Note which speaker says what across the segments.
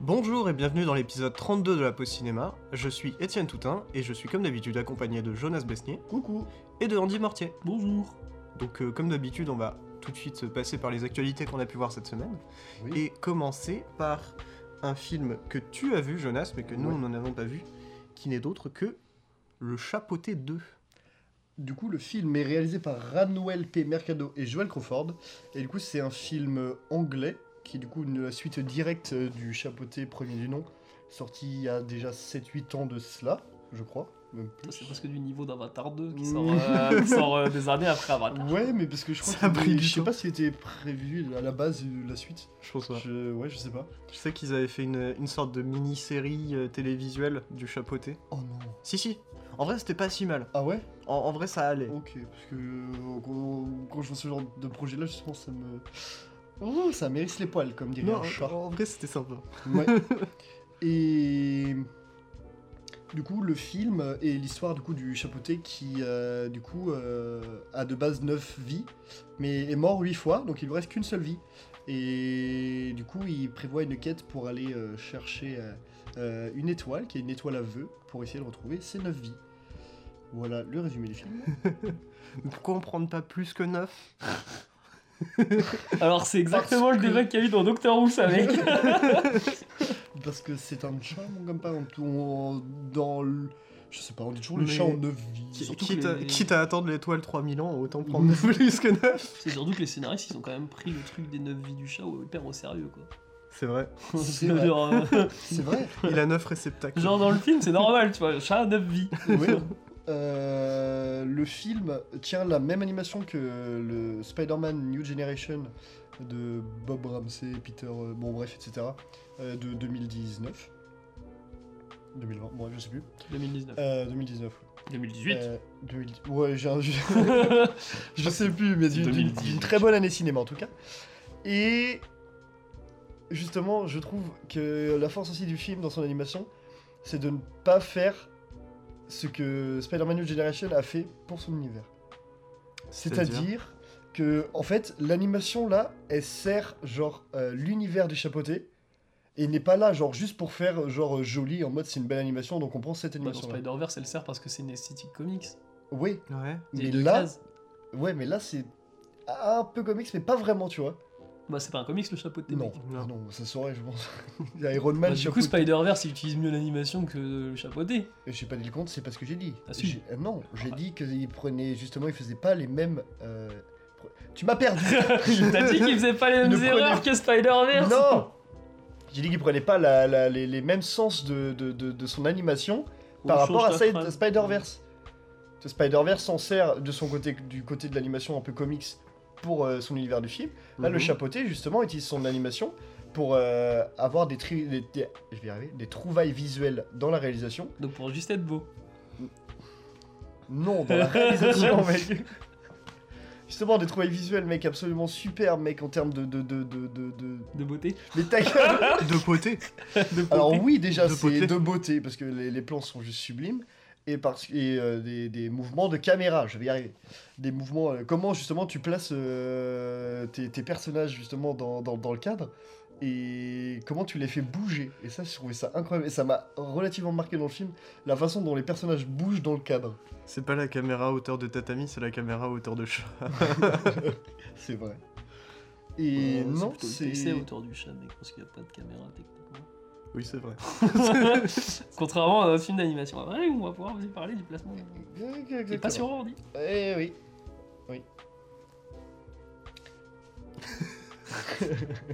Speaker 1: Bonjour et bienvenue dans l'épisode 32 de la Pause Cinéma. Je suis Étienne Toutin et je suis comme d'habitude accompagné de Jonas Besnier. Coucou. Et de Andy Mortier.
Speaker 2: Bonjour.
Speaker 1: Donc euh, comme d'habitude, on va tout de suite passer par les actualités qu'on a pu voir cette semaine
Speaker 2: Oui.
Speaker 1: et commencer par un film que tu as vu, Jonas, mais que nous
Speaker 2: Ouais.
Speaker 1: nous n'avons pas vu, qui n'est d'autre que Le Chapeauté 2.
Speaker 2: Du coup, le film est réalisé par Ranuel P. Mercado et Joel Crawford. Et du coup, c'est un film euh, anglais qui est du coup une- la suite directe euh, du chapeauté premier du nom, sorti il y a déjà 7-8 ans de cela, je crois. Même plus.
Speaker 3: C'est presque du niveau d'Avatar 2 qui
Speaker 2: Mm.
Speaker 3: sort, euh, qui sort, euh, des années après Avatar.
Speaker 2: Ouais, mais parce que je crois
Speaker 1: Ah, Ça a
Speaker 2: que
Speaker 1: pris du
Speaker 2: je sais
Speaker 1: temps.
Speaker 2: pas si c'était prévu à la base euh, la suite.
Speaker 1: Je pense
Speaker 2: Je- ouais, je sais pas.
Speaker 1: Je sais qu'ils avaient fait une, une sorte de mini-série euh, télévisuelle du Chapeauté.
Speaker 2: Oh non.
Speaker 1: Si, si. En vrai, c'était pas si mal.
Speaker 2: Ah ouais
Speaker 1: En, en vrai, ça allait.
Speaker 2: Ok, parce que euh, quand, quand je vois ce genre de projet là, justement, ça me. Oh, ça mérite les poils, comme dirait
Speaker 1: Non,
Speaker 2: un chat.
Speaker 1: en en vrai, c'était sympa.
Speaker 2: Ouais. Et du coup, le film est l'histoire du coup du chapeauté qui euh, du coup euh, a de base 9 vies, mais est mort 8 fois, donc il lui reste qu'une seule vie. Et du coup, il prévoit une quête pour aller euh, chercher euh, euh, une étoile, qui est une étoile à vœux, pour essayer de retrouver ses 9 vies. Voilà le résumé du film.
Speaker 1: Pourquoi on prend pas plus que 9
Speaker 3: Alors c'est exactement
Speaker 2: Parce
Speaker 3: le
Speaker 2: que-
Speaker 3: débat qu'il y a eu dans Doctor Who avec.
Speaker 2: Parce que c'est un chat, mon gamin. On, on- dans le- Je sais pas, on dit toujours les
Speaker 1: Mais-
Speaker 2: chats ont 9 vies.
Speaker 3: Surtout que
Speaker 1: quitte, à-
Speaker 3: les-
Speaker 1: quitte à attendre l'étoile 3000 ans, autant prendre plus que 9
Speaker 3: C'est surtout que les scénaristes ils ont quand même pris le truc des 9 vies du chat au- hyper au sérieux quoi.
Speaker 1: C'est vrai.
Speaker 2: C'est vrai.
Speaker 3: genre, euh,
Speaker 2: C'est vrai.
Speaker 1: Il a 9 réceptacles.
Speaker 3: genre dans le film c'est normal tu vois, le chat a 9 vies.
Speaker 2: Oui. Euh, le film tient la même animation que le Spider-Man New Generation de Bob Ramsey, Peter, euh, bon bref, etc. euh, de 2019. 2020, moi je sais plus.
Speaker 3: 2019.
Speaker 2: Euh, 2019.
Speaker 3: 2018.
Speaker 2: Euh, 2010 Ouais, j'ai un... Euh, je sais plus, mais d'une- d'une
Speaker 3: 2010.
Speaker 2: d'une très bonne année cinéma en tout cas. Et justement, je trouve que la force aussi du film dans son animation, c'est de ne pas faire ce que Spider-Man New Generation a fait pour son univers. C'est-à-dire que, en fait, l'animation là, elle sert genre euh, l'univers du chapeauté. Et n'est pas là, genre juste pour faire genre euh, joli en mode c'est une belle animation, donc on prend cette
Speaker 3: Bah, dans
Speaker 2: animation. là
Speaker 3: Spider-Verse elle sert parce que c'est une esthétique comics.
Speaker 2: Oui,
Speaker 1: Ouais.
Speaker 3: Il y a
Speaker 2: mais
Speaker 3: deux
Speaker 2: là,
Speaker 3: cases.
Speaker 2: Ouais, mais là, c'est un peu comics, mais pas vraiment, tu vois.
Speaker 3: Bah, c'est pas un comics le chapeau de tes
Speaker 2: Non, Ah
Speaker 3: mecs.
Speaker 1: Non.
Speaker 2: non, ça saurait, je pense. Il y a Iron Man,
Speaker 3: Bah,
Speaker 2: je
Speaker 3: du coup, Spider-Verse il utilise mieux l'animation que le chapeauté.
Speaker 2: J'ai pas dit le compte, c'est parce que j'ai dit.
Speaker 3: Ah, si.
Speaker 2: J'ai- euh, Non, j'ai
Speaker 3: Ah.
Speaker 2: dit qu'il prenait, justement, il faisait pas les mêmes. euh, pro- Tu m'as perdu
Speaker 3: T'as dit qu'il faisait pas
Speaker 2: Ne
Speaker 3: les mêmes
Speaker 2: prenez-
Speaker 3: erreurs que Spider-Verse
Speaker 2: Non J'ai dit qu'il prenait pas la- la- les, les mêmes sens de, de- de- de son animation par
Speaker 3: On
Speaker 2: rapport à
Speaker 3: change
Speaker 2: Side-
Speaker 3: ta phrase.
Speaker 2: Spider-Verse. Ce Spider-Verse s'en sert de son côté, du côté de l'animation un peu comics pour euh, son univers du film.
Speaker 3: Ah,
Speaker 2: Là, le
Speaker 1: Mhm.
Speaker 2: chapeauté, justement, utilise son animation pour euh, avoir des, tri- des- des- je vais y arriver, des trouvailles visuelles dans la réalisation.
Speaker 3: Donc pour juste être beau.
Speaker 2: Non, dans la réalisation, mec. Justement, des trouvailles visuelles, mec, absolument super, mec, en termes de... de, de, de, de- de-
Speaker 3: De beauté.
Speaker 2: Mais ta gueule
Speaker 1: De poté.
Speaker 3: De
Speaker 2: Alors
Speaker 3: beauté.
Speaker 2: oui, déjà,
Speaker 1: De
Speaker 2: c'est
Speaker 1: beauté.
Speaker 2: de beauté, parce que les, les plans sont juste sublimes, et, parce, et euh, des, des mouvements de caméra, je vais y arriver. Des mouvements... euh, comment, justement, tu places euh, tes, tes personnages, justement, dans, dans- dans le cadre, et comment tu les fais bouger. Et ça, je trouvais ça incroyable, et ça m'a relativement marqué dans le film, la façon dont les personnages bougent dans le cadre.
Speaker 1: C'est pas la caméra à hauteur de tatami, c'est la caméra à hauteur de chat.
Speaker 2: C'est vrai.
Speaker 3: Ouais,
Speaker 2: Et
Speaker 3: Euh, c'est
Speaker 2: Euh, non,
Speaker 3: plutôt le
Speaker 2: c'est...
Speaker 3: PC autour du chat, mec, parce qu'il n'y a pas de caméra techniquement.
Speaker 1: Oui, c'est vrai.
Speaker 3: Contrairement à un film d'animation. Ah Ouais, on va pouvoir vous parler du placement. C'est
Speaker 2: Exactement.
Speaker 3: pas sur ordi.
Speaker 2: Eh oui. Oui.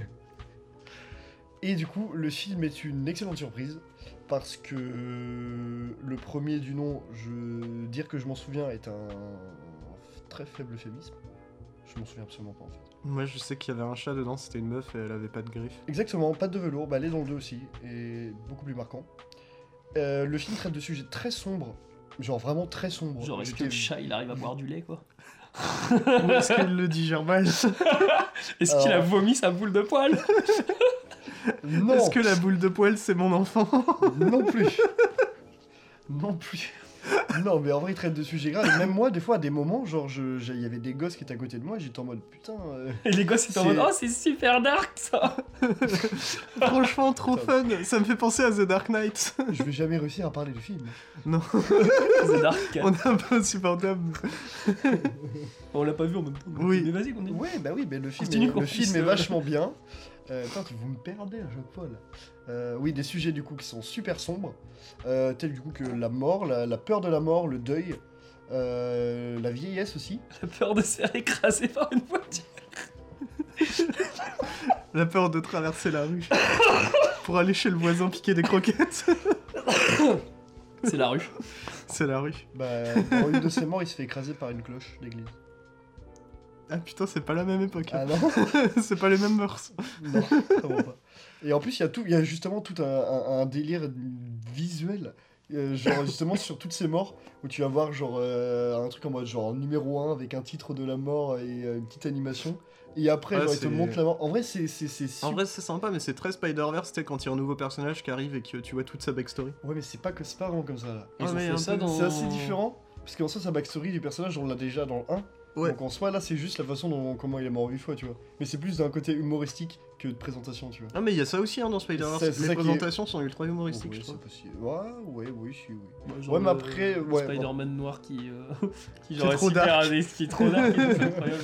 Speaker 2: Et du coup, le film est une excellente surprise parce que euh, le premier du nom, je dire que je m'en souviens est un très faible euphémisme. Je m'en souviens absolument pas en fait.
Speaker 1: Moi, je sais qu'il y avait un chat dedans, c'était une meuf et elle avait pas de griffes.
Speaker 2: Exactement, pas de velours, bah, elle est dans le 2 aussi, et beaucoup plus marquant. Euh, le film traite de sujets très sombres, genre vraiment très sombres.
Speaker 3: Genre, est-ce que
Speaker 2: J'étais-
Speaker 3: le chat il arrive à boire du lait quoi
Speaker 1: Ou est-ce qu'elle le digère mal Est-ce
Speaker 3: Est-ce qu'il a
Speaker 2: Alors-
Speaker 3: vomi sa boule de poil
Speaker 2: Non,
Speaker 1: que la boule de poil, c'est mon enfant
Speaker 2: non plus. non plus. Non, mais en vrai, il traite de sujets graves. Et même moi, des fois, à des moments, genre, je- j'ai- il y avait des gosses qui étaient à côté de moi, j'étais en mode putain. euh,
Speaker 3: Et les gosses étaient en
Speaker 2: C'est-
Speaker 3: mode Oh, c'est super dark ça
Speaker 1: Franchement, trop fun. Ça me fait penser à The Dark Knight.
Speaker 2: je vais jamais réussir à parler du film.
Speaker 1: non,
Speaker 3: C'est dark.
Speaker 1: on est un peu insupportable.
Speaker 3: On l'a pas vu en même temps. donc-
Speaker 1: Oui.
Speaker 3: Mais vas-y, continue.
Speaker 2: Ouais, bah oui, mais le film,
Speaker 3: Continue,
Speaker 2: est, le
Speaker 3: Corpus,
Speaker 2: film est
Speaker 3: euh.
Speaker 2: vachement bien. Euh, putain, tu- vous me perdez à chaque fois là. Euh, oui, des sujets du coup qui sont super sombres, euh, tels du coup que la mort, la, la peur de la mort, le deuil, euh, la vieillesse aussi.
Speaker 3: La peur de se faire écraser par une voiture.
Speaker 1: La peur de traverser la rue pour aller chez le voisin piquer des croquettes.
Speaker 3: C'est la rue.
Speaker 1: C'est la rue.
Speaker 2: Bah, dans une de ses morts, il se fait écraser par une cloche d'église.
Speaker 1: Ah putain, c'est pas la même époque.
Speaker 2: Ah non,
Speaker 1: c'est pas les mêmes mœurs.
Speaker 2: non, vraiment pas. Et en plus, il y a tout, il y a justement tout un, un- un délire visuel. euh, genre justement sur toutes ces morts où tu vas voir genre euh, un truc en mode genre numéro 1 avec un titre de la mort et euh, une petite animation et après
Speaker 1: Ouais,
Speaker 2: genre ils te
Speaker 1: c'est-
Speaker 2: montrent la mort en vrai c'est c'est c'est
Speaker 1: En vrai,
Speaker 2: super-
Speaker 1: c'est sympa, mais c'est très Spider-Verse, c'était quand il y a un nouveau personnage qui arrive et que tu vois toute sa backstory.
Speaker 2: ouais mais c'est pas que c'est pas vraiment comme ça là
Speaker 1: Ah, mais un peu-
Speaker 2: c'est assez différent parce qu'en soi sa backstory du personnage on l'a déjà dans le 1
Speaker 1: Ouais.
Speaker 2: donc en soi là c'est juste la façon dont comment il est mort 8 fois tu vois mais c'est plus d'un côté humoristique que de présentation tu vois
Speaker 1: Ah mais il y a ça aussi hein, dans
Speaker 2: C'est-
Speaker 1: Spider-Verse.
Speaker 2: c'est
Speaker 1: Les
Speaker 2: ça qui est-
Speaker 1: présentations sont ultra humoristiques,
Speaker 2: ouais,
Speaker 1: je trouve.
Speaker 2: c'est possible. Ouais, ouais, oui, si, oui.
Speaker 3: Ouais,
Speaker 2: Ouais, mais après,
Speaker 3: le- le
Speaker 2: ouais,
Speaker 3: euh, Spider-Man noir qui. euh, qui genre est
Speaker 1: trop
Speaker 3: super
Speaker 1: dark.
Speaker 3: avec- qui est trop dark. et tout, c'est incroyable.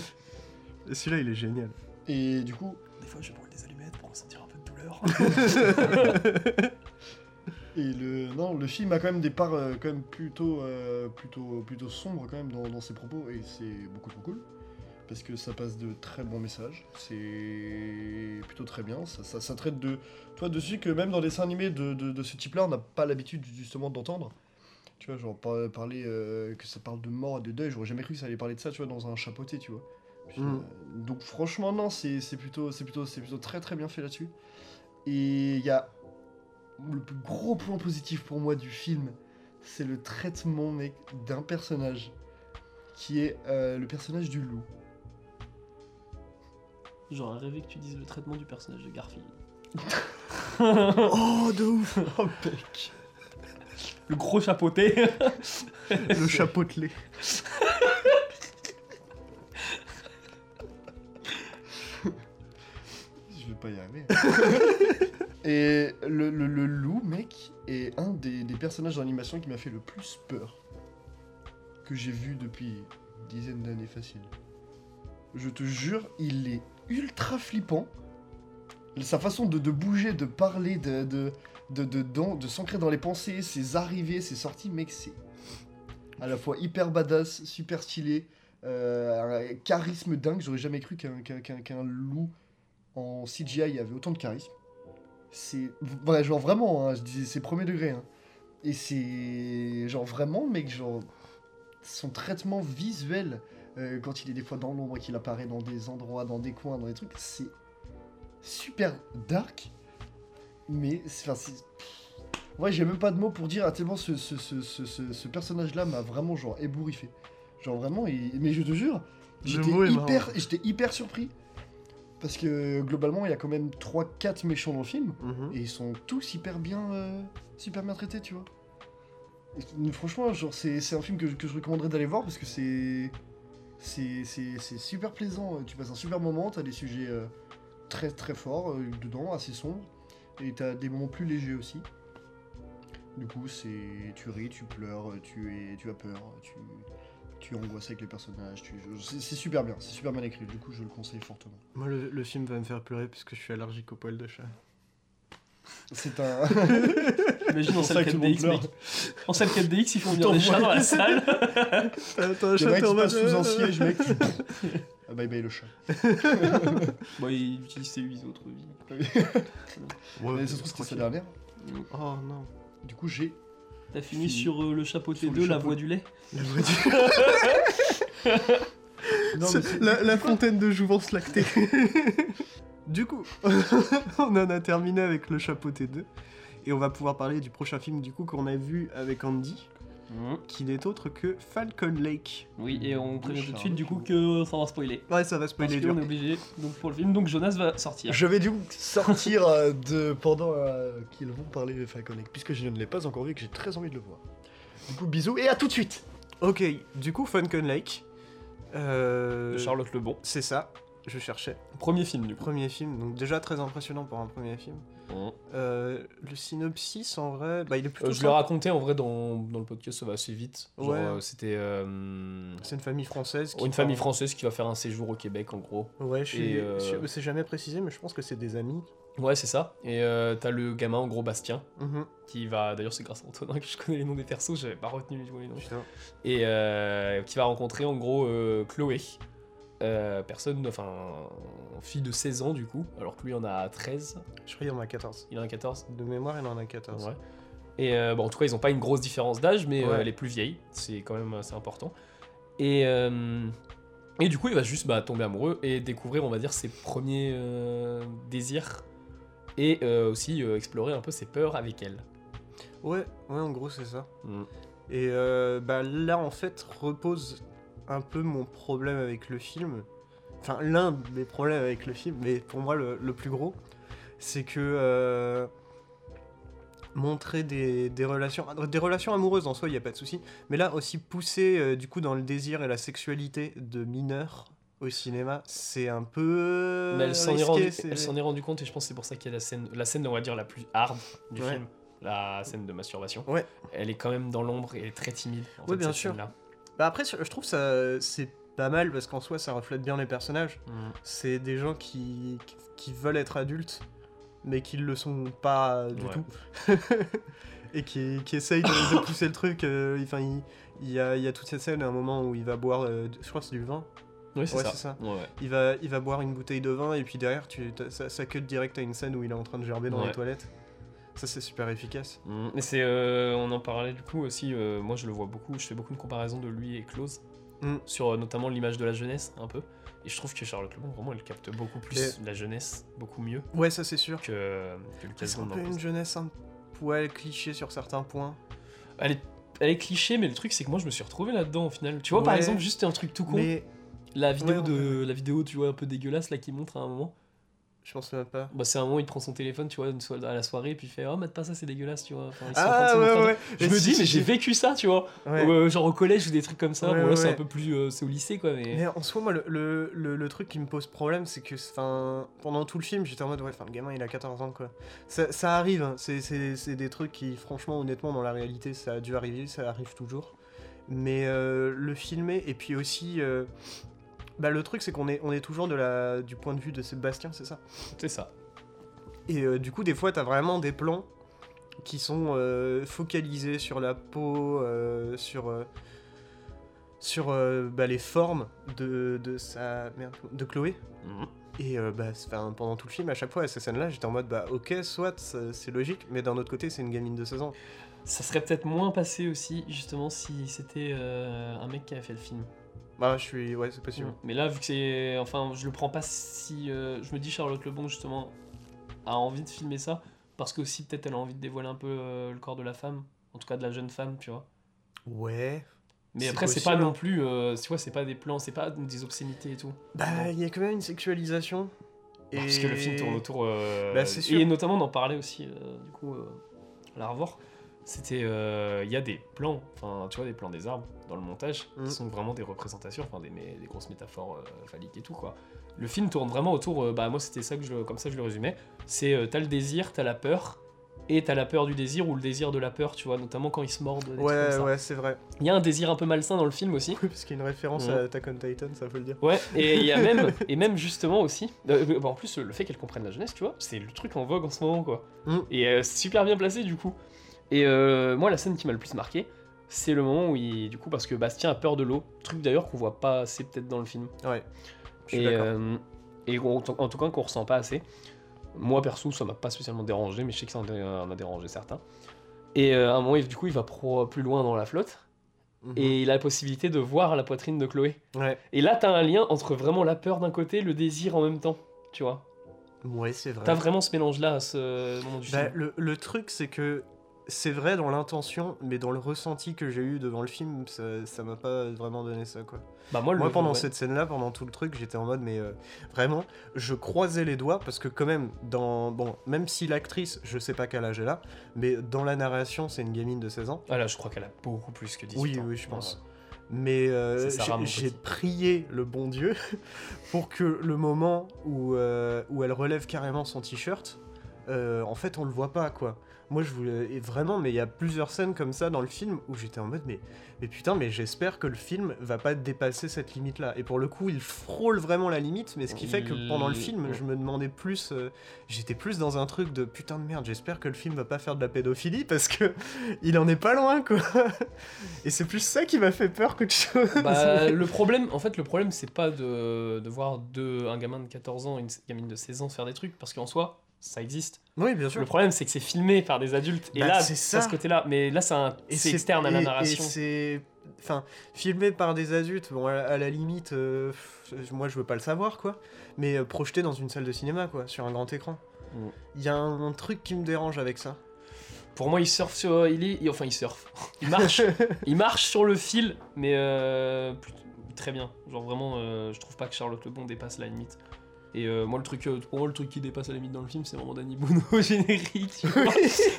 Speaker 1: Et Celui-là, il est génial.
Speaker 2: Et du coup,
Speaker 3: Des fois, je brûle des allumettes pour ressentir un peu de douleur.
Speaker 2: et le, non, le film a quand même des parts euh, quand même plutôt, euh, plutôt, plutôt sombres quand même dans, dans ses propos et c'est beaucoup trop cool. Parce que ça passe de très bons messages, c'est plutôt très bien. Ça, ça, ça traite de. Toi, dessus que même dans des dessins animés de, de, de ce type-là, on n'a pas l'habitude justement d'entendre. Tu vois, genre par- parler. euh, que ça parle de mort et de deuil, j'aurais jamais cru que ça allait parler de ça, tu vois, dans un chapeauté, tu vois. Puis,
Speaker 1: Mm.
Speaker 2: euh, donc franchement, non, c'est c'est plutôt, c'est plutôt, c'est plutôt très très bien fait là-dessus. Et il y a le plus gros point positif pour moi du film, c'est le traitement, mec, d'un personnage qui est euh, le personnage du loup.
Speaker 3: J'aurais rêvé que tu dises le traitement du personnage de Garfield.
Speaker 1: oh, de ouf
Speaker 2: Oh, mec.
Speaker 3: Le gros chapeauté.
Speaker 1: Le chapeau de lait.
Speaker 2: Je vais pas y arriver. Et le, le- le loup, mec, est un des, des personnages d'animation qui m'a fait le plus peur. Que j'ai vu depuis dizaines d'années facile. Je te jure, il est ultra flippant. Sa façon de, de bouger, de parler, de, de, de, de, dans- de s'ancrer dans les pensées, ses arrivées, ses sorties, mec, c'est à la fois hyper badass, super stylé, euh, un charisme dingue. J'aurais jamais cru qu'un qu'un- qu'un- qu'un loup en CGI il y avait autant de charisme. C'est ouais, genre vraiment, hein, je disais c'est premier degré. hein. Et c'est genre vraiment, mec, genre son traitement visuel euh, quand il est des fois dans l'ombre, et qu'il apparaît dans des endroits, dans des coins, dans des trucs, c'est super dark. Mais c'est enfin, c'est- ouais, j'ai même pas de mots pour dire à tellement ce, ce, ce, ce, ce- ce personnage-là m'a vraiment genre ébouriffé. Genre vraiment, il- mais je te jure,
Speaker 1: Le
Speaker 2: j'étais
Speaker 1: mot est marrant.
Speaker 2: hyper, j'étais hyper surpris. Parce que globalement, il y a quand même 3-4 méchants dans le film.
Speaker 1: Mhm.
Speaker 2: Et ils sont tous hyper bien, euh, super bien traités, tu vois. Et, franchement, genre, c'est c'est un film que, je- que je recommanderais d'aller voir parce que c'est. C'est c'est- c'est super plaisant. Tu passes un super moment, t'as des sujets euh, très très forts euh, dedans, assez sombres. Et t'as des moments plus légers aussi. Du coup, c'est. Tu ris, tu pleures, tu, es, tu as peur, tu. Tu es angoissé avec les personnages, tu- c'est c'est super bien, c'est super bien écrit, du coup je le conseille fortement.
Speaker 1: Moi, le, le film va me faire pleurer parce que je suis allergique aux poils de chat.
Speaker 2: C'est un.
Speaker 3: Imagine en
Speaker 2: C'est ça
Speaker 3: salle
Speaker 2: que tout le monde
Speaker 3: 4DX, mec.
Speaker 2: pleure.
Speaker 3: En salle 4DX, ils font venir
Speaker 2: T'envoies-
Speaker 3: des chats dans la salle.
Speaker 1: Attends, un
Speaker 2: Le
Speaker 1: chat
Speaker 2: mec
Speaker 1: t'es en
Speaker 2: qui
Speaker 1: mode,
Speaker 2: passe sous un
Speaker 1: euh,
Speaker 2: siège, mec. tu- Ah, bye bye le chat.
Speaker 3: Bon, ils utilisent ses 8 autres vies.
Speaker 1: Ouais,
Speaker 2: Mais ça se trouve, c'était sa
Speaker 1: tranquille.
Speaker 2: dernière.
Speaker 1: Oh non.
Speaker 2: Du coup, j'ai.
Speaker 3: T'as fini
Speaker 2: Fini.
Speaker 3: sur euh, le chapeau
Speaker 2: Sur le
Speaker 3: T2, la
Speaker 2: chapeau.
Speaker 3: voix du lait
Speaker 1: La voix du-
Speaker 2: Non, mais c'est-
Speaker 1: la, la fontaine de jouvence lactée. du coup, on en a terminé avec le chapeau T2. Et on va pouvoir parler du prochain film du coup qu'on a vu avec Andy,
Speaker 3: Mmh.
Speaker 1: qui n'est autre que Falcon Lake.
Speaker 3: Oui, et on prévient tout de suite
Speaker 2: Charles.
Speaker 3: du coup que ça va spoiler.
Speaker 1: Ouais, ça va
Speaker 3: Parce
Speaker 1: spoiler dur.
Speaker 3: qu'on est obligé donc, pour le film. Donc Jonas va sortir.
Speaker 2: Je vais du coup sortir euh, de pendant euh, qu'ils vont parler de Falcon Lake, puisque je ne l'ai pas encore vu et que j'ai très envie de le voir. Du coup, bisous et à tout de suite
Speaker 1: Ok, du coup, Funken Lake. Euh,
Speaker 3: de Charlotte Lebon.
Speaker 1: C'est ça, je cherchais.
Speaker 3: Premier film, du coup.
Speaker 1: Premier film, donc déjà très impressionnant pour un premier film.
Speaker 3: Mmh.
Speaker 1: Euh, le synopsis, en vrai, bah, il est plutôt.
Speaker 3: Euh, je l'ai
Speaker 1: sympa.
Speaker 3: raconté en vrai dans, dans le podcast, ça va assez vite. Genre,
Speaker 1: Ouais.
Speaker 3: euh, c'était euh,
Speaker 1: C'est une famille française. qui
Speaker 3: une famille
Speaker 1: part-
Speaker 3: française qui va faire un séjour au Québec en gros.
Speaker 1: Ouais, je suis.
Speaker 3: Et, euh,
Speaker 1: je- C'est jamais précisé, mais je pense que c'est des amis.
Speaker 3: Ouais, c'est ça. Et euh, t'as le gamin en gros Bastien
Speaker 1: Mhm.
Speaker 3: qui va. D'ailleurs, c'est grâce à Antonin que je connais les noms des persos, j'avais pas retenu les noms.
Speaker 1: Putain.
Speaker 3: Et euh, qui va rencontrer en gros euh, Chloé. Euh, personne, enfin, fille de 16 ans du coup, alors que lui en a 13,
Speaker 1: Je crois qu'il y en a 14.
Speaker 3: il en a 14.
Speaker 1: De mémoire, il en a 14.
Speaker 3: Ouais. Et euh, bon, en tout cas, ils n'ont pas une grosse différence d'âge, mais euh,
Speaker 1: Ouais.
Speaker 3: elle est plus vieille. C'est quand même assez important. Et, euh, et du coup, il va juste bah, tomber amoureux et découvrir, on va dire, ses premiers euh, désirs. Et euh, aussi euh, explorer un peu ses peurs avec elle.
Speaker 1: Ouais, ouais, en gros, c'est ça.
Speaker 3: Mm.
Speaker 1: Et euh, bah, là, en fait, repose un peu mon problème avec le film. Enfin, l'un de mes problèmes avec le film, mais pour moi, le, le plus gros, c'est que euh, montrer des, des relations, des relations amoureuses en soi, il n'y a pas de souci. Mais là, aussi pousser euh, du coup dans le désir et la sexualité de mineurs au cinéma, c'est un peu.
Speaker 3: Mais elle s'en
Speaker 1: risqué,
Speaker 3: est, rendu-
Speaker 1: Euh, c'est-
Speaker 3: elle s'en est rendue compte et je pense que c'est pour ça qu'il y a la scène, la scène, on va dire, la plus hard du
Speaker 1: Ouais.
Speaker 3: film. La scène de masturbation.
Speaker 1: Ouais.
Speaker 3: Elle est quand même dans l'ombre et elle est très timide. en
Speaker 1: Ouais,
Speaker 3: fait,
Speaker 1: bien
Speaker 3: cette
Speaker 1: sûr.
Speaker 3: scène-là.
Speaker 1: Bah après, je je trouve ça c'est pas mal parce qu'en soi, ça reflète bien les personnages. c'est des gens qui, qui- qui veulent être adultes, mais qui le sont pas euh, du
Speaker 3: Ouais.
Speaker 1: tout. et qui, qui essayent de, de pousser le truc. euh, Enfin, il- il, y a, il y a toute cette scène à un moment où il va boire, euh, je crois que c'est du vin.
Speaker 3: Oui, c'est
Speaker 1: Ouais,
Speaker 3: ça.
Speaker 1: c'est ça.
Speaker 3: Ouais, ouais.
Speaker 1: Il va, il va boire une bouteille de vin et puis derrière, tu, t'as- ça, ça cut direct à une scène où il est en train de gerber dans
Speaker 3: Ouais.
Speaker 1: les toilettes. Ça, c'est super efficace.
Speaker 3: Mm. Mais c'est, euh, on en parlait du coup aussi. euh, moi, je le vois beaucoup. Je fais beaucoup de comparaisons de lui et Close
Speaker 1: Mm.
Speaker 3: sur euh, notamment l'image de la jeunesse un peu. Et je trouve que Charlotte Lebon vraiment, elle capte beaucoup plus la jeunesse, beaucoup mieux
Speaker 1: Ouais, ça, c'est sûr.
Speaker 3: que, que le
Speaker 1: Ah, C'est un
Speaker 3: Casbon dans
Speaker 1: peu une
Speaker 3: Close.
Speaker 1: jeunesse un poil cliché sur certains points.
Speaker 3: Elle est, elle est cliché, mais le truc c'est que moi, je me suis retrouvé là-dedans au final. Tu vois, par
Speaker 1: Ouais.
Speaker 3: exemple, juste un truc tout con,
Speaker 1: Mais
Speaker 3: la vidéo
Speaker 1: Ouais, ouais,
Speaker 3: de, la vidéo, tu vois, un peu dégueulasse là qui montre à un moment.
Speaker 1: je pense même pas.
Speaker 3: Bah, c'est un moment, il prend son téléphone, tu vois, une soirée- à la soirée, et puis il fait, oh, mate pas ça, c'est dégueulasse, tu vois. Enfin, ils sont en train de se
Speaker 1: Ah ouais,
Speaker 3: montrer un-
Speaker 1: ouais, ouais.
Speaker 3: Je me dis, mais j'ai vécu ça, tu vois.
Speaker 1: Ouais.
Speaker 3: Ou, euh, genre au collège ou des trucs comme ça.
Speaker 1: Ouais,
Speaker 3: bon, là,
Speaker 1: ouais,
Speaker 3: c'est un
Speaker 1: ouais.
Speaker 3: peu plus. euh, c'est au lycée, quoi. Mais.
Speaker 1: Mais en soi, moi, le, le, le- le truc qui me pose problème, c'est que enfin, pendant tout le film, j'étais en mode, ouais, enfin, le gamin, il a 14 ans, quoi. Ça, ça arrive, hein. c'est- c'est c'est des trucs qui, franchement, honnêtement, dans la réalité, ça a dû arriver, ça arrive toujours. Mais euh, le filmer, et puis aussi, euh, bah, le truc, c'est qu'on est, on est toujours de la, du point de vue de Sébastien, c'est ça
Speaker 3: C'est ça.
Speaker 1: Et euh, du coup, des fois, t'as vraiment des plans qui sont euh, focalisés sur la peau, euh, sur, euh, sur euh, bah, les formes de, de, sa, merde, de Chloé.
Speaker 3: Mhm.
Speaker 1: Et euh, bah, c'est- 'fin, pendant tout le film, à chaque fois, à ces scènes-là, j'étais en mode, bah ok, soit ça- c'est logique, mais d'un autre côté, c'est une gamine de 16 ans.
Speaker 3: Ça serait peut-être moins passé aussi, justement, si c'était euh, un mec qui avait fait le film.
Speaker 1: Bah, je suis. Ouais, c'est possible.
Speaker 3: Mais là, vu que c'est. Enfin, je le prends pas si. euh, je me dis, Charlotte Lebon, justement, a envie de filmer ça. Parce que aussi, peut-être, elle a envie de dévoiler un peu euh, le corps de la femme. En tout cas, de la jeune femme, tu vois. Mhm.
Speaker 1: Ouais.
Speaker 3: Mais
Speaker 1: C'est
Speaker 3: après, c'est pas
Speaker 1: possible.
Speaker 3: non plus. euh, tu vois, c'est pas des plans, c'est pas des obscénités et tout.
Speaker 1: Bah, il y a quand même une sexualisation.
Speaker 3: Bah, Parce que le film tourne autour. euh,
Speaker 1: Bah, c'est sûr.
Speaker 3: Et notamment, on en parlait aussi, euh, du coup, euh, à la Revore. C'était. euh, Il y a des plans, enfin, tu vois, des plans des arbres dans le montage
Speaker 1: Mm.
Speaker 3: qui sont vraiment des représentations, enfin, des, mais- des grosses métaphores euh, phalliques et tout, quoi. Le film tourne vraiment autour. euh, bah, moi, c'était ça que je. Comme ça, je le résumais. C'est. euh, t'as le désir, t'as la peur. Et t'as la peur du désir ou le désir de la peur, tu vois, notamment quand ils se mordent. des trucs comme
Speaker 1: Ouais,
Speaker 3: ça.
Speaker 1: ouais, c'est vrai.
Speaker 3: Il y a un désir un peu malsain dans le film aussi.
Speaker 1: Parce qu'il y a une référence
Speaker 3: Ouais.
Speaker 1: à Attack on Titan, ça faut le dire.
Speaker 3: Ouais, et il y a même, et même justement aussi, euh, bah, en plus le fait qu'elle comprenne la jeunesse, tu vois, c'est le truc en vogue en ce moment, quoi.
Speaker 1: Mm.
Speaker 3: Et euh, c'est super bien placé du coup. Et euh, moi, la scène qui m'a le plus marqué, c'est le moment où il, du coup, parce que Bastien a peur de l'eau, truc d'ailleurs qu'on voit pas assez peut-être dans le film,
Speaker 1: Ouais. Je suis
Speaker 3: et,
Speaker 1: d'accord.
Speaker 3: euh, et qu'on- en tout cas qu'on ressent pas assez. Moi perso, ça m'a pas spécialement dérangé, mais je sais que ça en, dé- en a dérangé certains. Et euh, à un moment, il- du coup, il va pro- plus loin dans la flotte,
Speaker 1: Mhm.
Speaker 3: et il a la possibilité de voir la poitrine de Chloé.
Speaker 1: Ouais.
Speaker 3: Et là, t'as un lien entre vraiment la peur d'un côté, le désir en même temps, tu vois.
Speaker 1: Ouais, c'est vrai.
Speaker 3: T'as vraiment ce mélange-là à ce moment du
Speaker 1: Bah,
Speaker 3: film.
Speaker 1: le, le truc, c'est que c'est vrai dans l'intention, mais dans le ressenti que j'ai eu devant le film, ça ça m'a pas vraiment donné ça, quoi.
Speaker 3: Bah, moi, le-
Speaker 1: Moi, pendant
Speaker 3: ouais.
Speaker 1: cette scène-là, pendant tout le truc, j'étais en mode, mais euh, vraiment, je croisais les doigts parce que, quand même, dans. Bon, même si l'actrice, je sais pas quel âge elle a, mais dans la narration, c'est une gamine de 16 ans.
Speaker 3: Ah là, je crois qu'elle a beaucoup plus que 18
Speaker 1: Oui,
Speaker 3: ans.
Speaker 1: oui, je pense.
Speaker 3: Ouais.
Speaker 1: Mais euh,
Speaker 3: C'est Sarah,
Speaker 1: j'ai-
Speaker 3: mon
Speaker 1: j'ai
Speaker 3: petit.
Speaker 1: prié le bon Dieu pour que le moment où, euh, où elle relève carrément son t-shirt, euh, en fait, on le voit pas, quoi. Moi, je voulais. et vraiment, mais il y a plusieurs scènes comme ça dans le film où j'étais en mode, mais, mais putain, mais j'espère que le film va pas dépasser cette limite-là. Et pour le coup, il frôle vraiment la limite, mais ce qui fait que pendant le
Speaker 3: Il-
Speaker 1: film, je me demandais plus. euh, J'étais plus dans un truc de putain de merde, j'espère que le film va pas faire de la pédophilie parce que il en est pas loin, quoi. Et c'est plus ça qui m'a fait peur qu'autre chose.
Speaker 3: Bah, le problème, en fait, le problème, c'est pas de, de voir deux, un gamin de 14 ans et une gamine de 16 ans se faire des trucs, parce qu'en soi, ça existe.
Speaker 1: Oui, bien sûr.
Speaker 3: Le problème, c'est que c'est filmé par des adultes, et
Speaker 1: Bah,
Speaker 3: là,
Speaker 1: c'est
Speaker 3: c'est
Speaker 1: ça.
Speaker 3: ce côté-là. Mais là, c'est un-
Speaker 1: Et
Speaker 3: c'est externe à la
Speaker 1: et- et
Speaker 3: narration.
Speaker 1: c'est. Enfin, filmé par des adultes, bon, à, à la limite, euh, pff, moi je veux pas le savoir, quoi. Mais euh, projeté dans une salle de cinéma, quoi, sur un grand écran.
Speaker 3: Mm.
Speaker 1: Il y a un, un truc qui me dérange avec ça.
Speaker 3: Pour moi, il surfe sur. Il est, il- enfin, il surfe. Il marche. il marche sur le fil, mais euh, plut- très bien. Genre vraiment, euh, je trouve pas que Charlotte Lebon dépasse la limite. Et euh, moi, le truc, euh, pour moi, le truc qui dépasse la limite dans le film, c'est vraiment Danny Boone au générique. tu vois.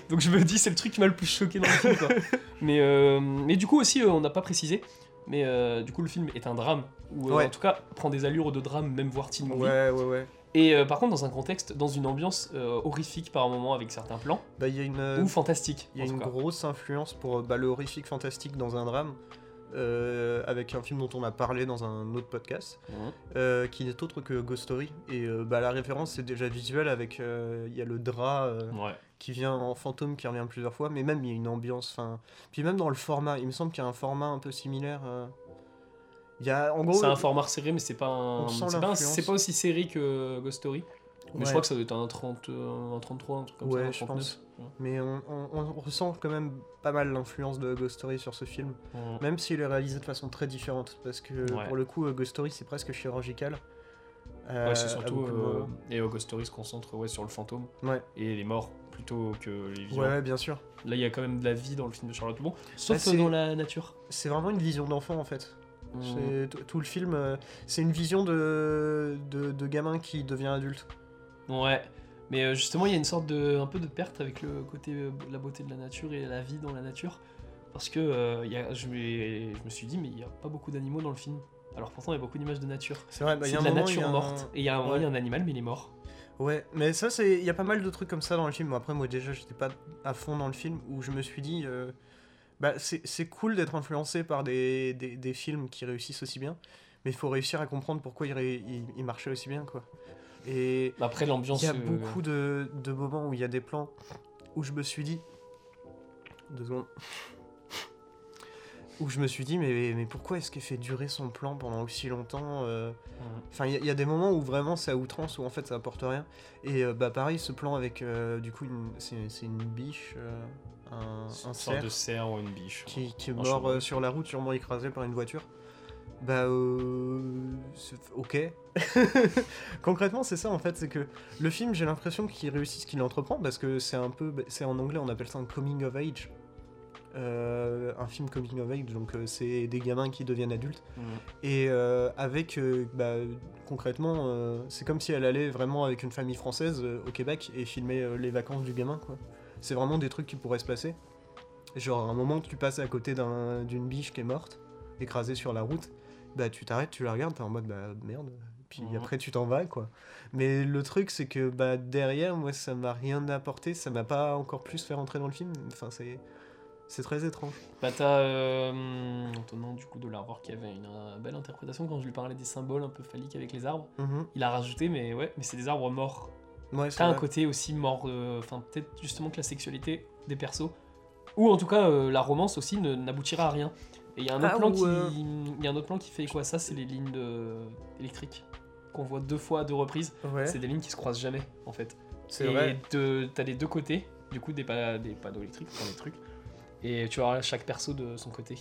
Speaker 3: Donc je me dis, c'est le truc qui m'a le plus choqué dans le film. quoi. Mais, euh, mais du coup, aussi, euh, on n'a pas précisé. Mais euh, du coup, le film est un drame. Ou euh,
Speaker 1: Ouais.
Speaker 3: en tout cas, prend des allures de drame, même voire teen movie.
Speaker 1: Ouais, ouais, ouais.
Speaker 3: Et euh, par contre, dans un contexte, dans une ambiance euh, horrifique par moment avec certains plans,
Speaker 1: Bah, il y a une. euh,
Speaker 3: ou fantastique.
Speaker 1: Il y a
Speaker 3: en tout
Speaker 1: une
Speaker 3: cas.
Speaker 1: grosse influence pour euh, bah, le horrifique fantastique dans un drame, euh, avec un film dont on a parlé dans un autre podcast,
Speaker 3: Mhm.
Speaker 1: euh, qui n'est autre que Ghost Story. Et euh, bah, la référence, c'est déjà visuel, avec euh, il y a le drap euh,
Speaker 3: Ouais.
Speaker 1: qui vient en fantôme, qui revient plusieurs fois, mais même il y a une ambiance. Fin... Puis même dans le format, il me semble qu'il y a un format un peu similaire. euh. Il y a, en gros,
Speaker 3: C'est un format serré, mais c'est pas un.
Speaker 1: on sent
Speaker 3: C'est pas, un-
Speaker 1: l'influence.
Speaker 3: c'est pas aussi serré que Ghost Story. Mais
Speaker 1: Ouais.
Speaker 3: je crois que ça doit être un 30, euh, un 33, un truc comme ça.
Speaker 1: Ouais,
Speaker 3: un
Speaker 1: je
Speaker 3: 39.
Speaker 1: pense. mais on, on- on ressent quand même pas mal l'influence de Ghost Story sur ce film.
Speaker 3: Ouais.
Speaker 1: Même s'il est réalisé de façon très différente, parce que
Speaker 3: Ouais.
Speaker 1: pour le coup, euh, Ghost Story c'est presque chirurgical.
Speaker 3: Ouais,
Speaker 1: Euh,
Speaker 3: c'est
Speaker 1: à
Speaker 3: surtout.
Speaker 1: beaucoup de moments.
Speaker 3: euh, et euh, Ghost Story se concentre ouais, sur le fantôme
Speaker 1: Ouais.
Speaker 3: et les morts plutôt que les vivants.
Speaker 1: Ouais, ouais, bien sûr.
Speaker 3: Là, il y a quand même de la vie dans le film de Charlotte Bon, sauf
Speaker 1: Bah, c'est-
Speaker 3: euh, dans la nature.
Speaker 1: C'est vraiment une vision d'enfant en fait.
Speaker 3: Mm.
Speaker 1: C'est- t- Tout le film, euh, c'est une vision de, de, de gamin qui devient adulte.
Speaker 3: Mm. Ouais. Mais euh, justement, il y a une sorte de. un peu de perte avec le côté. euh, la beauté de la nature et la vie dans la nature. Parce que euh, il y a, je, m'ai- je me suis dit, mais il n'y a pas beaucoup d'animaux dans le film. Alors pourtant, il y a beaucoup d'images de nature.
Speaker 1: C'est vrai, bah, il y
Speaker 3: c'est
Speaker 1: a
Speaker 3: de
Speaker 1: un
Speaker 3: la
Speaker 1: moment, il y
Speaker 3: nature
Speaker 1: a un-
Speaker 3: morte. Et il y a un,
Speaker 1: Ouais.
Speaker 3: il y a un animal, mais il est mort.
Speaker 1: Ouais, mais ça, c'est il y a pas mal de trucs comme ça dans le film. Bon, Après, moi déjà, j'étais pas à fond dans le film où je me suis dit, euh, bah, c'est c'est cool d'être influencé par des, des, des films qui réussissent aussi bien, mais il faut réussir à comprendre pourquoi ils ré- ils- ils marchaient aussi bien, quoi. Et
Speaker 3: Après, l'ambiance.
Speaker 1: Il y a
Speaker 3: euh,
Speaker 1: beaucoup de, de moments où il y a des plans où je me suis dit. Deux secondes. Où je me suis dit, mais, mais pourquoi est-ce qu'elle fait durer son plan pendant aussi longtemps euh, Enfin, il y a- il y, a des moments où vraiment c'est à outrance, où en fait ça apporte rien. Et euh, bah pareil, ce plan avec euh, du coup, une- c'est c'est une biche, euh, un,
Speaker 3: C'est
Speaker 1: un
Speaker 3: une
Speaker 1: cerf
Speaker 3: sorte de cerf ou une biche.
Speaker 1: qui, qui est
Speaker 3: Un
Speaker 1: mort
Speaker 3: cheval.
Speaker 1: euh, sur la route, sûrement écrasé par une voiture. Bah, euh, c'est- ok. Concrètement, c'est ça en fait, c'est que le film, j'ai l'impression qu'il réussit ce qu'il entreprend parce que c'est un peu, bah, c'est en anglais, on appelle ça un coming of age. Euh, un film coming of age, donc euh, c'est des gamins qui deviennent adultes. Et euh, avec, euh, bah, concrètement, euh, c'est comme si elle allait vraiment avec une famille française euh, au Québec et filmer euh, les vacances du gamin, quoi. C'est vraiment des trucs qui pourraient se passer. Genre, à un moment, tu passes à côté d'un- d'une biche qui est morte, écrasée sur la route, bah tu t'arrêtes, tu la regardes, t'es en mode, bah merde. Puis
Speaker 3: Mhm.
Speaker 1: après, tu t'en vas, quoi. Mais le truc, c'est que bah, derrière, moi, ça m'a rien apporté, ça m'a pas encore plus fait rentrer dans le film. Enfin, c'est. C'est très étrange.
Speaker 3: Bah, t'as. euh, Antonin, du coup, de l'arbre qui avait une euh, belle interprétation quand je lui parlais des symboles un peu phalliques avec les arbres.
Speaker 1: Mhm.
Speaker 3: Il a rajouté, mais ouais, mais c'est des arbres morts.
Speaker 1: Ouais, c'est
Speaker 3: T'as un
Speaker 1: vrai.
Speaker 3: côté aussi mort. euh, Enfin, peut-être justement que la sexualité des persos, ou en tout cas euh, la romance aussi, ne- n'aboutira à rien. Et il y a un autre
Speaker 1: Ah,
Speaker 3: plan
Speaker 1: ou,
Speaker 3: qui.
Speaker 1: euh,
Speaker 3: Il y a un autre plan qui fait quoi ça C'est les lignes de- électriques qu'on voit deux fois à deux reprises.
Speaker 1: Ouais,
Speaker 3: C'est des lignes qui se croisent jamais en fait.
Speaker 1: c'est
Speaker 3: et
Speaker 1: vrai.
Speaker 3: de- t'as les deux côtés, du coup, des, pa- des panneaux électriques, enfin des trucs. Et tu vois chaque perso de son côté.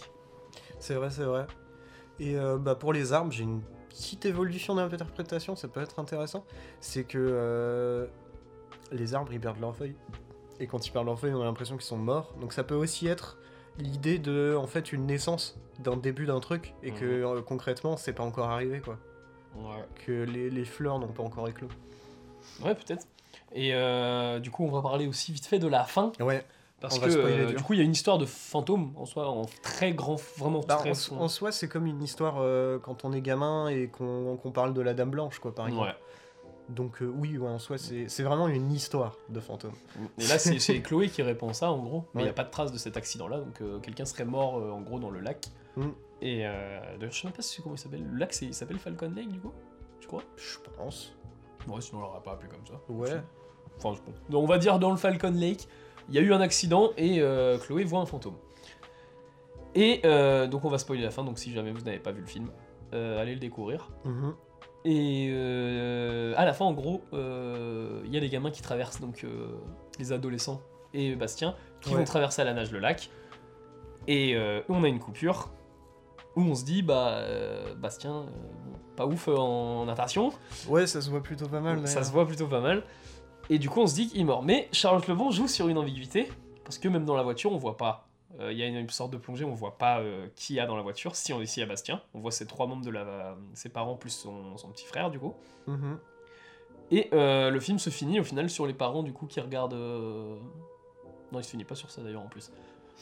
Speaker 1: C'est vrai, c'est vrai. Et euh, bah, pour les arbres, j'ai une petite évolution d'interprétation, ça peut être intéressant. C'est que euh, les arbres, ils perdent leurs feuilles. Et quand ils parlent en feuille, on a l'impression qu'ils sont morts. Donc ça peut aussi être l'idée de, en fait, une naissance d'un début d'un truc et que euh, concrètement, c'est pas encore arrivé, quoi.
Speaker 3: Ouais,
Speaker 1: Que les, les fleurs n'ont pas encore éclos.
Speaker 3: Ouais, peut-être. Et euh, du coup, on va parler aussi vite fait de la fin.
Speaker 1: Ouais.
Speaker 3: Parce
Speaker 1: On
Speaker 3: que
Speaker 1: va spoiler
Speaker 3: euh,
Speaker 1: dur.
Speaker 3: du coup, il y a une histoire de fantôme en soi, en très grand, vraiment
Speaker 1: Bah,
Speaker 3: très.
Speaker 1: en, en soi, c'est comme une histoire euh, quand on est gamin et qu'on qu'on parle de la Dame Blanche, quoi, par exemple.
Speaker 3: Ouais.
Speaker 1: Donc euh, oui, ouais, en soi, c'est c'est vraiment une histoire de fantôme.
Speaker 3: Et là, c'est c'est Chloé qui répond ça, en gros. Mais il n'y a
Speaker 1: Ouais.
Speaker 3: pas de trace de cet accident-là, donc euh, quelqu'un serait mort, euh, en gros, dans le lac.
Speaker 1: Mm.
Speaker 3: Et euh, d'ailleurs, je sais même pas si comment il s'appelle. Le lac, c'est- il s'appelle Falcon Lake, du coup Je crois.
Speaker 1: Je pense.
Speaker 3: Ouais, sinon, on l'aurait pas appelé comme ça.
Speaker 1: Ouais.
Speaker 3: Enfin, je- bon. Donc, on va dire dans le Falcon Lake, il y a eu un accident et euh, Chloé voit un fantôme. Et euh, donc, on va spoiler la fin, donc si jamais vous n'avez pas vu le film, euh, allez le découvrir.
Speaker 1: Mhm.
Speaker 3: Et euh, à la fin, en gros, euh, il y a les gamins qui traversent, donc euh, les adolescents et Bastien, qui
Speaker 1: Ouais.
Speaker 3: vont traverser à la nage le lac. Et euh, on a une coupure où on se dit, bah, euh, Bastien, euh, bon, pas ouf en natation,
Speaker 1: Ouais, ça se voit plutôt pas mal. euh.
Speaker 3: ça
Speaker 1: d'ailleurs.
Speaker 3: se voit plutôt pas mal. Et du coup, on se dit qu'il est mort. Mais Charlotte Lebon joue sur une ambiguïté, parce que même dans la voiture, on voit pas. Euh, Il y a une, une sorte de plongée, on voit pas euh, qui y a dans la voiture. Si on ici à Bastien, on voit ses trois membres de la, ses parents plus son, son petit frère du coup.
Speaker 1: Mhm.
Speaker 3: Et euh, le film se finit au final sur les parents du coup qui regardent. euh, Non, il se finit pas sur ça d'ailleurs en plus.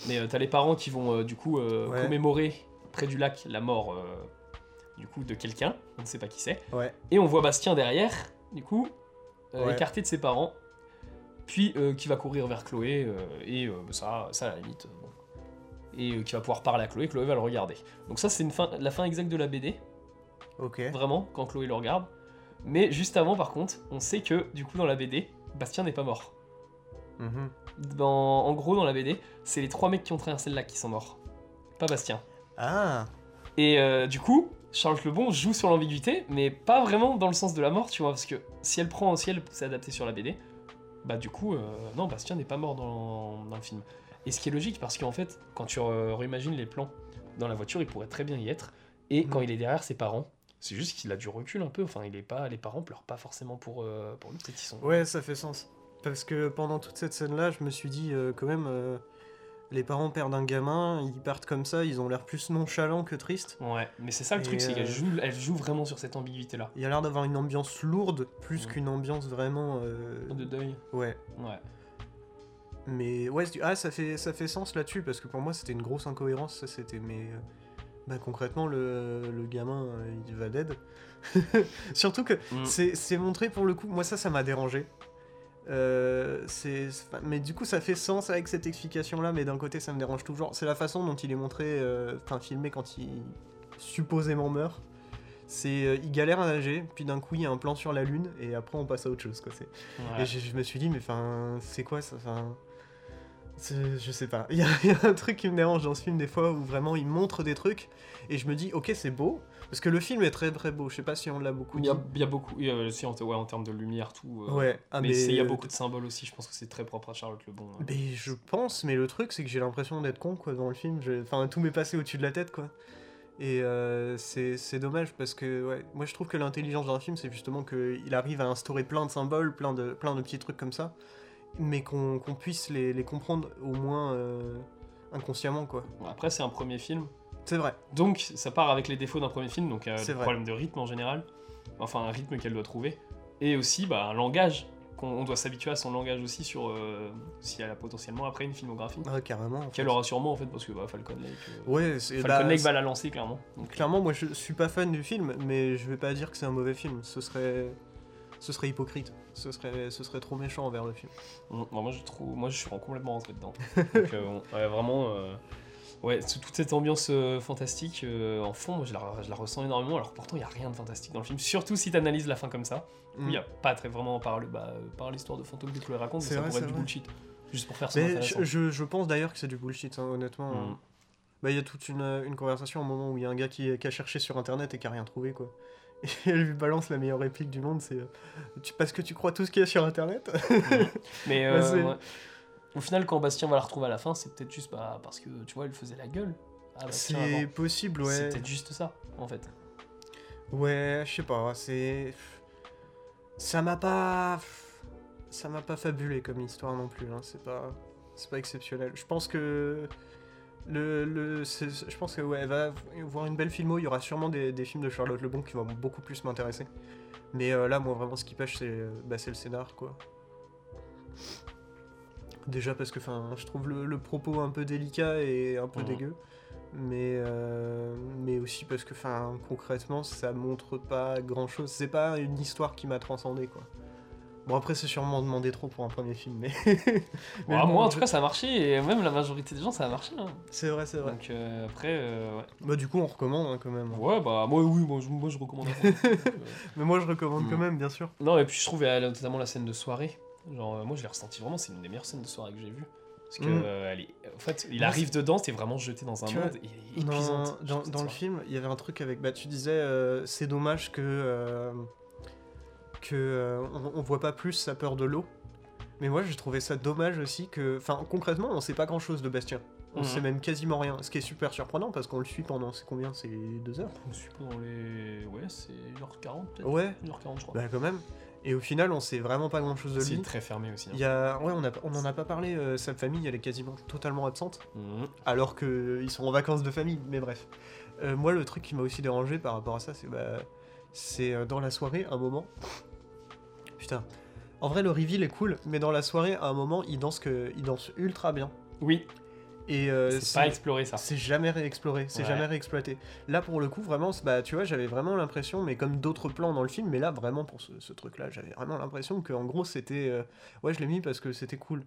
Speaker 3: Mais euh, t'as les parents qui vont euh, du coup euh,
Speaker 1: Ouais.
Speaker 3: commémorer près du lac la mort euh, du coup de quelqu'un. On ne sait pas qui c'est.
Speaker 1: Ouais.
Speaker 3: Et on voit Bastien derrière, du coup, euh,
Speaker 1: Ouais.
Speaker 3: écarté de ses parents, puis euh, qui va courir vers Chloé, euh, et euh, ça, ça à la limite, euh, bon. et euh, qui va pouvoir parler à Chloé, Chloé va le regarder. Donc ça, c'est une fin, la fin exacte de la BD,
Speaker 1: Ok.
Speaker 3: vraiment, quand Chloé le regarde. Mais juste avant, par contre, on sait que, du coup, dans la BD, Bastien n'est pas mort.
Speaker 1: Mhm.
Speaker 3: Dans, en gros, dans la BD, c'est les trois mecs qui ont traversé le lac qui sont morts, pas Bastien.
Speaker 1: Ah.
Speaker 3: Et euh, du coup, Charles Lebon joue sur l'ambiguïté, mais pas vraiment dans le sens de la mort, tu vois, parce que si elle prend, si elle s'est adaptée sur la BD, bah du coup, euh, non, Bastien n'est pas mort dans, dans le film. Et ce qui est logique, parce qu'en fait, quand tu euh, réimagines les plans dans la voiture, il pourrait très bien y être, et quand
Speaker 1: Mhm.
Speaker 3: il est derrière ses parents, c'est juste qu'il a du recul un peu, enfin, il est pas, les parents pleurent pas forcément pour, euh, pour lui, peut-être qu'ils sont...
Speaker 1: Ouais, ça fait sens. Parce que pendant toute cette scène-là, je me suis dit, euh, quand même, euh, les parents perdent un gamin, ils partent comme ça, ils ont l'air plus nonchalants que tristes.
Speaker 3: Ouais, mais c'est ça le
Speaker 1: Et,
Speaker 3: truc, c'est qu'elle
Speaker 1: euh,
Speaker 3: joue, elle joue vraiment sur cette ambiguïté-là,
Speaker 1: Il y a l'air d'avoir une ambiance lourde, plus
Speaker 3: Ouais.
Speaker 1: qu'une ambiance vraiment. euh,
Speaker 3: de deuil,
Speaker 1: Ouais.
Speaker 3: ouais.
Speaker 1: Mais ouais, c'est du- ah, ça fait, ça fait sens là-dessus, parce que pour moi, c'était une grosse incohérence, ça, c'était. Mais. euh, Bah, concrètement, le, le gamin, euh, il va dead. Surtout que
Speaker 3: Mm.
Speaker 1: c'est c'est montré pour le coup, moi, ça, ça m'a dérangé. Euh, c'est- enfin, mais du coup, ça fait sens avec cette explication-là, mais d'un côté, ça me dérange toujours. C'est la façon dont il est montré, euh, enfin, filmé quand il supposément meurt. C'est. euh, il galère à nager, puis d'un coup, il y a un plan sur la lune, et après, on passe à autre chose, quoi. C'est-
Speaker 3: Ouais.
Speaker 1: et je, je me suis dit, mais enfin, c'est quoi ça enfin, c'est- Je sais pas. Il y, a- il y a un truc qui me dérange dans ce film des fois où vraiment il montre des trucs et je me dis, ok, c'est beau. Parce que le film est très très beau. Je sais pas si on l'a beaucoup
Speaker 3: Il
Speaker 1: dit.
Speaker 3: y, a, il y a beaucoup, il y a- si, en, ouais, en termes de lumière, tout. euh,
Speaker 1: Ouais, ah,
Speaker 3: mais c'est- il y a
Speaker 1: euh,
Speaker 3: beaucoup de symboles aussi, je pense que c'est très propre à Charlotte Lebon. hein.
Speaker 1: Mais Ben, je pense, mais le truc c'est que j'ai l'impression d'être con quoi dans le film. Je- Enfin, tout m'est passé au-dessus de la tête quoi. Et euh, c'est c'est dommage parce que ouais, moi je trouve que l'intelligence d'un film c'est justement qu'il arrive à instaurer plein de symboles, plein de, plein de petits trucs comme ça, mais qu'on qu'on puisse les, les comprendre au moins euh, inconsciemment quoi.
Speaker 3: Bon, après, c'est un premier film.
Speaker 1: C'est vrai.
Speaker 3: Donc, ça part avec les défauts d'un premier film, donc euh,
Speaker 1: C'est
Speaker 3: des
Speaker 1: vrai.
Speaker 3: problèmes de rythme en général. Enfin, un rythme qu'elle doit trouver. Et aussi, bah, un langage. qu'on on doit s'habituer à son langage aussi sur euh, si elle a potentiellement après une filmographie.
Speaker 1: Ouais, carrément. en fait.
Speaker 3: Qu'elle aura sûrement en fait, parce que bah, Falcon Lake. euh,
Speaker 1: Ouais, c'est-
Speaker 3: Falcon
Speaker 1: bah,
Speaker 3: Lake
Speaker 1: c'est-
Speaker 3: va la lancer clairement. Donc,
Speaker 1: clairement moi je suis pas fan du film, mais je vais pas dire que c'est un mauvais film. Ce serait, ce serait hypocrite. Ce serait, ce serait trop méchant envers le film.
Speaker 3: Mm, non, moi, je trouve, moi, je suis complètement rentré dedans. Donc, euh, bon, ouais, vraiment, euh, ouais, sous toute cette ambiance euh, fantastique euh, en fond, moi, je la, je la ressens énormément. Alors que pourtant, il n'y a rien de fantastique dans le film, surtout si tu analyses la fin comme ça.
Speaker 1: Mm.
Speaker 3: où Il n'y a pas très vraiment par le- bah, euh, par l'histoire de fantôme que tu raconte, mais
Speaker 1: C'est
Speaker 3: ça
Speaker 1: vrai,
Speaker 3: pourrait être
Speaker 1: c'est
Speaker 3: du
Speaker 1: vrai.
Speaker 3: bullshit. Juste pour faire ça. Mm.
Speaker 1: Mais je, je- je pense d'ailleurs que c'est du bullshit, hein, honnêtement. Bah, Il y a toute une, euh, une conversation au moment où il y a un gars qui, qui a cherché sur internet et qui a rien trouvé, quoi. Et elle lui balance la meilleure réplique du monde, c'est euh, tu, Parce que tu crois tout ce qu'il y a sur internet
Speaker 3: Mais euh,
Speaker 1: Bah, c'est-
Speaker 3: ouais. au final, quand Bastien va la retrouver à la fin, c'est peut-être juste bah, parce que tu vois, elle faisait la gueule. Ah, à Bastien
Speaker 1: C'est
Speaker 3: avant.
Speaker 1: possible,
Speaker 3: C'est
Speaker 1: ouais.
Speaker 3: peut-être juste ça, en fait.
Speaker 1: Ouais, je sais pas, c'est. Ça m'a pas. ça m'a pas fabulé comme histoire non plus. hein, C'est pas, c'est pas exceptionnel. Je pense que le, le c'est- je pense que ouais, va voir une belle filmo. Il y aura sûrement des, des films de Charlotte Lebon qui vont beaucoup plus m'intéresser. Mais euh, là, moi vraiment, ce qui pêche, c'est euh, bah, c'est le scénar, quoi. Déjà parce que, enfin, je trouve le, le propos un peu délicat et un peu
Speaker 3: Mhm.
Speaker 1: dégueu. Mais, euh, mais aussi parce que, enfin, concrètement, ça montre pas grand chose. C'est pas une histoire qui m'a transcendé, quoi. Bon, après, c'est sûrement demandé trop pour un premier film, mais. mais
Speaker 3: Ouais,
Speaker 1: bon,
Speaker 3: moi, en
Speaker 1: je-
Speaker 3: tout cas, ça a marché, et même la majorité des gens, ça a marché. hein.
Speaker 1: C'est vrai, c'est vrai.
Speaker 3: Donc euh, après, euh, ouais.
Speaker 1: Bah, du coup, on recommande hein, quand même.
Speaker 3: Ouais, bah, moi, oui, moi, je, moi, je recommande. à fond. Euh,
Speaker 1: Mais moi, je recommande quand
Speaker 3: Mm.
Speaker 1: même, bien sûr.
Speaker 3: Non, et puis je trouve euh, notamment la scène de soirée. Genre, euh, moi je l'ai ressenti vraiment, c'est une des meilleures scènes de soirée que j'ai vues. Parce que,
Speaker 1: Mm.
Speaker 3: euh, elle est- en fait, il
Speaker 1: Moi,
Speaker 3: arrive dedans, t'es vraiment jeté dans un
Speaker 1: Tu vois,
Speaker 3: monde, et elle est
Speaker 1: Dans-
Speaker 3: épuisante. je
Speaker 1: Dans,
Speaker 3: trouve, cette
Speaker 1: dans le
Speaker 3: soirée.
Speaker 1: film, il y avait un truc avec. Bah, tu disais, euh, c'est dommage que. euh, que euh, on, on voit pas plus sa peur de l'eau. Mais moi, j'ai trouvé ça dommage aussi que. Enfin, concrètement, on sait pas grand chose de Bastien. On
Speaker 3: Mhm.
Speaker 1: sait même quasiment rien. Ce qui est super surprenant parce qu'on le suit pendant. C'est combien C'est deux heures
Speaker 3: Je suis pas dans les. Ouais, c'est 1h40 peut-être
Speaker 1: Ouais,
Speaker 3: 1h40, je crois.
Speaker 1: bah quand même. Et au final, on sait vraiment pas grand chose de
Speaker 3: c'est
Speaker 1: lui.
Speaker 3: très fermé aussi. hein.
Speaker 1: Il y a... Ouais, on, a... on en a pas parlé, euh, sa famille, elle est quasiment totalement absente.
Speaker 3: Mm.
Speaker 1: alors qu'ils sont en vacances de famille, mais bref. Euh, moi, le truc qui m'a aussi dérangé par rapport à ça, c'est bah, c'est euh, dans la soirée, un moment. Putain. En vrai, le reveal est cool, mais dans la soirée, à un moment, il danse, que, il danse ultra bien.
Speaker 3: Oui,
Speaker 1: Et euh,
Speaker 3: c'est pas exploré ça.
Speaker 1: c'est jamais réexploré, c'est
Speaker 3: Ouais.
Speaker 1: jamais réexploité. Là, pour le coup, vraiment, c'est- bah, tu vois, j'avais vraiment l'impression, mais comme d'autres plans dans le film, mais là, vraiment, pour ce, ce truc-là, j'avais vraiment l'impression que, en gros, c'était. euh, ouais, je l'ai mis parce que c'était cool.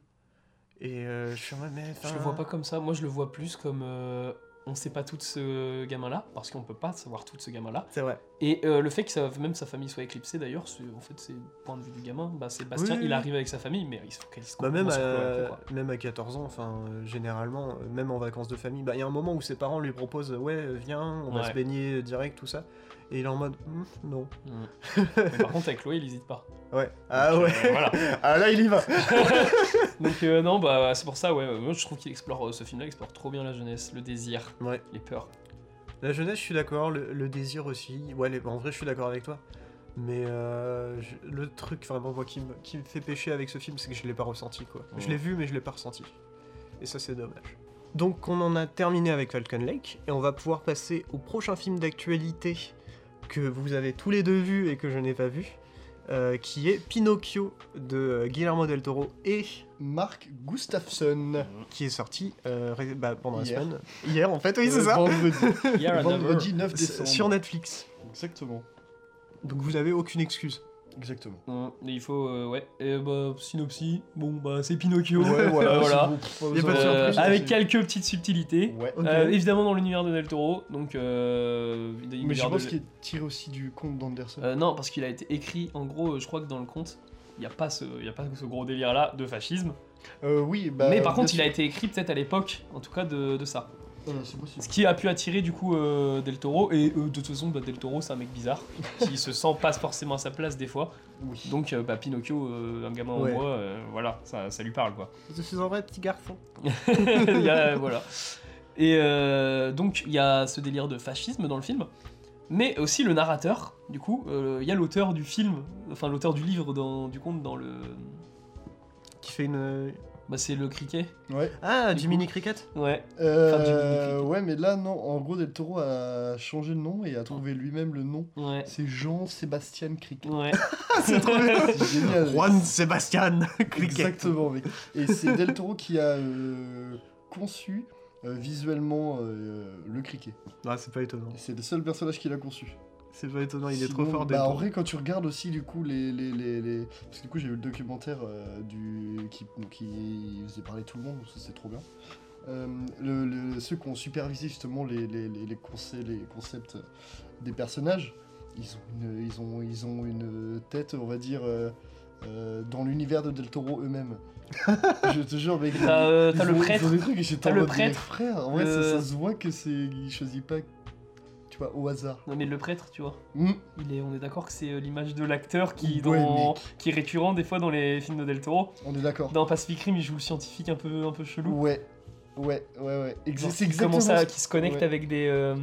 Speaker 1: Et euh, je suis en mode, mais.
Speaker 3: Je le
Speaker 1: enfin,
Speaker 3: vois pas comme ça, moi je le vois plus comme. euh, on sait pas tout de ce gamin-là, parce qu'on peut pas savoir tout de ce gamin-là.
Speaker 1: C'est vrai.
Speaker 3: Et euh, le fait que sa- même sa famille soit éclipsée d'ailleurs, c'est- en fait, c'est point de vue du gamin. Bah, c'est Bastien,
Speaker 1: Oui, oui,
Speaker 3: il
Speaker 1: oui.
Speaker 3: arrive avec sa famille, mais il se focalise
Speaker 1: Bah même,
Speaker 3: complètement sur Chloé
Speaker 1: à,
Speaker 3: après, quoi.
Speaker 1: même à 14 ans, enfin, euh, généralement, euh, même en vacances de famille, bah, il y a un moment où ses parents lui proposent euh, Ouais, euh, viens, on va
Speaker 3: Ouais.
Speaker 1: se baigner direct, tout ça. Et il est en mode Hum, Non.
Speaker 3: Mm. Mais par contre, avec Chloé, il hésite pas.
Speaker 1: Ouais. Ah
Speaker 3: Donc,
Speaker 1: ouais.
Speaker 3: euh, voilà.
Speaker 1: Ah là, il y va.
Speaker 3: Donc, euh, non, bah, c'est pour ça, ouais. Moi, je trouve qu'il explore euh, ce film-là, il explore trop bien la jeunesse, le désir,
Speaker 1: Ouais.
Speaker 3: les peurs.
Speaker 1: La jeunesse, je suis d'accord. Le, le désir aussi. Ouais, les- en vrai, je suis d'accord avec toi. Mais euh, je- le truc vraiment moi, qui, me, qui me fait pécher avec ce film, c'est que je l'ai pas ressenti quoi. Je
Speaker 2: Mmh.
Speaker 3: Ouais.
Speaker 1: l'ai vu, mais je l'ai pas ressenti. Et ça, c'est dommage. Donc, on en a terminé avec Falcon Lake et on va pouvoir passer au prochain film d'actualité que vous avez tous les deux vu et que je n'ai pas vu, euh, qui est Pinocchio de euh, Guillermo del Toro et
Speaker 2: Marc Gustafsson.
Speaker 1: qui est sorti euh, ré- bah, pendant
Speaker 2: Hier.
Speaker 1: la semaine. Hier, en fait, oui, c'est
Speaker 2: Euh,
Speaker 1: ça.
Speaker 2: Vendredi,
Speaker 3: Here and
Speaker 2: vendredi 9
Speaker 1: S-
Speaker 2: décembre.
Speaker 1: Sur Netflix.
Speaker 2: Exactement.
Speaker 1: Donc, vous avez aucune excuse.
Speaker 2: Exactement.
Speaker 3: ever. Mm. Et il faut, euh, ouais. Et, bah, synopsis, bon, bah, c'est Pinocchio. Euh,
Speaker 1: Y a pas de
Speaker 3: Euh,
Speaker 1: surprise,
Speaker 3: avec quelques petites subtilités.
Speaker 2: Ouais.
Speaker 1: Ok.
Speaker 3: Euh, évidemment, dans l'univers de Del Toro. Donc, euh, il
Speaker 2: Mais je
Speaker 3: garde
Speaker 2: pense
Speaker 3: le-
Speaker 2: qu'il est tiré aussi du conte d'Anderson.
Speaker 3: Euh, non, parce qu'il a été écrit, en gros, euh, je crois que dans le conte, il n'y a, pas ce- il y a pas ce gros délire-là de fascisme.
Speaker 2: Euh, oui, bah.
Speaker 3: mais par
Speaker 2: bien
Speaker 3: contre, il a
Speaker 2: sûr.
Speaker 3: été écrit peut-être à l'époque, en tout cas, de, de ça.
Speaker 2: Ouais, c'est possible.
Speaker 3: Ce qui a pu attirer du coup euh, Del Toro, et euh, de toute façon, bah, Del Toro, c'est un mec bizarre, qui se sent pas forcément à sa place des fois.
Speaker 2: Oui.
Speaker 3: Donc, euh, bah, Pinocchio, euh, un gamin en
Speaker 1: Ouais.
Speaker 3: bois, euh, voilà, ça, ça lui parle quoi.
Speaker 1: Je suis un vrai petit garçon.
Speaker 3: Il y a- voilà. Et euh, donc, il y a ce délire de fascisme dans le film, mais aussi le narrateur, du coup, euh, il y a l'auteur du film, enfin l'auteur du livre dans, du conte dans le.
Speaker 1: Qui fait une. euh,
Speaker 3: Bah, c'est le criquet.
Speaker 2: Ouais.
Speaker 1: Ah, du
Speaker 3: Du coup-
Speaker 1: mini cricket
Speaker 3: Ouais.
Speaker 2: Euh, ouais, mais là, non. En gros, Del Toro a changé de nom et a trouvé lui-même le nom.
Speaker 3: Ouais.
Speaker 2: C'est Jean-Sébastien Cricket.
Speaker 3: Ouais.
Speaker 1: Ah, C'est trop bien
Speaker 2: C'est génial.
Speaker 1: Juan Sebastian Cricket
Speaker 2: Exactement, mec. Et c'est Del Toro qui a euh, conçu euh, visuellement euh, le cricket.
Speaker 1: Ah, c'est pas étonnant.
Speaker 2: C'est le seul personnage qu'il a conçu.
Speaker 1: C'est pas étonnant, il est
Speaker 2: Sinon,
Speaker 1: trop fort
Speaker 2: bah,
Speaker 1: d'être-
Speaker 2: En vrai, quand tu regardes aussi, du coup, les. les, les, les- Parce que du coup, j'ai vu le documentaire euh, du... qui, qui faisait parler tout le monde, ça, c'est trop bien. Euh, le- le- ceux qui ont supervisé justement les, les, les, les conce- les concepts des personnages, ils ont une, ils ont, ils ont une tête, on va dire, euh, euh, dans l'univers de Del Toro eux-mêmes. Je te jure, mec.
Speaker 3: T'as euh,
Speaker 2: ils
Speaker 3: t'as le
Speaker 2: ont- ils ont
Speaker 3: prêtre.
Speaker 2: des trucs et j'étais
Speaker 3: T'as
Speaker 2: en
Speaker 3: le
Speaker 2: mode, mais
Speaker 3: prêtre. Euh.
Speaker 2: Frère, ouais,
Speaker 3: Le-
Speaker 2: ça, ça se voit que c'est. Il choisit pas, tu vois, au hasard.
Speaker 3: Non mais le prêtre, tu vois,
Speaker 2: Hmm.
Speaker 3: il est, on est d'accord que c'est euh, l'image de l'acteur qui,
Speaker 2: Ouais,
Speaker 3: dans-
Speaker 2: mec.
Speaker 3: qui est récurrent des fois dans les films de Del Toro.
Speaker 2: On est d'accord.
Speaker 3: Dans Pacific Rim, il joue le scientifique un peu, un peu chelou.
Speaker 2: Ouais, ouais, ouais, ouais. Exa-
Speaker 3: Genre,
Speaker 2: c'est
Speaker 3: qui
Speaker 2: exactement
Speaker 3: commence à-
Speaker 2: ça.
Speaker 3: qui se connecte
Speaker 2: ouais.
Speaker 3: avec des euh,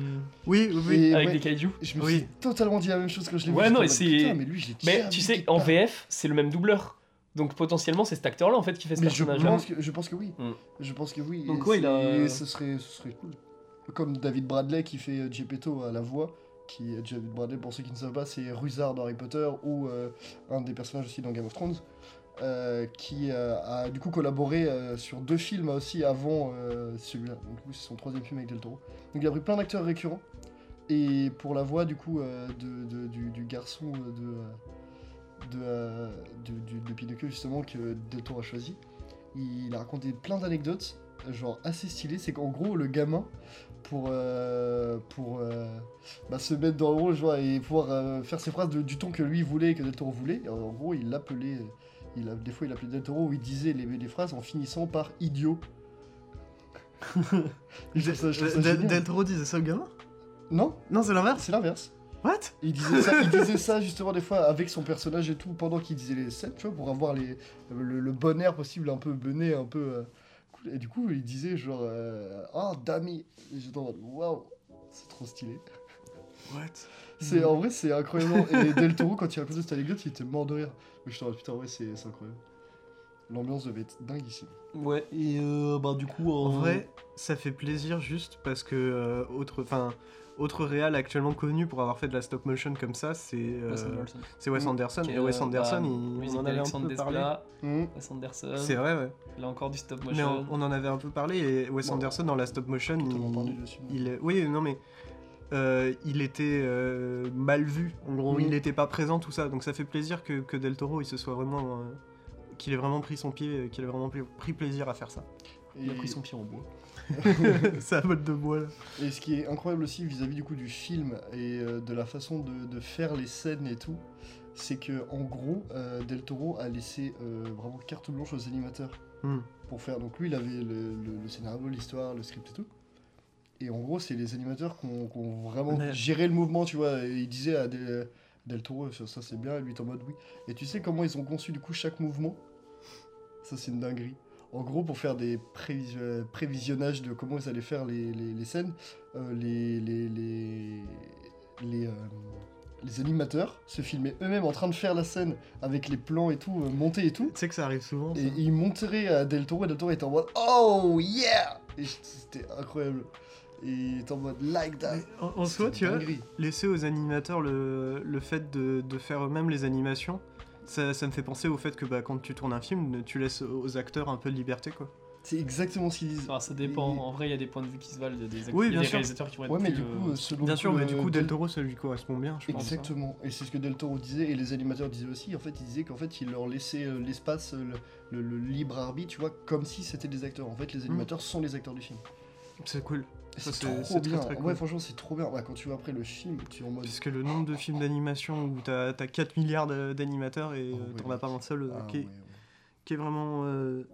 Speaker 1: Oui, oui, oui.
Speaker 2: Et
Speaker 3: avec
Speaker 2: ouais,
Speaker 3: des kaiju.
Speaker 2: Je me
Speaker 1: Oui.
Speaker 2: suis totalement dit la même chose quand je l'ai
Speaker 3: Ouais,
Speaker 2: vu.
Speaker 3: non,
Speaker 2: j'étais en
Speaker 3: et
Speaker 2: mode,
Speaker 3: c'est-
Speaker 2: Putain, mais lui, je l'ai
Speaker 3: Mais
Speaker 2: déjà
Speaker 3: tu
Speaker 2: vu
Speaker 3: sais,
Speaker 2: quelque
Speaker 3: en
Speaker 2: part.
Speaker 3: VF, c'est le même doubleur. Donc potentiellement, c'est cet acteur-là en fait qui fait ce
Speaker 2: Mais je
Speaker 3: personnage-là.
Speaker 2: pense, que, je pense que oui.
Speaker 3: Mm.
Speaker 2: Je pense que oui.
Speaker 3: Donc
Speaker 2: et
Speaker 3: ouais, il a-
Speaker 2: c'est- ce, serait, ce serait cool. Comme David Bradley qui fait euh, Geppetto à la voix. Qui, euh, David Bradley, pour ceux qui ne savent pas, c'est Ruzard dans Harry Potter ou euh, un des personnages aussi dans Game of Thrones. euh, qui euh, a du coup collaboré euh, sur deux films aussi avant euh, celui-là. Donc, Du coup, c'est son troisième film avec Del Toro. Donc il a pris plein d'acteurs récurrents. Et pour la voix du coup euh, de, de- du, du garçon euh, de, euh, de, euh, du- du- de Pinocchio justement que Del Toro a choisi, il a raconté plein d'anecdotes, euh, genre assez stylées. C'est qu'en gros, le gamin, pour, euh, pour euh, bah, se mettre dans le rôle je vois, et pouvoir euh, faire ses phrases de- du ton que lui voulait, que Del Toro voulait, euh, en gros, il l'appelait. euh, Il a, des fois, il appelait Del Toro où il disait les, les phrases en finissant par idiot. Je trouve ça- je trouve ça génial.
Speaker 1: Deltro disait ça au gamin
Speaker 2: Non,
Speaker 1: Non, c'est l'inverse.
Speaker 2: c'est l'inverse.
Speaker 1: What
Speaker 2: Il disait, ça, il disait ça justement des fois avec son personnage et tout pendant qu'il disait les scènes, tu vois, pour avoir les, le, le bon air possible, un peu bené, un peu euh, cool. Et du coup, il disait genre euh, Ah, Dami Et j'étais en mode Waouh, c'est trop stylé.
Speaker 1: What
Speaker 3: Mhm.
Speaker 2: C'est, En vrai, c'est incroyable. Et Del Toro, quand il racontait cette anecdote, il était mort de rire. Mais j'étais en mode Putain, ouais, c'est, c'est incroyable. L'ambiance devait être dingue ici.
Speaker 3: Ouais, et euh, bah du coup
Speaker 1: En vrai, ça fait plaisir juste parce que euh, autre, enfin, autre réal actuellement connu pour avoir fait de la stop motion comme ça, c'est euh,
Speaker 3: Wes Anderson.
Speaker 1: c'est Wes
Speaker 2: Mm.
Speaker 1: Anderson.
Speaker 3: Qui est,
Speaker 1: Et Wes
Speaker 3: euh,
Speaker 1: Anderson,
Speaker 3: bah,
Speaker 1: il, on en
Speaker 3: musique
Speaker 1: avait un
Speaker 3: d'Alexandre
Speaker 1: peu parlé.
Speaker 3: Desplat,
Speaker 2: Hum.
Speaker 3: Wes Anderson.
Speaker 1: C'est vrai, ouais.
Speaker 3: Là encore du stop
Speaker 1: Mais
Speaker 3: motion.
Speaker 1: on, on en avait un peu parlé et Wes
Speaker 2: Bon.
Speaker 1: Anderson dans la stop motion,
Speaker 2: Totalement
Speaker 1: il-
Speaker 2: parlé dessus.
Speaker 1: il, est- oui, non mais euh, il était euh, mal vu. En gros,
Speaker 2: Oui.
Speaker 1: il n'était pas présent tout ça. Donc ça fait plaisir que, que Del Toro, il se soit vraiment, euh, qu'il ait vraiment pris son pied, euh, qu'il ait vraiment pris- pris plaisir à faire ça.
Speaker 2: Et-
Speaker 3: Il a pris son pied en bois.
Speaker 1: C'est à mode de bois. Là.
Speaker 2: Et ce qui est incroyable aussi vis-à-vis du coup du film et euh, de la façon de, de faire les scènes et tout, c'est que en gros, euh, Del Toro a laissé euh, vraiment carte blanche aux animateurs
Speaker 1: Hmm.
Speaker 2: pour faire. Donc lui, il avait le, le- le scénario, l'histoire, le script et tout. Et en gros, c'est les animateurs qui ont, qui ont vraiment
Speaker 1: Ouais.
Speaker 2: géré le mouvement, tu vois. Et il disait à Del, Del Toro, ça, ça, c'est bien, et lui il est en mode oui. Et tu sais comment ils ont conçu du coup chaque mouvement Ça, c'est une dinguerie. En gros, pour faire des prévision- euh, prévisionnages de comment ils allaient faire les, les- les scènes, euh, les, les, les, les, euh, les animateurs se filmaient eux-mêmes en train de faire la scène avec les plans et tout, euh, montés et tout.
Speaker 1: Tu sais que ça arrive souvent. ça.
Speaker 2: Et il montrait à Del Toro et Del Toro était en mode Oh yeah Et c'était incroyable. Et il était en mode like that.
Speaker 1: Mais en, en soi,
Speaker 2: C'était
Speaker 1: tu vois,
Speaker 2: dinguerie.
Speaker 1: laisser aux animateurs le, le fait de, de faire eux-mêmes les animations, ça, ça me fait penser au fait que bah, quand tu tournes un film, tu laisses aux acteurs un peu de liberté. quoi.
Speaker 2: C'est exactement ce qu'ils disent.
Speaker 3: Enfin, ça dépend.
Speaker 2: Et-
Speaker 3: En vrai, il y a des points de vue qui se valent. Il y a des,
Speaker 1: Oui,
Speaker 3: il y a
Speaker 1: bien
Speaker 3: des
Speaker 1: sûr.
Speaker 3: réalisateurs qui vont être
Speaker 2: Ouais, mais
Speaker 3: plus,
Speaker 2: du
Speaker 3: euh,
Speaker 2: coup, selon
Speaker 1: Bien sûr, mais
Speaker 2: le-
Speaker 1: du coup, Del Toro, ça lui correspond bien, je pense. hein.
Speaker 2: Exactement, et c'est ce que Del Toro disait, et les animateurs disaient aussi, en fait, ils disaient qu'en fait, ils leur laissaient euh, l'espace, euh, le, le- le libre arbitre, tu vois, comme si c'était des acteurs. En fait, les animateurs sont les acteurs du film.
Speaker 1: C'est cool.
Speaker 2: Et
Speaker 1: Hmm. Ça,
Speaker 2: C'est
Speaker 1: c'est-
Speaker 2: trop
Speaker 1: c'est très,
Speaker 2: bien,
Speaker 1: très cool.
Speaker 2: ouais, franchement, c'est trop bien. Ouais, quand tu vois après le film, tu es en mode.
Speaker 1: Parce que le nombre de films d'animation où t'as as 4 milliards de- d'animateurs et
Speaker 2: Oh,
Speaker 1: euh,
Speaker 2: ouais,
Speaker 1: t'en as pas
Speaker 2: mec.
Speaker 1: un seul euh,
Speaker 2: Ah,
Speaker 1: qui, est,
Speaker 2: ouais,
Speaker 1: qui est vraiment euh,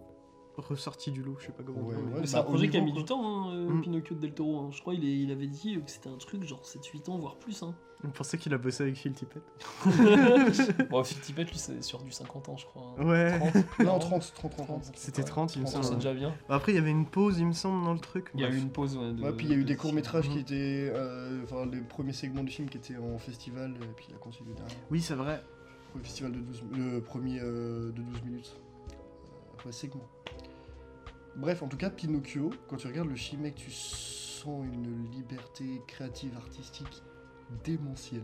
Speaker 1: ressorti du lot, je sais pas comment
Speaker 2: Ouais,
Speaker 1: dire. mais-
Speaker 2: ouais.
Speaker 3: C'est
Speaker 2: bah,
Speaker 3: un
Speaker 2: au
Speaker 3: projet qui a
Speaker 2: niveau,
Speaker 3: mis
Speaker 2: quoi.
Speaker 3: du temps, hein, euh,
Speaker 1: Mm.
Speaker 3: Pinocchio de Del Toro. hein. Je crois qu'il est- il avait dit que c'était un truc genre 7-8 ans, voire plus. Hein.
Speaker 2: bah.
Speaker 1: On pensait qu'il a bossé avec Phil Tippett.
Speaker 3: bon, Phil Tippett, lui, c'est sur du 50 ans, je crois. hein.
Speaker 1: Ouais,
Speaker 3: 30,
Speaker 2: Non,
Speaker 3: 40.
Speaker 2: 30, 30, 30. 30.
Speaker 1: c'était
Speaker 3: Ouais.
Speaker 1: 30, il me
Speaker 2: Bon,
Speaker 3: Ça,
Speaker 1: semble.
Speaker 3: c'est déjà bien.
Speaker 1: Après, il y avait une pause, il me semble, dans le truc.
Speaker 3: Il y a
Speaker 1: Bref.
Speaker 3: eu une pause. Ouais, de-
Speaker 2: Ouais, puis il y a eu
Speaker 3: de-
Speaker 2: des courts-métrages
Speaker 1: Mhm.
Speaker 2: qui étaient. euh, Enfin, les premiers segments du film qui étaient en festival, et puis il a continué derrière.
Speaker 1: Oui, c'est vrai.
Speaker 2: Le festival de 12, le premier euh, de 12 minutes. Euh, ouais, segment. Bref, en tout cas, Pinocchio, quand tu regardes le film, mec, tu sens une liberté créative, artistique démentielle.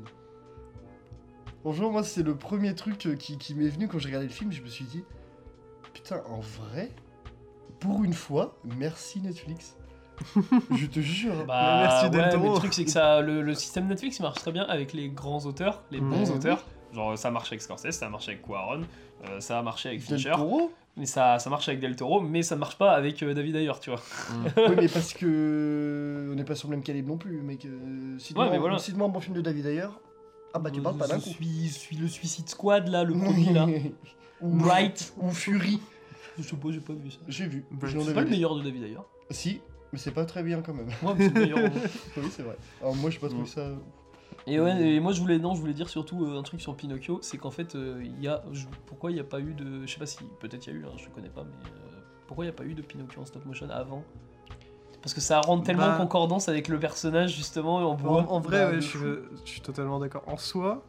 Speaker 2: Bonjour, moi, c'est le premier truc euh, qui, qui m'est venu quand j'ai regardé le film. Je me suis dit, putain, en vrai, pour une fois, merci Netflix. je te jure. hein.
Speaker 3: Bah,
Speaker 1: Merci Del
Speaker 3: ouais,
Speaker 1: Toro.
Speaker 3: mais le truc, c'est que ça, le, le système Netflix il marche très bien avec les grands auteurs, les bons
Speaker 2: Mmh.
Speaker 3: auteurs. Genre, ça marche avec Scorsese, ça marche avec Cuaron, euh, ça a marché avec
Speaker 2: Del
Speaker 3: Fincher,
Speaker 2: Toro
Speaker 3: mais ça, ça marche avec Del Toro, mais ça marche pas avec euh, David Ayer, tu vois.
Speaker 2: Oui, mais parce que euh, on n'est pas sur le même calibre non plus, mec. Euh, si
Speaker 3: Ouais, mais
Speaker 2: demande
Speaker 3: voilà. Euh,
Speaker 2: un bon film de David Ayer, ah bah tu parles pas d'un coup.
Speaker 3: Suis, suis le Suicide Squad, là, le premier, là.
Speaker 2: ou,
Speaker 3: Bright.
Speaker 2: ou Fury.
Speaker 3: Je sais pas, j'ai pas vu ça.
Speaker 2: J'ai vu.
Speaker 1: Bright.
Speaker 2: j'en
Speaker 1: C'est
Speaker 2: avais
Speaker 3: C'est pas le
Speaker 2: vu.
Speaker 3: meilleur de David Ayer.
Speaker 2: Si, mais c'est pas très bien quand même.
Speaker 3: Moi, c'est le meilleur. hein.
Speaker 2: oui, c'est vrai. Alors moi, j'ai pas trouvé
Speaker 3: Mm.
Speaker 2: ça.
Speaker 3: Et ouais,
Speaker 1: Euh,
Speaker 3: et moi je voulais non, je voulais dire surtout euh, un truc sur Pinocchio, c'est qu'en fait euh, il y a je- pourquoi il n'y a pas eu de je sais pas si peut-être il y a eu, hein, je connais pas, mais euh, pourquoi il n'y a pas eu de Pinocchio en stop motion avant Parce que ça rentre tellement
Speaker 1: Bah-
Speaker 3: en concordance avec le personnage justement et on
Speaker 1: En,
Speaker 3: voit.
Speaker 1: en vrai,
Speaker 2: Bah,
Speaker 1: ouais,
Speaker 2: de
Speaker 1: je, suis- je suis totalement d'accord. En soi,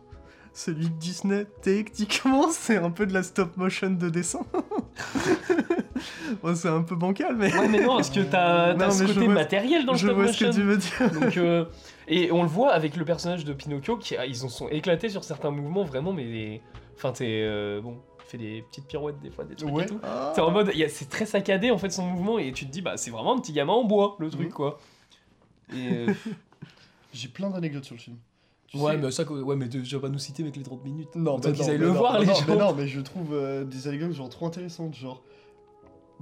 Speaker 1: Celui de Disney, techniquement, c'est un peu de la stop motion de dessin. Bon, c'est un peu bancal, mais
Speaker 3: Ouais, mais non, parce que t'as
Speaker 1: Non,
Speaker 3: t'as ce
Speaker 1: mais je
Speaker 3: côté
Speaker 1: vois-
Speaker 3: matériel dans le
Speaker 1: je
Speaker 3: stop
Speaker 1: vois ce
Speaker 3: motion.
Speaker 1: que tu veux dire.
Speaker 3: Donc, euh, et on le voit avec le personnage de Pinocchio, qui ah, ils en sont éclatés sur certains mouvements vraiment, mais les- enfin t'es euh, bon, il fait des petites pirouettes des fois, des trucs
Speaker 2: Ouais.
Speaker 3: et tout.
Speaker 1: Ah.
Speaker 3: T'es en mode, il y a- c'est très saccadé en fait son mouvement et tu te dis bah c'est vraiment un petit gamin en bois le truc
Speaker 2: Mhm.
Speaker 3: quoi. Et euh,
Speaker 2: J'ai plein d'anecdotes sur le film. Tu
Speaker 3: ouais,
Speaker 2: sais-
Speaker 3: mais ça, ouais, mais tu vas pas nous citer mec les 30 minutes.
Speaker 2: Non,
Speaker 3: Autant
Speaker 2: mais
Speaker 3: qu'ils
Speaker 2: non,
Speaker 3: aillent
Speaker 2: mais
Speaker 3: le
Speaker 2: non,
Speaker 3: voir
Speaker 2: mais
Speaker 3: les
Speaker 2: non,
Speaker 3: gens.
Speaker 2: mais non, mais je trouve euh, des anecdotes genre trop intéressantes. Genre,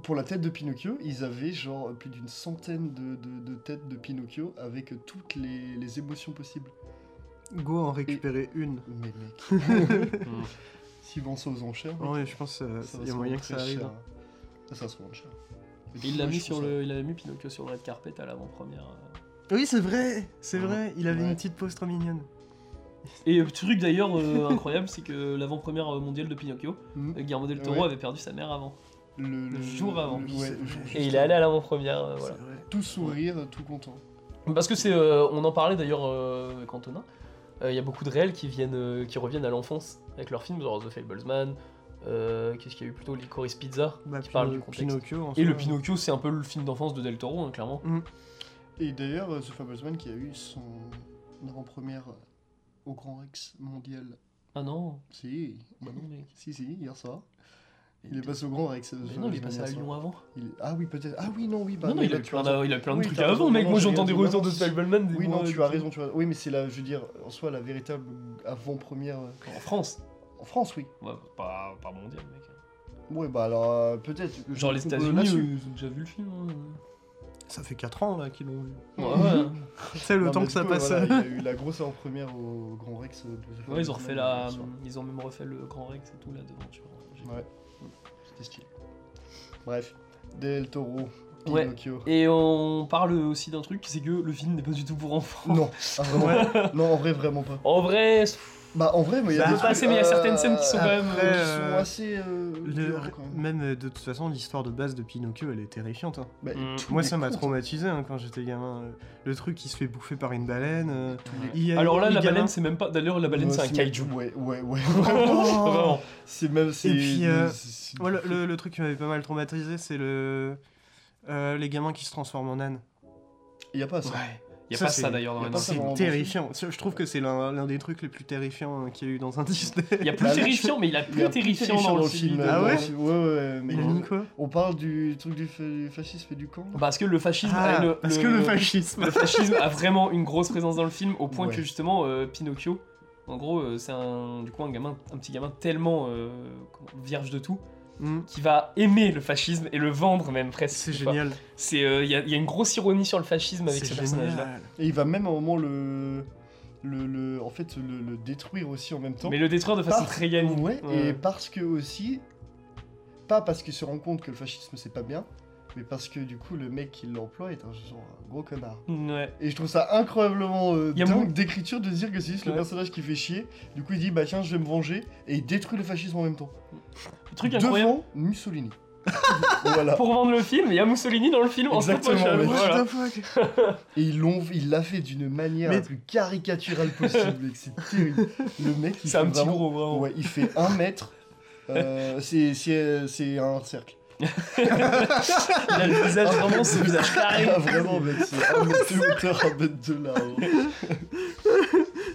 Speaker 2: pour la tête de Pinocchio, ils avaient genre plus d'une centaine de, de- de têtes de Pinocchio avec toutes les, les émotions possibles.
Speaker 1: Go en récupérer une.
Speaker 2: Mais mec, s'ils vendent ça aux enchères, mec,
Speaker 1: Ouais, je pense
Speaker 2: ça
Speaker 1: qu'il
Speaker 2: va
Speaker 1: y
Speaker 2: se
Speaker 1: a moyen
Speaker 2: vendre
Speaker 1: que ça
Speaker 2: très
Speaker 1: arrive.
Speaker 2: cher.
Speaker 3: hein.
Speaker 2: Ça, ça se vend cher. Mais
Speaker 3: Il
Speaker 2: du
Speaker 3: l'a
Speaker 2: coup,
Speaker 3: mis
Speaker 2: je trouve
Speaker 3: sur
Speaker 2: ça-
Speaker 3: le, il avait mis Pinocchio sur le red carpet à l'avant-première. euh.
Speaker 1: Oui, c'est vrai, c'est
Speaker 2: Ouais.
Speaker 1: vrai. Il avait
Speaker 2: Ouais.
Speaker 1: une petite pose trop mignonne.
Speaker 3: Ah, Et euh, truc d'ailleurs euh, incroyable, c'est que l'avant-première euh, mondiale de Pinocchio,
Speaker 2: Mhm.
Speaker 3: euh, Guillermo del Toro
Speaker 2: Ouais.
Speaker 3: avait perdu sa mère avant.
Speaker 2: Le,
Speaker 3: le jour avant.
Speaker 2: le-
Speaker 1: Oui,
Speaker 2: ouais,
Speaker 1: c'est
Speaker 2: le jour
Speaker 1: vrai.
Speaker 2: juste
Speaker 3: Et il est allé à l'avant-première, euh,
Speaker 1: C'est
Speaker 3: voilà.
Speaker 1: vrai.
Speaker 2: Tout sourire, tout content.
Speaker 3: Parce que c'est, euh, on en parlait d'ailleurs euh, avec Antonin. Euh, Il y a beaucoup de réels qui viennent, euh, qui reviennent à l'enfance avec leurs films, genre The Fablesman. euh, Qu'est-ce qu'il y a eu plutôt, Licorice Pizza,
Speaker 1: Bah,
Speaker 3: qui parle
Speaker 1: Pino-
Speaker 3: du contexte.
Speaker 1: Pinocchio. en
Speaker 3: Et
Speaker 1: soi.
Speaker 3: le Pinocchio, c'est un peu le film d'enfance de Del Toro, hein, clairement.
Speaker 2: Et d'ailleurs, euh, The Fablesman qui a eu son avant-première euh, au Grand Rex mondial.
Speaker 3: Ah non,
Speaker 2: Si,
Speaker 3: bah non mec.
Speaker 2: si, si, hier soir. Il est passé au Grand Rex. The
Speaker 3: Mais non, il est
Speaker 2: Fablesman,
Speaker 3: passé
Speaker 2: hier
Speaker 3: à
Speaker 2: soir.
Speaker 3: Lyon avant.
Speaker 2: Il est- Ah oui, peut-être. Ah oui, non, oui, bah.
Speaker 3: non, non, il a,
Speaker 2: tu as
Speaker 3: plein
Speaker 2: raison.
Speaker 3: de, il a plein de
Speaker 2: Oui,
Speaker 3: trucs
Speaker 2: t'as
Speaker 3: avant,
Speaker 2: raison,
Speaker 3: mec.
Speaker 2: non,
Speaker 3: Moi,
Speaker 2: j'ai
Speaker 3: j'entends des
Speaker 2: raison,
Speaker 3: retours de
Speaker 2: non, si-
Speaker 3: Spellman.
Speaker 2: Oui, non, tu as raison, tu as Oui, mais c'est la, je veux dire, en soi, la véritable avant-première. euh,
Speaker 3: En France,
Speaker 2: En France, oui.
Speaker 3: Ouais, pas, pas mondial, mec.
Speaker 2: Ouais, bah alors, euh, peut-être. je
Speaker 3: Genre
Speaker 2: me
Speaker 3: les
Speaker 2: trompe, euh,
Speaker 3: États-Unis,
Speaker 2: là-dessus.
Speaker 3: ils ont déjà vu le film.
Speaker 1: Ça fait 4 ans là qu'ils l'ont vu.
Speaker 3: Ouais, ouais.
Speaker 1: Tu sais, le
Speaker 2: Non,
Speaker 1: temps
Speaker 2: mais
Speaker 1: que
Speaker 2: du
Speaker 1: ça
Speaker 2: coup,
Speaker 1: passe.
Speaker 2: voilà, il a eu la grosse avant-première au Grand Rex. euh, de The
Speaker 3: Ouais, ils
Speaker 2: Fablesman,
Speaker 3: ont refait la. euh,
Speaker 2: hier soir.
Speaker 3: Ils ont même refait le Grand Rex et tout là devant, tu vois. J'ai-
Speaker 2: Ouais. C'était stylé. Bref, Del Toro,
Speaker 3: Ouais.
Speaker 2: Pinocchio.
Speaker 3: Et on parle aussi d'un truc, c'est que le film n'est pas du tout pour enfants.
Speaker 2: Non, ah, vraiment. non, en vrai, vraiment pas.
Speaker 3: En vrai,
Speaker 2: Bah, en vrai, moi, il y a
Speaker 1: Ça
Speaker 2: des
Speaker 1: va
Speaker 2: trucs,
Speaker 3: passer, mais il y a certaines scènes qui sont quand même,
Speaker 2: après,
Speaker 1: euh,
Speaker 2: qui sont assez. euh,
Speaker 1: Le-
Speaker 2: dures, quand même.
Speaker 1: Même euh, de toute façon, l'histoire de base de Pinocchio, elle est terrifiante. hein.
Speaker 2: Bah,
Speaker 3: Mm.
Speaker 2: tous
Speaker 1: Moi,
Speaker 2: les
Speaker 1: ça m'a
Speaker 2: contes,
Speaker 1: traumatisé hein, quand j'étais gamin. euh, Le truc qui se fait bouffer par une baleine. euh, il y a-
Speaker 3: hmm. alors là,
Speaker 1: les
Speaker 3: la
Speaker 1: gamins-
Speaker 3: baleine, c'est même pas. D'ailleurs, la baleine,
Speaker 2: Ouais,
Speaker 3: c'est un kaiju.
Speaker 2: Ouais, ouais, ouais, vraiment.
Speaker 3: Vraiment.
Speaker 2: c'est même. c'est-
Speaker 1: puis, euh,
Speaker 2: c'est- c'est-
Speaker 1: Oh Ouais, le, le- le truc qui m'avait pas mal traumatisé, c'est le. euh, les gamins qui se transforment en âne.
Speaker 2: Il y a pas ça.
Speaker 3: Ouais. Y a
Speaker 1: Ça,
Speaker 3: pas
Speaker 1: c'est-
Speaker 3: ça d'ailleurs dans
Speaker 2: y a
Speaker 3: la
Speaker 2: pas ça
Speaker 3: bande-annonce.
Speaker 1: C'est
Speaker 2: vraiment
Speaker 1: terrifiant. Ça, Je trouve que c'est l'un l'un des trucs les plus terrifiants hein, qu'il y a eu dans un Disney.
Speaker 3: Il y a plus
Speaker 2: Bah, là,
Speaker 3: terrifiant, mais il a
Speaker 2: Il y
Speaker 3: plus
Speaker 2: a plus
Speaker 3: terrifiant dans le film.
Speaker 2: euh,
Speaker 1: Ah
Speaker 2: dans
Speaker 1: ouais
Speaker 2: le film. Ouais, ouais, mais
Speaker 1: Il a
Speaker 2: bon.
Speaker 1: mis quoi
Speaker 2: On parle du truc du, fa- du fascisme et du camp.
Speaker 3: Parce que le fascisme.
Speaker 1: Ah,
Speaker 3: a une-
Speaker 1: Parce que le fascisme.
Speaker 3: le fascisme a vraiment une grosse présence dans le film au point
Speaker 2: Ouais.
Speaker 3: que justement euh, Pinocchio en gros euh, c'est un du coup un gamin un petit gamin tellement euh, comment- vierge de tout
Speaker 1: Mm.
Speaker 3: qui va aimer le fascisme et le vendre même presque
Speaker 1: C'est
Speaker 3: tu vois.
Speaker 1: génial.
Speaker 3: c'est euh, il y, a y a une grosse ironie sur le fascisme avec
Speaker 1: C'est
Speaker 3: ce personnage là
Speaker 1: génial.
Speaker 2: Et il va même à un moment le. le, le en fait, le, le détruire aussi en même temps.
Speaker 3: mais le détruire de façon
Speaker 2: Par-
Speaker 3: très gagnée
Speaker 2: Ah, Ouais,
Speaker 3: Ouais.
Speaker 2: et parce que aussi, pas parce qu'il se rend compte que le fascisme c'est pas bien, mais parce que du coup le mec qui l'emploie est un genre un gros connard.
Speaker 3: ouais
Speaker 2: Et je trouve ça incroyablement euh,
Speaker 3: Y a
Speaker 2: dingue
Speaker 3: mon-
Speaker 2: d'écriture de dire que c'est juste le
Speaker 3: Ouais.
Speaker 2: personnage qui fait chier. Du coup il dit bah tiens je vais me venger et il détruit le fascisme en même temps.
Speaker 3: le truc
Speaker 2: Devant
Speaker 3: incroyable
Speaker 2: Mussolini. voilà.
Speaker 3: pour vendre le film il y a Mussolini dans le film en stop
Speaker 2: Exactement,
Speaker 3: motion,
Speaker 2: ouais.
Speaker 3: voilà.
Speaker 1: What the fuck
Speaker 2: Et ils l'ont, il l'a fait d'une manière
Speaker 1: Mais-
Speaker 2: la plus caricaturale possible. mec, c'est terrible. Le mec il
Speaker 3: c'est un
Speaker 2: fait
Speaker 3: petit
Speaker 2: vraiment-
Speaker 3: gros vraiment
Speaker 2: Ouais, il fait un mètre. Euh, c'est, c'est, c'est un cercle.
Speaker 3: il a le visage vraiment ce visage carré
Speaker 2: Ah, vraiment, mec, c'est un mètre de hauteur, un mètre de large.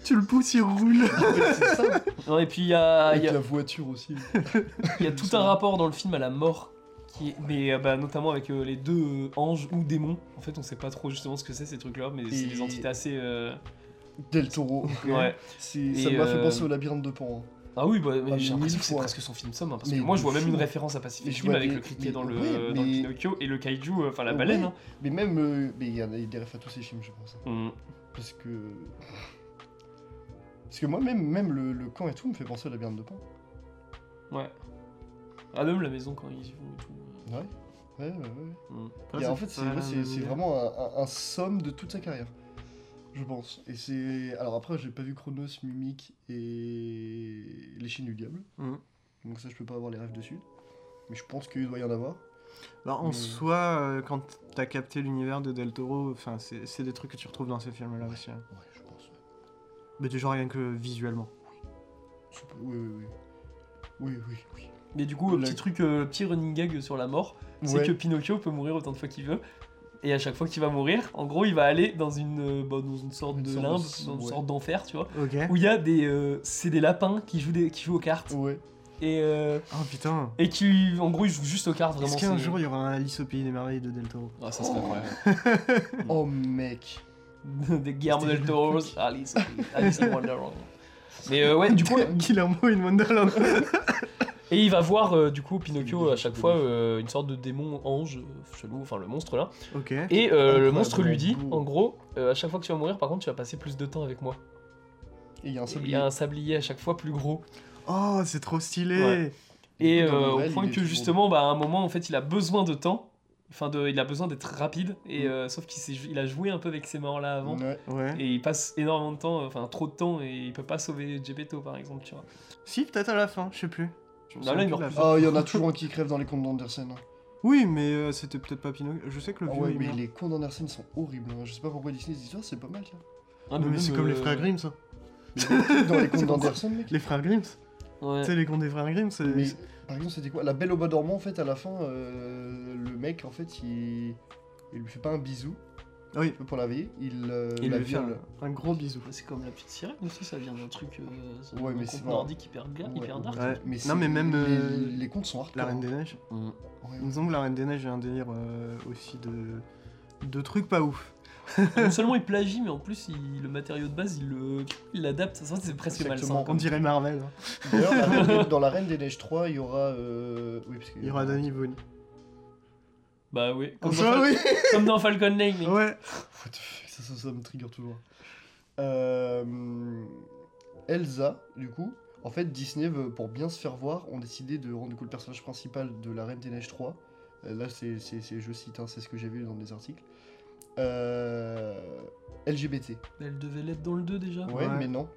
Speaker 1: Tu le pousses, il roule.
Speaker 2: En fait, c'est ça.
Speaker 3: Non, et puis il y a, Ah, il
Speaker 2: Avec
Speaker 3: y a-
Speaker 2: la voiture aussi.
Speaker 3: Il y a tout un rapport dans le film à la mort, qui est, mais euh, bah, notamment avec euh, les deux euh, anges ou démons. En fait, on sait pas trop justement ce que c'est ces trucs-là, mais c'est
Speaker 2: Et-
Speaker 3: des entités assez. euh,
Speaker 2: Del Toro.
Speaker 3: Ouais.
Speaker 2: C'est-
Speaker 3: Et,
Speaker 2: Ça m'a fait
Speaker 3: euh,
Speaker 2: penser au labyrinthe de Pan. hein.
Speaker 3: Ah oui, bah, mais
Speaker 2: Ah, mais
Speaker 3: j'ai l'impression
Speaker 2: mille
Speaker 3: que c'est
Speaker 2: fois.
Speaker 3: presque son film somme. hein, parce
Speaker 2: Mais
Speaker 3: que moi, je
Speaker 2: de
Speaker 3: vois même
Speaker 2: fou.
Speaker 3: une référence à
Speaker 2: Mais
Speaker 3: Pacific
Speaker 2: je
Speaker 3: Rim
Speaker 2: vois
Speaker 3: avec
Speaker 2: des-
Speaker 3: le criquet
Speaker 2: mais
Speaker 3: dans, le,
Speaker 2: ouais,
Speaker 3: dans le
Speaker 2: mais-
Speaker 3: Pinocchio et le kaiju, euh, enfin la
Speaker 2: Ouais.
Speaker 3: baleine. hein.
Speaker 2: Mais même, euh, mais il y en a il y a des refs à tous ces films, je pense. hein.
Speaker 3: Mm.
Speaker 2: Parce que. Parce que moi, même, même le, le camp et tout me fait penser au labyrinthe de Pan.
Speaker 3: Ouais. Ah, même la maison quand ils y vont et tout. euh,
Speaker 2: Ouais. Ouais, ouais, ouais.
Speaker 3: Mm.
Speaker 2: Et en fait, c'est
Speaker 1: Ouais,
Speaker 2: ouais, c'est-
Speaker 1: mais-
Speaker 2: c'est vraiment un, un- un somme de toute sa carrière. Je pense. Et c'est. Alors après, j'ai pas vu Chronos, Mimic et. Les Chines du Diable.
Speaker 3: Mm.
Speaker 1: Mhm.
Speaker 2: Donc ça, je peux pas avoir les rêves dessus. Mais je pense qu'il doit y en avoir.
Speaker 1: Bah, en
Speaker 2: Mais-
Speaker 1: soi, euh, quand t'as capté l'univers de Del Toro, enfin, c'est c'est des trucs que tu retrouves dans ces films-là aussi. hein.
Speaker 2: Ouais, je pense.
Speaker 1: Mais déjà rien que visuellement.
Speaker 2: C'est pas- Oui, oui, oui. Oui, oui, oui.
Speaker 3: Mais du coup, le
Speaker 2: Le-
Speaker 3: petit truc, euh, petit running gag sur la mort, c'est
Speaker 2: Ouais.
Speaker 3: que Pinocchio peut mourir autant de fois qu'il veut. Et à chaque fois qu'il va mourir, en gros, il va aller dans une, euh, bah, dans une sorte
Speaker 2: Une
Speaker 3: de
Speaker 2: sorte de-
Speaker 3: limbe, dans une
Speaker 2: ouais.
Speaker 3: sorte d'enfer, tu vois.
Speaker 1: Ok.
Speaker 3: Où il y a des. euh, c'est des lapins qui jouent, des, qui jouent aux cartes.
Speaker 2: Ouais.
Speaker 3: Et, euh,
Speaker 1: Oh putain.
Speaker 3: et qui, en gros, ils jouent juste aux cartes, vraiment.
Speaker 1: Est-ce qu'un
Speaker 3: c'est-
Speaker 1: jour il y aura un Alice au pays des merveilles de Del Toro
Speaker 3: Ah, ça serait vrai.
Speaker 2: Oh, mec.
Speaker 3: des Guillermo del
Speaker 1: C'était-
Speaker 3: Toro, Alice, Alice in Wonderland. Mais euh, ouais, du coup,
Speaker 1: Guillermo in Wonderland.
Speaker 3: Et il va voir euh, du coup Pinocchio à chaque fois euh, une sorte de démon ange euh, chelou, enfin le monstre là.
Speaker 1: ok.
Speaker 3: Et euh, le
Speaker 2: Incroyable,
Speaker 3: monstre lui dit,
Speaker 2: beau.
Speaker 3: en gros, euh, à chaque fois que tu vas mourir, par contre, tu vas passer plus de temps avec moi.
Speaker 2: Et Il y a un
Speaker 3: Il
Speaker 2: sablier.
Speaker 3: y a un sablier à chaque fois plus gros.
Speaker 1: Oh, c'est trop stylé.
Speaker 3: Ouais. Et
Speaker 2: Dans
Speaker 3: euh,
Speaker 2: le
Speaker 3: au
Speaker 2: réel,
Speaker 3: point
Speaker 2: il est
Speaker 3: que
Speaker 2: toujours-
Speaker 3: justement, bah, à un moment, en fait, il a besoin de temps. Enfin, de, il a besoin d'être rapide. Et euh, sauf qu'il s'est- il a joué un peu avec ses morts là avant.
Speaker 2: Ouais.
Speaker 1: Mm. Ouais.
Speaker 3: Et il passe énormément de temps, euh, enfin trop de temps, et il peut pas sauver Gepetto par exemple, tu vois.
Speaker 1: Si, peut-être à la fin, je sais plus. Je me
Speaker 3: Non,
Speaker 1: souviens
Speaker 3: là,
Speaker 1: plus
Speaker 3: il
Speaker 1: de
Speaker 3: meurt
Speaker 1: la
Speaker 3: plus.
Speaker 1: fin.
Speaker 2: Ah, il y en a toujours un qui crève dans les contes d'Andersen. hein.
Speaker 1: Oui, mais euh, c'était peut-être pas Pinocchio. Je sais que
Speaker 2: Ah
Speaker 1: le vieux.
Speaker 2: ouais,
Speaker 1: il
Speaker 2: mais
Speaker 1: meurt.
Speaker 2: les contes d'Andersen sont horribles. hein. Je sais pas pourquoi Disney se dit ça, c'est pas mal. tiens.
Speaker 3: Ah,
Speaker 1: Non, mais
Speaker 3: même,
Speaker 1: c'est comme les
Speaker 3: euh,
Speaker 1: frères Grimm, ça.
Speaker 2: Mais dans les contes
Speaker 1: C'est pour ça.
Speaker 2: d'Andersen, mec.
Speaker 1: Les frères Grimm, tu
Speaker 3: ouais.
Speaker 1: sais, les contes des frères Grimm, c'est.
Speaker 2: Mais, par exemple, c'était quoi La Belle au Bois dormant, en fait, à la fin, euh, le mec, en fait, il. Il lui fait pas un bisou
Speaker 1: Ah oui.
Speaker 2: pour la veiller, il, euh,
Speaker 1: Il
Speaker 2: la
Speaker 1: lui fait un,
Speaker 2: viole.
Speaker 1: un gros bisou.
Speaker 3: C'est comme la petite sirène aussi, ça vient d'un truc euh, ça
Speaker 2: Ouais,
Speaker 3: vient d'un
Speaker 2: mais
Speaker 3: conte
Speaker 2: c'est pas-
Speaker 3: nordique hyper, ga-
Speaker 2: Ouais,
Speaker 3: hyper dark.
Speaker 1: Ouais.
Speaker 2: c'est-
Speaker 1: Non, mais même, euh,
Speaker 2: Les, les contes sont hardcore.
Speaker 1: La Reine des Neiges.
Speaker 3: Mm.
Speaker 2: Ouais,
Speaker 1: Il me semble que la Reine des Neiges, j'ai un délire euh, aussi de. de trucs pas ouf.
Speaker 3: Ah, Non seulement il plagie, mais en plus il- le matériau de base il le- il l'adapte. Ça, c'est presque
Speaker 2: Exactement.
Speaker 3: malsain.
Speaker 1: On dirait Marvel. hein.
Speaker 2: D'ailleurs, la Reine des- dans la Reine des Neiges 3, il y aura. euh, Oui, parce que-
Speaker 1: Il y aura Danny Boone.
Speaker 3: Bah oui.
Speaker 1: On
Speaker 3: Comme, dans, Fal-
Speaker 1: Oh, oui
Speaker 3: comme dans Falcon Lane. mais-
Speaker 1: Ouais.
Speaker 2: What the fuck, ça, ça, ça me trigger toujours. Euh, Elsa, du coup, en fait, Disney, veut- pour bien se faire voir, ont décidé de rendre du coup, le personnage principal de La Reine des Neiges 3. euh, Là, c'est, c'est- c'est- je cite, hein, c'est ce que j'ai vu dans des articles. euh, LGBT.
Speaker 3: Elle devait l'être dans le 2 déjà.
Speaker 2: Ouais,
Speaker 1: Ouais.
Speaker 2: mais non.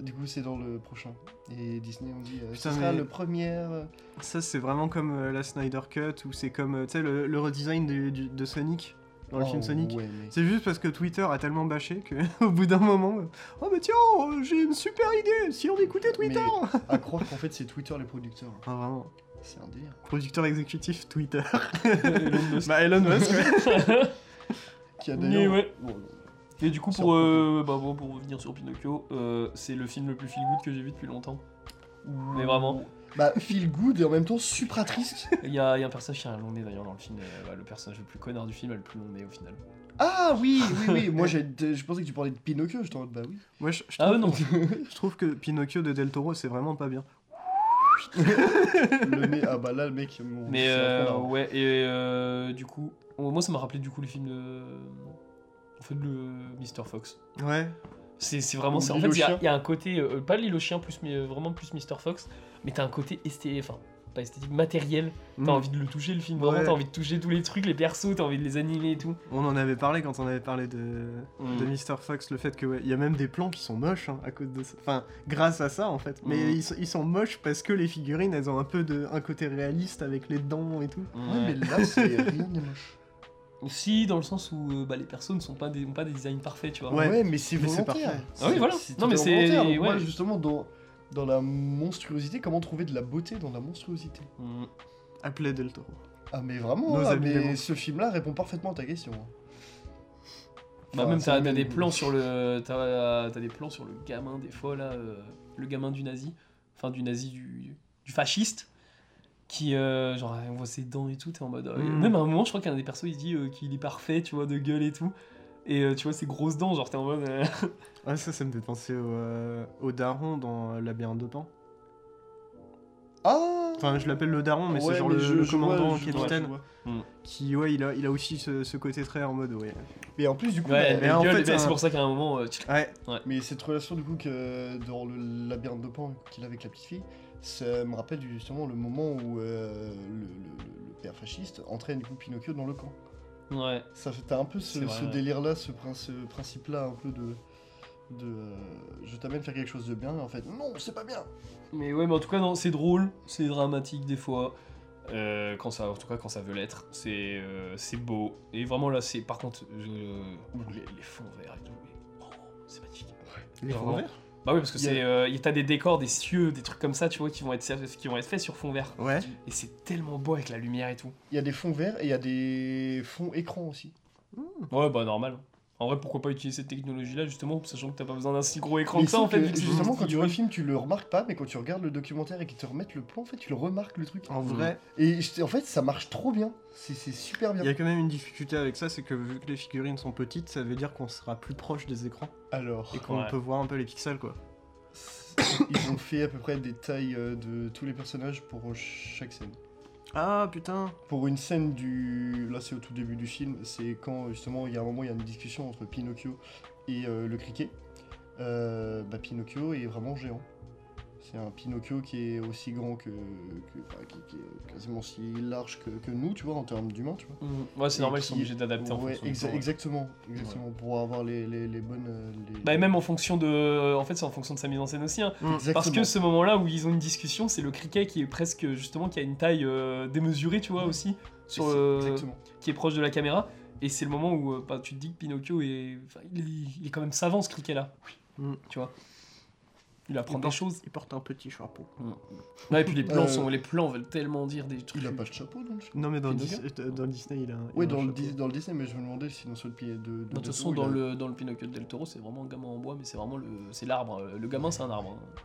Speaker 2: Du coup, c'est dans le prochain. Et Disney, on dit, euh, ce
Speaker 1: Putain,
Speaker 2: sera
Speaker 1: mais-
Speaker 2: le euh, premier.
Speaker 1: Ça, c'est vraiment comme euh, la Snyder Cut ou c'est comme euh, tu sais, le, le redesign du- du- de Sonic dans le
Speaker 2: Oh,
Speaker 1: film Sonic.
Speaker 2: ouais, mais-
Speaker 1: C'est juste parce que Twitter a tellement bâché que au bout d'un moment, euh, oh bah tiens, euh, j'ai une super idée si on écoutait Twitter.
Speaker 2: à croire qu'en fait, c'est Twitter les producteurs.
Speaker 1: Ah vraiment,
Speaker 2: C'est un délire.
Speaker 1: producteur exécutif Twitter.
Speaker 3: Elon Musk.
Speaker 1: bah Elon Musk. ouais.
Speaker 2: Qui a
Speaker 3: Mais
Speaker 2: d'ailleurs.
Speaker 3: ouais.
Speaker 2: Bon,
Speaker 3: Et du coup,
Speaker 2: Sur
Speaker 3: pour, euh, bah, bon, pour revenir sur Pinocchio, euh, c'est le film le plus feel good que j'ai vu depuis longtemps. Mais vraiment.
Speaker 2: Bah, feel good et en même temps supra triste.
Speaker 3: Il y a, il y a un personnage qui a un long nez d'ailleurs dans le film. euh, bah, le personnage le plus connard du film a le plus long nez au final.
Speaker 2: Ah oui, oui, oui. Moi, j'ai- je pensais que tu parlais de Pinocchio. J'étais en mode, bah oui.
Speaker 1: Moi, je, je
Speaker 3: Ah ouais,
Speaker 1: trouve,
Speaker 3: non.
Speaker 1: je trouve que Pinocchio de Del Toro c'est vraiment pas bien.
Speaker 2: Le mec, ah bah là, le mec. mon-
Speaker 3: Mais
Speaker 2: c'est un
Speaker 3: euh,
Speaker 2: connard.
Speaker 3: ouais, et euh, du coup, oh, moi ça m'a rappelé du coup les films de. En fait, le Mr. Fox.
Speaker 1: Ouais.
Speaker 3: C'est c'est vraiment
Speaker 2: Ou
Speaker 3: ça. En fait,
Speaker 2: l'île aux
Speaker 3: il y, a-
Speaker 2: chiens.
Speaker 3: il y a un côté. euh, pas l'île aux chiens, plus, mais euh, vraiment plus Mr. Fox. Mais t'as un côté esthétique. Enfin, pas esthétique, matériel. T'as
Speaker 1: Mm.
Speaker 3: envie de le toucher le film. Vraiment,
Speaker 1: Ouais.
Speaker 3: t'as envie de toucher tous les trucs, les persos, t'as envie de les animer et tout.
Speaker 1: On en avait parlé quand on avait parlé de,
Speaker 3: Mm.
Speaker 1: de Mr. Fox, le fait que ouais, il y a même des plans qui sont moches hein, à cause de ça. Enfin, grâce à ça en fait. Mais
Speaker 3: Mhm.
Speaker 1: ils, sont- ils sont moches parce que les figurines, elles ont un peu de un côté réaliste avec les dents et tout.
Speaker 2: Ouais, mais là, c'est rien n'est moche.
Speaker 3: Si, dans le sens où euh, bah, les persos ne sont pas des, ont pas des designs parfaits, tu vois.
Speaker 1: Ouais.
Speaker 2: Ouais, mais c'est
Speaker 1: Mais c'est
Speaker 2: volontaire.
Speaker 1: parfait.
Speaker 3: Ah oui,
Speaker 2: C'est-
Speaker 3: voilà. Non, mais
Speaker 2: totalement
Speaker 3: c'est-
Speaker 2: volontaire. Donc Moi,
Speaker 3: ouais.
Speaker 2: justement, dans, dans la monstruosité, comment trouver de la beauté dans la monstruosité
Speaker 3: Mm.
Speaker 1: Appelé Del Toro.
Speaker 2: Ah, mais vraiment,
Speaker 1: Nos
Speaker 2: ah,
Speaker 1: amis les
Speaker 2: mais
Speaker 1: monstres.
Speaker 2: ce film-là répond parfaitement à ta question. hein.
Speaker 3: Bah
Speaker 2: Enfin,
Speaker 3: même
Speaker 2: c'est
Speaker 3: t'as
Speaker 2: le
Speaker 3: t'as
Speaker 2: même-
Speaker 3: des plans sur le t'as t'as des plans sur le gamin des fois là euh, le gamin du nazi enfin du nazi du, du fasciste qui euh, genre on voit ses dents et tout t'es en mode euh,
Speaker 1: Mm.
Speaker 3: même à un moment je crois qu'un des persos il dit euh, qu'il est parfait tu vois de gueule et tout et euh, tu vois ses grosses dents genre t'es en mode euh,
Speaker 1: Ah ça, ça me fait penser au, euh, au daron dans euh, Labyrinthe de Pan.
Speaker 2: Ah
Speaker 1: Enfin, je l'appelle le daron, mais
Speaker 2: Ouais,
Speaker 1: c'est genre
Speaker 2: mais
Speaker 1: le,
Speaker 2: je-
Speaker 1: le
Speaker 2: je vois,
Speaker 1: commandant,
Speaker 2: je vois,
Speaker 1: capitaine,
Speaker 2: je vois.
Speaker 1: qui ouais, il a, il a aussi ce, ce côté très en mode ouais.
Speaker 2: Mais en plus, du coup,
Speaker 3: ouais
Speaker 2: la-
Speaker 1: mais
Speaker 3: de
Speaker 1: en
Speaker 3: gueule,
Speaker 1: fait,
Speaker 3: et ben,
Speaker 1: un-
Speaker 3: c'est pour ça qu'à un moment euh, tu-
Speaker 1: Ouais.
Speaker 2: Mais cette relation du coup que dans le labyrinthe de Pan hein, qu'il a avec la petite fille, ça me rappelle justement le moment où euh, le, le- le père fasciste entraîne du coup Pinocchio dans le camp.
Speaker 3: ouais
Speaker 2: Ça fait t'as un peu
Speaker 3: C'est
Speaker 2: ce,
Speaker 3: vrai,
Speaker 2: ce
Speaker 3: ouais.
Speaker 2: délire-là, ce, prin- ce principe-là un peu de, de euh, je t'amène faire quelque chose de bien, mais en fait non c'est pas bien.
Speaker 3: mais ouais mais en tout cas non c'est drôle c'est dramatique des fois Euh, quand ça en tout cas quand ça veut l'être c'est euh, c'est beau et vraiment là c'est par contre je- les, les fonds verts et tout mais- oh, c'est magnifique
Speaker 1: Les
Speaker 3: Vraiment.
Speaker 1: fonds verts
Speaker 3: Bah oui, parce que
Speaker 2: Il y a-
Speaker 3: c'est, euh, y- t'as des décors, des cieux, des trucs comme ça, tu vois, qui vont être, qui vont être faits sur fond vert.
Speaker 1: Ouais.
Speaker 3: Et c'est tellement beau avec la lumière et tout.
Speaker 2: Il y a des fonds verts et il y a des fonds écrans aussi. Hmm.
Speaker 3: Ouais, bah normal. En vrai, pourquoi pas utiliser cette technologie-là justement, sachant que t'as pas besoin d'un si gros écran
Speaker 2: Mais
Speaker 3: que ça
Speaker 2: sauf
Speaker 3: en fait.
Speaker 2: que,
Speaker 3: vu que c'est juste
Speaker 2: justement,
Speaker 3: une
Speaker 2: quand tu
Speaker 3: figurine.
Speaker 2: vois le film, tu le remarques pas, mais quand tu regardes le documentaire et qu'ils te remettent le plan, en fait, tu le remarques le truc.
Speaker 1: En vrai,
Speaker 2: Et je- en fait, ça marche trop bien. C'est c'est super bien.
Speaker 1: il y a quand même une difficulté avec ça, c'est que vu que les figurines sont petites, ça veut dire qu'on sera plus proche des écrans
Speaker 2: Alors,
Speaker 1: et qu'on
Speaker 3: Ouais.
Speaker 1: peut voir un peu les pixels quoi.
Speaker 2: ils ont fait à peu près des tailles euh, de tous les personnages pour chaque scène.
Speaker 1: Ah putain.
Speaker 2: Pour une scène du. Là, c'est au tout début du film, c'est quand justement il y a un moment, il y a une discussion entre Pinocchio et euh, le criquet. Euh, bah, Pinocchio est vraiment géant. C'est un Pinocchio qui est aussi grand que. que- enfin, qui, qui est quasiment si large que, que nous, tu vois, en termes d'humains, tu vois.
Speaker 3: Mm. Ouais, c'est
Speaker 2: Et
Speaker 3: normal, ils sont
Speaker 2: qui-
Speaker 3: obligés d'adapter en
Speaker 2: Ouais,
Speaker 3: fonction. du
Speaker 2: exa-
Speaker 3: temps, ouais.
Speaker 2: exactement, exactement, pour avoir les, les- les bonnes. euh, les-
Speaker 3: Bah et même en fonction de, en fait, c'est en fonction de sa mise en scène aussi. hein.
Speaker 2: Exactement.
Speaker 3: Parce que ce moment-là où ils ont une discussion, c'est le criquet qui est presque justement qui a une taille euh, démesurée, tu vois
Speaker 2: Ouais.
Speaker 3: aussi, sur, euh,
Speaker 2: Exactement.
Speaker 3: qui est proche de la caméra. Et c'est le moment où euh, bah, tu te dis que Pinocchio est, enfin, il est, il est quand même savant ce criquet-là.
Speaker 1: Mm.
Speaker 3: Tu vois, il apprend
Speaker 1: Il
Speaker 3: des
Speaker 1: porte-
Speaker 3: choses.
Speaker 1: Il porte un petit chapeau.
Speaker 3: Ouais, et puis les plans
Speaker 2: Euh,
Speaker 3: sont, les plans veulent tellement dire des trucs.
Speaker 2: Il a pas de chapeau dans le film.
Speaker 1: Non mais dans,
Speaker 3: Pinocchio
Speaker 1: Dis- euh, dans Disney, il a. un- il
Speaker 2: Ouais,
Speaker 1: a un
Speaker 2: dans le,
Speaker 1: chapeau.
Speaker 2: Dis- dans le Disney, mais je me demandais si dans celui de. de,
Speaker 3: Bah, de toute
Speaker 2: Del Toro,
Speaker 3: façon,
Speaker 2: il
Speaker 3: dans
Speaker 2: a-
Speaker 3: le, dans le Pinocchio del Toro, c'est vraiment un gamin en bois, mais c'est vraiment le, c'est l'arbre. euh, Le gamin, c'est un arbre. hein.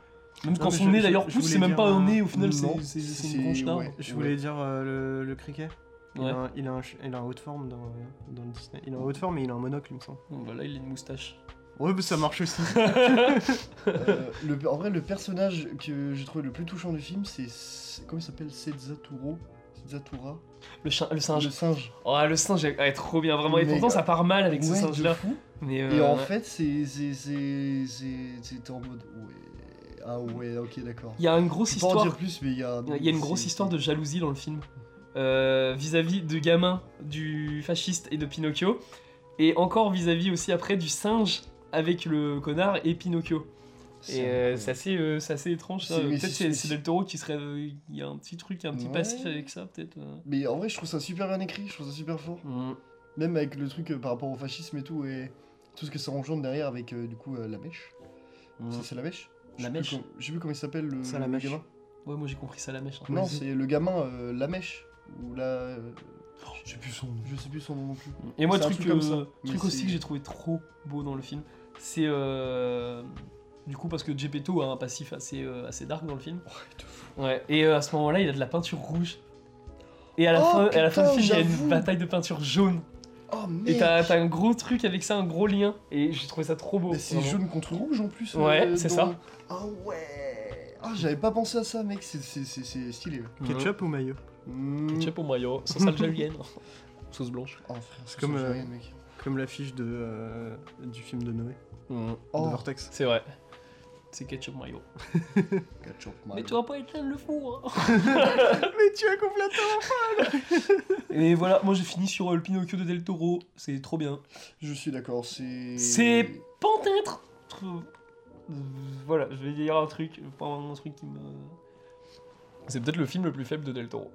Speaker 3: Même
Speaker 1: Non,
Speaker 3: quand
Speaker 1: mais
Speaker 3: son
Speaker 1: je-
Speaker 3: nez
Speaker 1: je-
Speaker 3: d'ailleurs
Speaker 1: je
Speaker 3: pousse, c'est
Speaker 1: voulais dire,
Speaker 3: même pas un
Speaker 1: euh,
Speaker 3: nez au final,
Speaker 2: non,
Speaker 3: c'est- c'est c'est
Speaker 2: c'est-
Speaker 3: une branche d'arbre.
Speaker 2: ouais.
Speaker 1: Je voulais dire euh, le, le criquet. Il,
Speaker 3: Ouais.
Speaker 1: a un, il, a un ch- il a un haut de forme dans, dans le Disney. Il a un haut de forme et il a un monocle, il me semble.
Speaker 3: Bon, bah là, il a une moustache.
Speaker 1: Ouais, mais ça marche aussi.
Speaker 2: Euh, le- en vrai, le personnage que j'ai trouvé le plus touchant du film, c'est. c'est- Comment il s'appelle Sezaturo Sezatura
Speaker 3: Le, chien- le singe.
Speaker 2: Le singe.
Speaker 3: Oh, le singe, elle est trop bien, vraiment. Et
Speaker 2: Mais-
Speaker 3: pourtant, ça part mal avec ce
Speaker 2: Ouais, de
Speaker 3: singe-là.
Speaker 2: fou.
Speaker 3: Mais
Speaker 2: Et
Speaker 3: euh,
Speaker 2: en fait, c'est. c'est- c'est- c'est- c'est- T'es en mode. Ouais. Ah ouais, ok, d'accord.
Speaker 3: il y a une grosse
Speaker 2: Je peux en
Speaker 3: histoire.
Speaker 2: dire plus, mais il y a.
Speaker 3: Il y a une grosse
Speaker 2: c'est-
Speaker 3: histoire de jalousie dans le film. Euh, Vis-à-vis de gamin, du fasciste et de Pinocchio. Et encore vis-à-vis aussi après du singe avec le connard et Pinocchio.
Speaker 2: c'est-
Speaker 3: Et euh, c'est assez, euh, c'est assez étrange ça.
Speaker 2: C'est- mais
Speaker 3: Peut-être
Speaker 2: c'est-
Speaker 3: c'est
Speaker 2: mais
Speaker 3: c'est
Speaker 2: c'est-
Speaker 3: Del Toro qui serait. euh, Il y a un petit truc, un petit
Speaker 2: Ouais.
Speaker 3: passif avec ça peut-être. euh.
Speaker 2: Mais en vrai, je trouve ça super bien écrit, je trouve ça super fort. Même avec le truc euh, par rapport au fascisme et tout, et tout ce que ça engendre derrière avec euh, du coup euh, la mèche. Ça, C'est la mèche mm. Je
Speaker 3: La
Speaker 2: sais plus
Speaker 3: mèche
Speaker 2: com- Je sais plus comment il s'appelle le,
Speaker 1: Ça, la
Speaker 2: le
Speaker 1: mèche.
Speaker 2: gamin.
Speaker 3: Ouais, moi j'ai compris ça à la mèche. hein.
Speaker 2: Non,
Speaker 1: Vas-y.
Speaker 2: c'est le gamin, euh, la mèche. Ou la. euh,
Speaker 3: J'ai plus son
Speaker 2: Je sais plus son nom non plus.
Speaker 3: Et moi,
Speaker 2: C'est un
Speaker 3: truc,
Speaker 2: truc comme
Speaker 3: euh,
Speaker 2: ça. Mais
Speaker 3: truc aussi
Speaker 2: c'est-
Speaker 3: que j'ai trouvé trop beau dans le film, c'est. euh, Du coup, parce que Gepetto a un passif assez, euh, assez dark dans le film.
Speaker 2: Oh, il est de fou.
Speaker 3: Ouais. Et euh, à ce moment-là, il a de la peinture rouge. Et à la,
Speaker 2: Oh,
Speaker 3: fin, à la fin du
Speaker 2: putain,
Speaker 3: film, il y a une
Speaker 2: j'avoue.
Speaker 3: bataille de peinture jaune.
Speaker 2: Oh
Speaker 3: Et t'as
Speaker 2: merde
Speaker 3: t'as un gros truc avec ça, un gros lien. Et j'ai trouvé ça trop beau.
Speaker 2: Mais c'est
Speaker 3: vraiment.
Speaker 2: jaune contre rouge en plus.
Speaker 3: Ouais, c'est ça.
Speaker 2: Ah ouais Ah, j'avais pas pensé à ça, mec, c'est- c'est c'est- c'est stylé.
Speaker 1: Ketchup ou mayo
Speaker 2: Mmh.
Speaker 3: Mm. Ketchup au maillot, sauce algérienne, sauce blanche.
Speaker 2: Oh frère, c'est
Speaker 1: comme,
Speaker 2: comme.
Speaker 1: euh,
Speaker 2: mec.
Speaker 1: Comme l'affiche de, euh, du film de Noé, de
Speaker 2: Oh,
Speaker 1: Vortex.
Speaker 3: Mm. C'est vrai. C'est ketchup maillot.
Speaker 2: ketchup,
Speaker 3: Mais
Speaker 2: man.
Speaker 3: tu vas pas éteindre le four. hein.
Speaker 1: Mais tu as complètement
Speaker 3: Et voilà, moi j'ai fini sur euh, le Pinocchio de Del Toro. C'est trop bien.
Speaker 2: Je suis d'accord, c'est.
Speaker 3: C'est Peut-être. euh, Voilà, je vais dire un truc, pas un truc qui me. C'est peut-être le film le plus faible de Del Toro.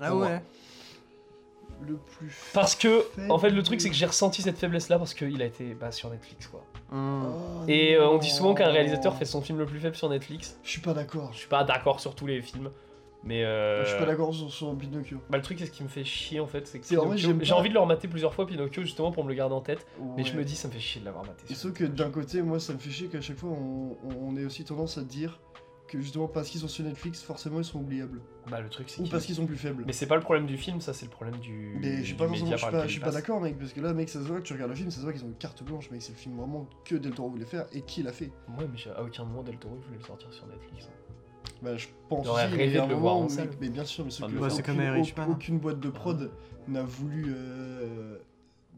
Speaker 1: Ah
Speaker 3: Pour
Speaker 1: ouais
Speaker 2: Le plus.
Speaker 3: Parce que, en fait, le truc, c'est que j'ai ressenti cette faiblesse-là parce qu'il a été bah, sur Netflix, quoi.
Speaker 1: Hum.
Speaker 2: Oh,
Speaker 3: Et euh, on dit souvent qu'un
Speaker 2: non.
Speaker 3: réalisateur fait son film le plus faible sur Netflix.
Speaker 2: Je suis pas d'accord.
Speaker 3: Je suis pas d'accord sur tous les films, mais. euh,
Speaker 2: Je suis pas d'accord sur, sur Pinocchio.
Speaker 3: Bah, le truc, c'est ce qui me fait chier en fait, c'est que
Speaker 2: Et en vrai,
Speaker 3: Pinocchio-
Speaker 2: j'aime
Speaker 3: j'ai
Speaker 2: pas-
Speaker 3: envie de le remater plusieurs fois Pinocchio justement pour me le garder en tête, mais je
Speaker 2: Ouais.
Speaker 3: me dis ça me fait chier de l'avoir maté.
Speaker 2: Et
Speaker 3: sur
Speaker 2: sauf que
Speaker 3: Netflix.
Speaker 2: d'un côté, moi, ça me fait chier qu'à chaque fois, on, on ait aussi tendance à dire que justement, parce qu'ils sont sur Netflix, forcément, ils sont oubliables.
Speaker 3: Bah, le truc, c'est
Speaker 2: Ou
Speaker 3: qu'il-
Speaker 2: parce qu'ils sont plus faibles.
Speaker 3: Mais c'est pas le problème du film, ça c'est le problème du.
Speaker 2: Mais je suis pas,
Speaker 3: du
Speaker 2: forcément-
Speaker 3: média
Speaker 2: je suis
Speaker 3: par
Speaker 2: pas,
Speaker 3: lequel
Speaker 2: je
Speaker 3: il
Speaker 2: suis pas
Speaker 3: passe.
Speaker 2: d'accord, mec, parce que là, mec, ça se voit que tu regardes le film, ça se voit qu'ils ont une carte blanche, mec, c'est le film vraiment que Del Toro voulait faire et qui l'a fait.
Speaker 3: Ouais, mais j'ai- à aucun moment Del Toro il voulait le sortir sur Netflix. hein.
Speaker 2: Bah, je pense
Speaker 3: Il aurait
Speaker 2: aussi,
Speaker 3: rêvé
Speaker 2: mais à
Speaker 3: de le
Speaker 2: un
Speaker 3: voir en
Speaker 2: moment,
Speaker 3: salle.
Speaker 2: Mais, mais bien sûr, mais sauf
Speaker 3: Enfin,
Speaker 2: que
Speaker 3: bah, c'est
Speaker 1: comme
Speaker 2: aucune-
Speaker 1: Harry Richman.
Speaker 2: aucune boîte de prod n'a voulu euh,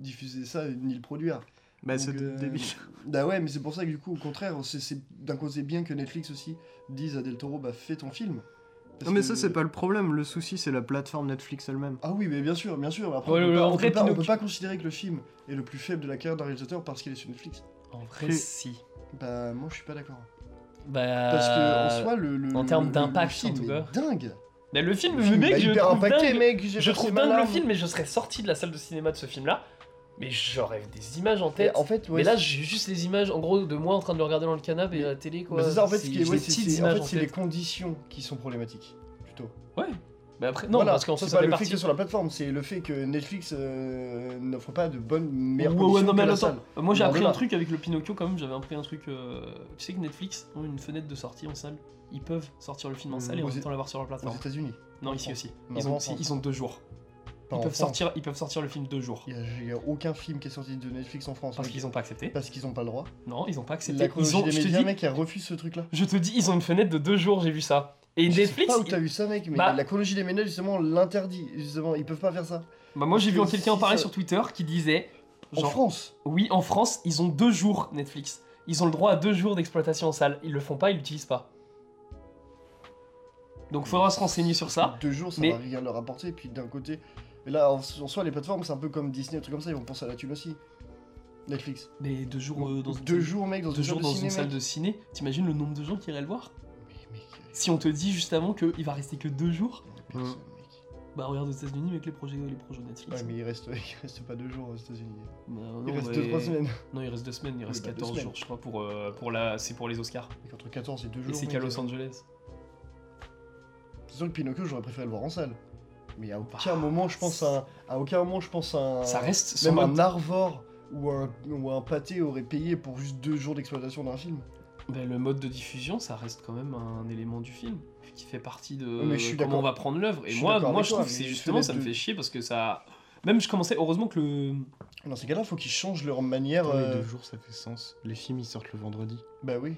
Speaker 2: diffuser ça ni le produire.
Speaker 1: Bah c'est
Speaker 2: Donc, euh,
Speaker 1: débile.
Speaker 2: Bah ouais, mais c'est pour ça que du coup, au contraire, c'est- c'est d'un côté bien que Netflix aussi dise à Del Toro, bah fais ton film. Parce
Speaker 1: Non mais
Speaker 2: que-
Speaker 1: ça c'est pas le problème, le souci c'est la plateforme Netflix elle-même.
Speaker 2: Ah oui, mais bien sûr, bien sûr. Après,
Speaker 3: Ouais,
Speaker 2: on,
Speaker 3: le-
Speaker 2: peut pas,
Speaker 3: en
Speaker 2: on
Speaker 3: vrai,
Speaker 2: peut pas- on
Speaker 3: Pinocchio-
Speaker 2: peut pas considérer que le film est le plus faible de la carrière d'un réalisateur parce qu'il est sur Netflix.
Speaker 3: En vrai,
Speaker 1: Plus-
Speaker 3: si.
Speaker 2: Bah moi, je suis pas d'accord.
Speaker 3: Bah.
Speaker 2: Parce que en soi, le, le-
Speaker 3: en termes
Speaker 2: le- le
Speaker 3: d'impact,
Speaker 2: film
Speaker 3: en tout
Speaker 2: est
Speaker 3: cas.
Speaker 2: dingue.
Speaker 3: Bah, le film,
Speaker 2: Le film
Speaker 3: mec,
Speaker 2: m'a
Speaker 3: je
Speaker 2: hyper
Speaker 3: trouve
Speaker 2: impacté,
Speaker 3: dingue.
Speaker 2: mec. j'ai
Speaker 3: Je
Speaker 2: versé
Speaker 3: trouve
Speaker 2: ma
Speaker 3: dingue le
Speaker 2: larme.
Speaker 3: film, mais je serais sorti de la salle de cinéma de ce film-là Mais j'aurais des images en tête.
Speaker 2: en fait, ouais,
Speaker 3: mais là,
Speaker 2: c'est-
Speaker 3: j'ai juste les images, en gros, de moi en train de le regarder dans le canapé et à la télé, quoi.
Speaker 2: mais c'est ça en fait ce qui est,
Speaker 3: j'ai
Speaker 2: ouais,
Speaker 3: des
Speaker 2: c'est-
Speaker 3: petites
Speaker 2: c'est- en
Speaker 3: images
Speaker 2: fait,
Speaker 3: en
Speaker 2: c'est les
Speaker 3: tête.
Speaker 2: conditions qui sont problématiques plutôt.
Speaker 3: Ouais. Mais après, non,
Speaker 2: Voilà,
Speaker 3: parce qu'en fait,
Speaker 2: c'est
Speaker 3: ça
Speaker 2: pas
Speaker 3: fait
Speaker 2: le
Speaker 3: partie.
Speaker 2: fait que sur la plateforme, c'est le fait que Netflix euh, n'offre pas de bonnes meilleures
Speaker 3: Ouais, ouais,
Speaker 2: conditions
Speaker 3: non,
Speaker 2: que
Speaker 3: mais
Speaker 2: la
Speaker 3: attends.
Speaker 2: salle.
Speaker 3: Euh, Moi j'ai
Speaker 2: On en
Speaker 3: appris
Speaker 2: débat.
Speaker 3: un truc avec le Pinocchio quand même, j'avais appris un truc. euh, Tu sais que Netflix ont une fenêtre de sortie en salle Ils peuvent sortir le film en
Speaker 2: Mm,
Speaker 3: salle et
Speaker 2: aux
Speaker 3: en
Speaker 2: é-
Speaker 3: même temps l'avoir sur leur
Speaker 2: Aux
Speaker 3: plateforme.
Speaker 2: États-Unis.
Speaker 3: Non,
Speaker 2: en
Speaker 3: ici
Speaker 2: France.
Speaker 3: aussi.
Speaker 2: Non,
Speaker 3: Ils
Speaker 2: pas
Speaker 3: ont,
Speaker 2: en France.
Speaker 3: ils ont deux jours.
Speaker 2: Pas
Speaker 3: Ils
Speaker 2: en
Speaker 3: peuvent,
Speaker 2: France.
Speaker 3: sortir, ils peuvent sortir le film deux jours.
Speaker 2: Il y a- il y a aucun film qui est sorti de Netflix en France.
Speaker 3: Parce
Speaker 2: mec.
Speaker 3: qu'ils n'ont pas accepté.
Speaker 2: Parce qu'ils ont pas le droit.
Speaker 3: Non, ils n'ont pas accepté.
Speaker 2: La
Speaker 3: Ils
Speaker 2: chronologie
Speaker 3: ont,
Speaker 2: des
Speaker 3: je, te
Speaker 2: médias,
Speaker 3: dis,
Speaker 2: mec, elle refuse ce truc-là.
Speaker 3: je te dis, ils ont une fenêtre de deux jours, j'ai vu ça. Et
Speaker 2: Je sais
Speaker 3: Netflix.
Speaker 2: pas où t'as
Speaker 3: il-
Speaker 2: vu ça, mec, mais
Speaker 3: Bah-
Speaker 2: la chronologie des médias, justement, l'interdit. Justement, ils peuvent pas faire ça.
Speaker 3: Bah, moi j'ai vu
Speaker 2: Parce que
Speaker 3: quelqu'un en
Speaker 2: si
Speaker 3: parler
Speaker 2: ça-
Speaker 3: sur Twitter qui disait.
Speaker 2: En
Speaker 3: genre,
Speaker 2: France
Speaker 3: Oui, en France, ils ont deux jours Netflix. Ils ont le droit à deux jours d'exploitation en salle. Ils le font pas, ils l'utilisent pas. Donc faudra se renseigner sur ça.
Speaker 2: Deux jours, ça
Speaker 3: mais-
Speaker 2: va rien leur apporter. Puis d'un côté, mais là, en, en soi, les plateformes, c'est un peu comme Disney, un truc comme ça, ils vont penser à la thune aussi. Netflix.
Speaker 3: Mais deux jours euh, dans une
Speaker 2: deux
Speaker 3: salle-
Speaker 2: jours, mec, dans
Speaker 3: deux
Speaker 2: une
Speaker 3: jours
Speaker 2: salle
Speaker 3: dans
Speaker 2: de
Speaker 3: une salle
Speaker 2: cinéma.
Speaker 3: de ciné, t'imagines le nombre de gens qui iraient le voir
Speaker 2: Mais mec,
Speaker 3: Si on te dit juste avant qu'il va rester que deux jours,
Speaker 2: il y a personne, mec.
Speaker 3: bah regarde aux États-Unis avec les projets, les projets Netflix.
Speaker 2: Ouais, mais il reste, il reste pas deux jours aux États-Unis.
Speaker 3: Bah, non,
Speaker 2: Il reste
Speaker 3: mais-
Speaker 2: deux, trois semaines.
Speaker 3: Non, il reste deux semaines, il reste
Speaker 2: bah, deux
Speaker 3: 14 jours,
Speaker 2: semaines.
Speaker 3: je crois, pour, euh, pour la... c'est pour les Oscars.
Speaker 2: Mec, Entre 14 et deux
Speaker 3: Et
Speaker 2: jours.
Speaker 3: c'est
Speaker 2: mec,
Speaker 3: qu'à
Speaker 2: ça-
Speaker 3: Los Angeles.
Speaker 2: C'est sûr que Pinocchio, j'aurais préféré le voir en salle. Mais à aucun
Speaker 3: Bah,
Speaker 2: moment, je pense à, un- à aucun moment, je pense à un.
Speaker 3: Ça reste
Speaker 2: Euh, Même un
Speaker 3: son
Speaker 2: Arvor ou un, ou un pâté aurait payé pour juste deux jours d'exploitation d'un film.
Speaker 3: Ben, le mode de diffusion, ça reste quand même un élément du film qui fait partie de
Speaker 2: Mais je suis
Speaker 3: comment
Speaker 2: d'accord.
Speaker 3: on va prendre l'œuvre. Et
Speaker 2: Je suis
Speaker 3: moi,
Speaker 2: d'accord
Speaker 3: moi
Speaker 2: avec
Speaker 3: je
Speaker 2: toi,
Speaker 3: trouve que
Speaker 2: mais
Speaker 3: c'est
Speaker 2: je te
Speaker 3: justement,
Speaker 2: laisse
Speaker 3: ça me
Speaker 2: de-
Speaker 3: fait chier parce que ça. Même je commençais, heureusement que le.
Speaker 2: Dans ces cas-là, faut qu'ils changent leur manière.
Speaker 1: Attends, mais
Speaker 2: euh,
Speaker 1: deux jours, ça fait sens. Les films, ils sortent le vendredi.
Speaker 2: Bah oui.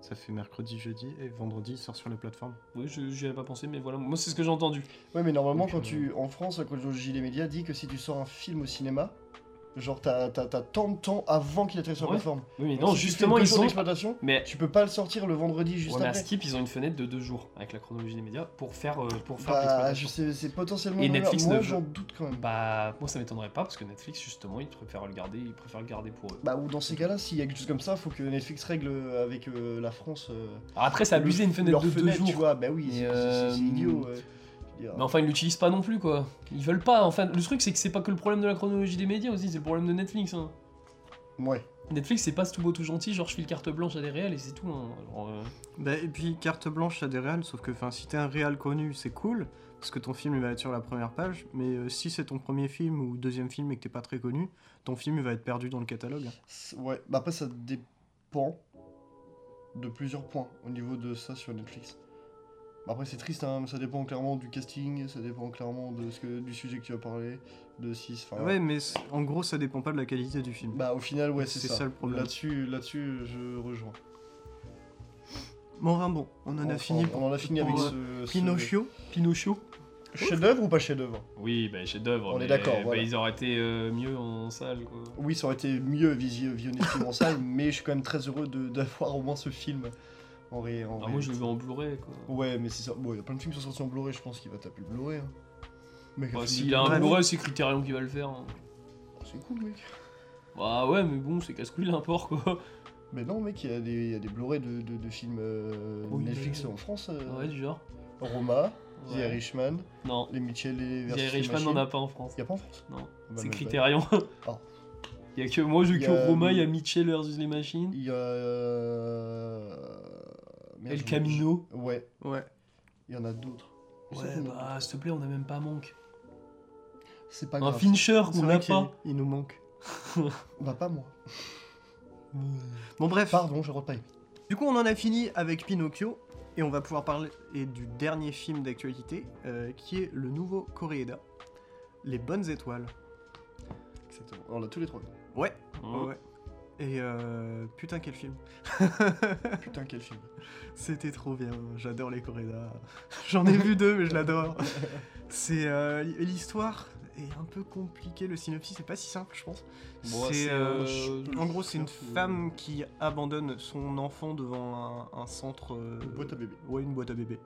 Speaker 1: Ça fait mercredi, jeudi, et vendredi, ils sortent sur la plateforme.
Speaker 3: Oui, je- j'y avais pas pensé, mais voilà, moi c'est ce que j'ai entendu.
Speaker 2: Ouais, mais normalement,
Speaker 1: Donc,
Speaker 2: quand
Speaker 1: euh,
Speaker 2: tu. En France, quand le gilet média dit que si tu sors un film au cinéma, genre t'as t'as- t'as tant de temps avant qu'il atterrisse sur la
Speaker 3: Ouais.
Speaker 2: plateforme.
Speaker 3: Oui, mais
Speaker 2: Donc,
Speaker 3: non,
Speaker 2: si tu fais
Speaker 3: justement,
Speaker 2: deux
Speaker 3: ils
Speaker 2: jours
Speaker 3: ont.
Speaker 2: d'exploitation,
Speaker 3: Mais,
Speaker 2: tu peux pas le sortir le vendredi juste
Speaker 3: ouais, mais à
Speaker 2: après.
Speaker 3: Skip, ils ont une fenêtre de deux jours avec la chronologie des médias pour faire, euh, pour faire
Speaker 2: Bah, je
Speaker 3: l'exploitation.
Speaker 2: sais, c'est potentiellement.
Speaker 3: Et
Speaker 2: une erreur.
Speaker 3: Netflix
Speaker 2: Moi,
Speaker 3: ne veut-
Speaker 2: j'en doute quand même. Bah,
Speaker 3: Bah, moi ça m'étonnerait pas parce que Netflix, justement, ils préfèrent le garder, ils préfèrent le garder pour eux.
Speaker 2: Bah, ou dans ces cas-là, s'il y a quelque chose comme ça, faut que Netflix règle avec euh, la France. euh,
Speaker 3: Alors après, ça abusé
Speaker 2: le-
Speaker 3: une fenêtre
Speaker 2: leur
Speaker 3: de deux
Speaker 2: fenêtre,
Speaker 3: jours.
Speaker 2: Tu vois, bah oui,
Speaker 3: Mais,
Speaker 2: c'est c'est-
Speaker 3: euh,
Speaker 2: c'est idiot. ouais. Je veux dire,
Speaker 3: Mais enfin, ils l'utilisent pas non plus, quoi. Ils veulent pas. Enfin, le truc, c'est que c'est pas que le problème de la chronologie des médias aussi, c'est le problème de Netflix. hein.
Speaker 2: Ouais.
Speaker 3: Netflix, c'est pas tout beau, tout gentil, genre je file carte blanche à des réels et c'est tout. hein. Genre, euh,
Speaker 1: Bah, et puis, carte blanche à des réals, sauf que enfin, si t'es un réal connu, c'est cool, parce que ton film il va être sur la première page, mais euh, si c'est ton premier film ou deuxième film et que t'es pas très connu, ton film il va être perdu dans le catalogue.
Speaker 2: C'est- ouais. Bah après, ça dépend de plusieurs points au niveau de ça sur Netflix. Bah Après, c'est triste, hein, mais ça dépend clairement du casting, ça dépend clairement de ce que, du sujet que tu vas parler, de si. enfin,
Speaker 1: Ouais, mais c'est- en gros, ça dépend pas de la qualité du film.
Speaker 2: Bah, au final, ouais, c'est
Speaker 1: C'est
Speaker 2: ça.
Speaker 1: ça le problème.
Speaker 2: Là-dessus, là-dessus, je rejoins.
Speaker 1: Bon, enfin bon, on en a
Speaker 2: Enfin,
Speaker 1: fini.
Speaker 2: On en a fini avec
Speaker 1: pour, euh,
Speaker 2: ce. ce-
Speaker 1: Pinocchio.
Speaker 3: Pinocchio
Speaker 2: Chef-d'œuvre ou pas chef-d'œuvre
Speaker 3: Oui, bah, chef-d'œuvre.
Speaker 2: On est
Speaker 3: mais,
Speaker 2: d'accord,
Speaker 3: bah,
Speaker 2: voilà.
Speaker 3: Ils auraient été euh, mieux en salle, quoi.
Speaker 2: Oui, ça aurait été mieux visi- visionné ce film en salle, mais je suis quand même très heureux de- d'avoir au moins ce film en ré. En
Speaker 3: Alors, Ah, Bah, moi, je le
Speaker 2: réalité.
Speaker 3: veux en Blu-ray, quoi.
Speaker 2: Ouais, mais c'est ça. Bon, il y a plein de films qui sont sortis en Blu-ray, je pense qu'il va taper le Blu-ray. Hein. Mec,
Speaker 3: Bah,
Speaker 2: un film
Speaker 3: S'il
Speaker 2: de-
Speaker 3: a un
Speaker 1: Ouais,
Speaker 3: Blu-ray, c'est Criterion qui va le faire. hein.
Speaker 2: Oh, C'est cool, mec.
Speaker 3: Bah ouais, mais bon, c'est casse-couille l'import, quoi.
Speaker 2: Mais non, mec, il y a des, il y a des Blu-ray de, de- de films euh,
Speaker 3: Oui,
Speaker 2: Netflix
Speaker 3: mais-
Speaker 2: en France. euh,
Speaker 3: Ouais, du genre.
Speaker 2: Roma, The
Speaker 3: Ouais.
Speaker 2: Irishman,
Speaker 3: Non,
Speaker 2: Les Mitchell et
Speaker 3: The Irishman n'en a pas en France.
Speaker 2: Il y a pas en France
Speaker 3: Non,
Speaker 2: Bah,
Speaker 3: c'est
Speaker 2: même pas.
Speaker 3: Criterion.
Speaker 2: Ah.
Speaker 3: Il y a que moi, je
Speaker 2: Y
Speaker 3: que
Speaker 2: a-
Speaker 3: Roma, il y a Mitchell versus les machines.
Speaker 2: Il y a. euh, merde,
Speaker 3: El
Speaker 2: je-
Speaker 3: Camino.
Speaker 2: Ouais,
Speaker 1: Ouais.
Speaker 2: il y en a d'autres. Je sais
Speaker 3: Ouais,
Speaker 2: pas,
Speaker 3: bah s'il te plaît, on a même pas manque.
Speaker 2: C'est pas
Speaker 3: Un
Speaker 2: grave.
Speaker 3: Fincher,
Speaker 1: C'est
Speaker 3: on
Speaker 1: vrai
Speaker 3: l'a
Speaker 1: qu'il-
Speaker 3: pas.
Speaker 1: Il nous manque.
Speaker 2: Bah, pas moi.
Speaker 1: Bon, bref.
Speaker 2: Pardon, je reprends.
Speaker 1: Du coup, on en a fini avec Pinocchio et on va pouvoir parler et du dernier film d'actualité euh, qui est le nouveau Coréeda, Les Bonnes Étoiles.
Speaker 2: Exactement. On l'a tous les trois. vu.
Speaker 1: Ouais,
Speaker 3: Ouais.
Speaker 1: ouais. Et euh, putain, quel film!
Speaker 2: Putain, quel film.
Speaker 1: C'était trop bien, j'adore les Corédas. J'en ai vu deux, mais je l'adore. C'est euh, l'histoire est un peu compliquée, le synopsis c'est pas si simple, je pense.
Speaker 3: Bon,
Speaker 1: c'est
Speaker 3: c'est,
Speaker 1: euh,
Speaker 3: euh,
Speaker 1: en gros c'est une
Speaker 2: je-
Speaker 1: femme qui abandonne son enfant devant un, un centre. euh,
Speaker 2: Une boîte à bébé.
Speaker 1: Ouais, une boîte à bébé.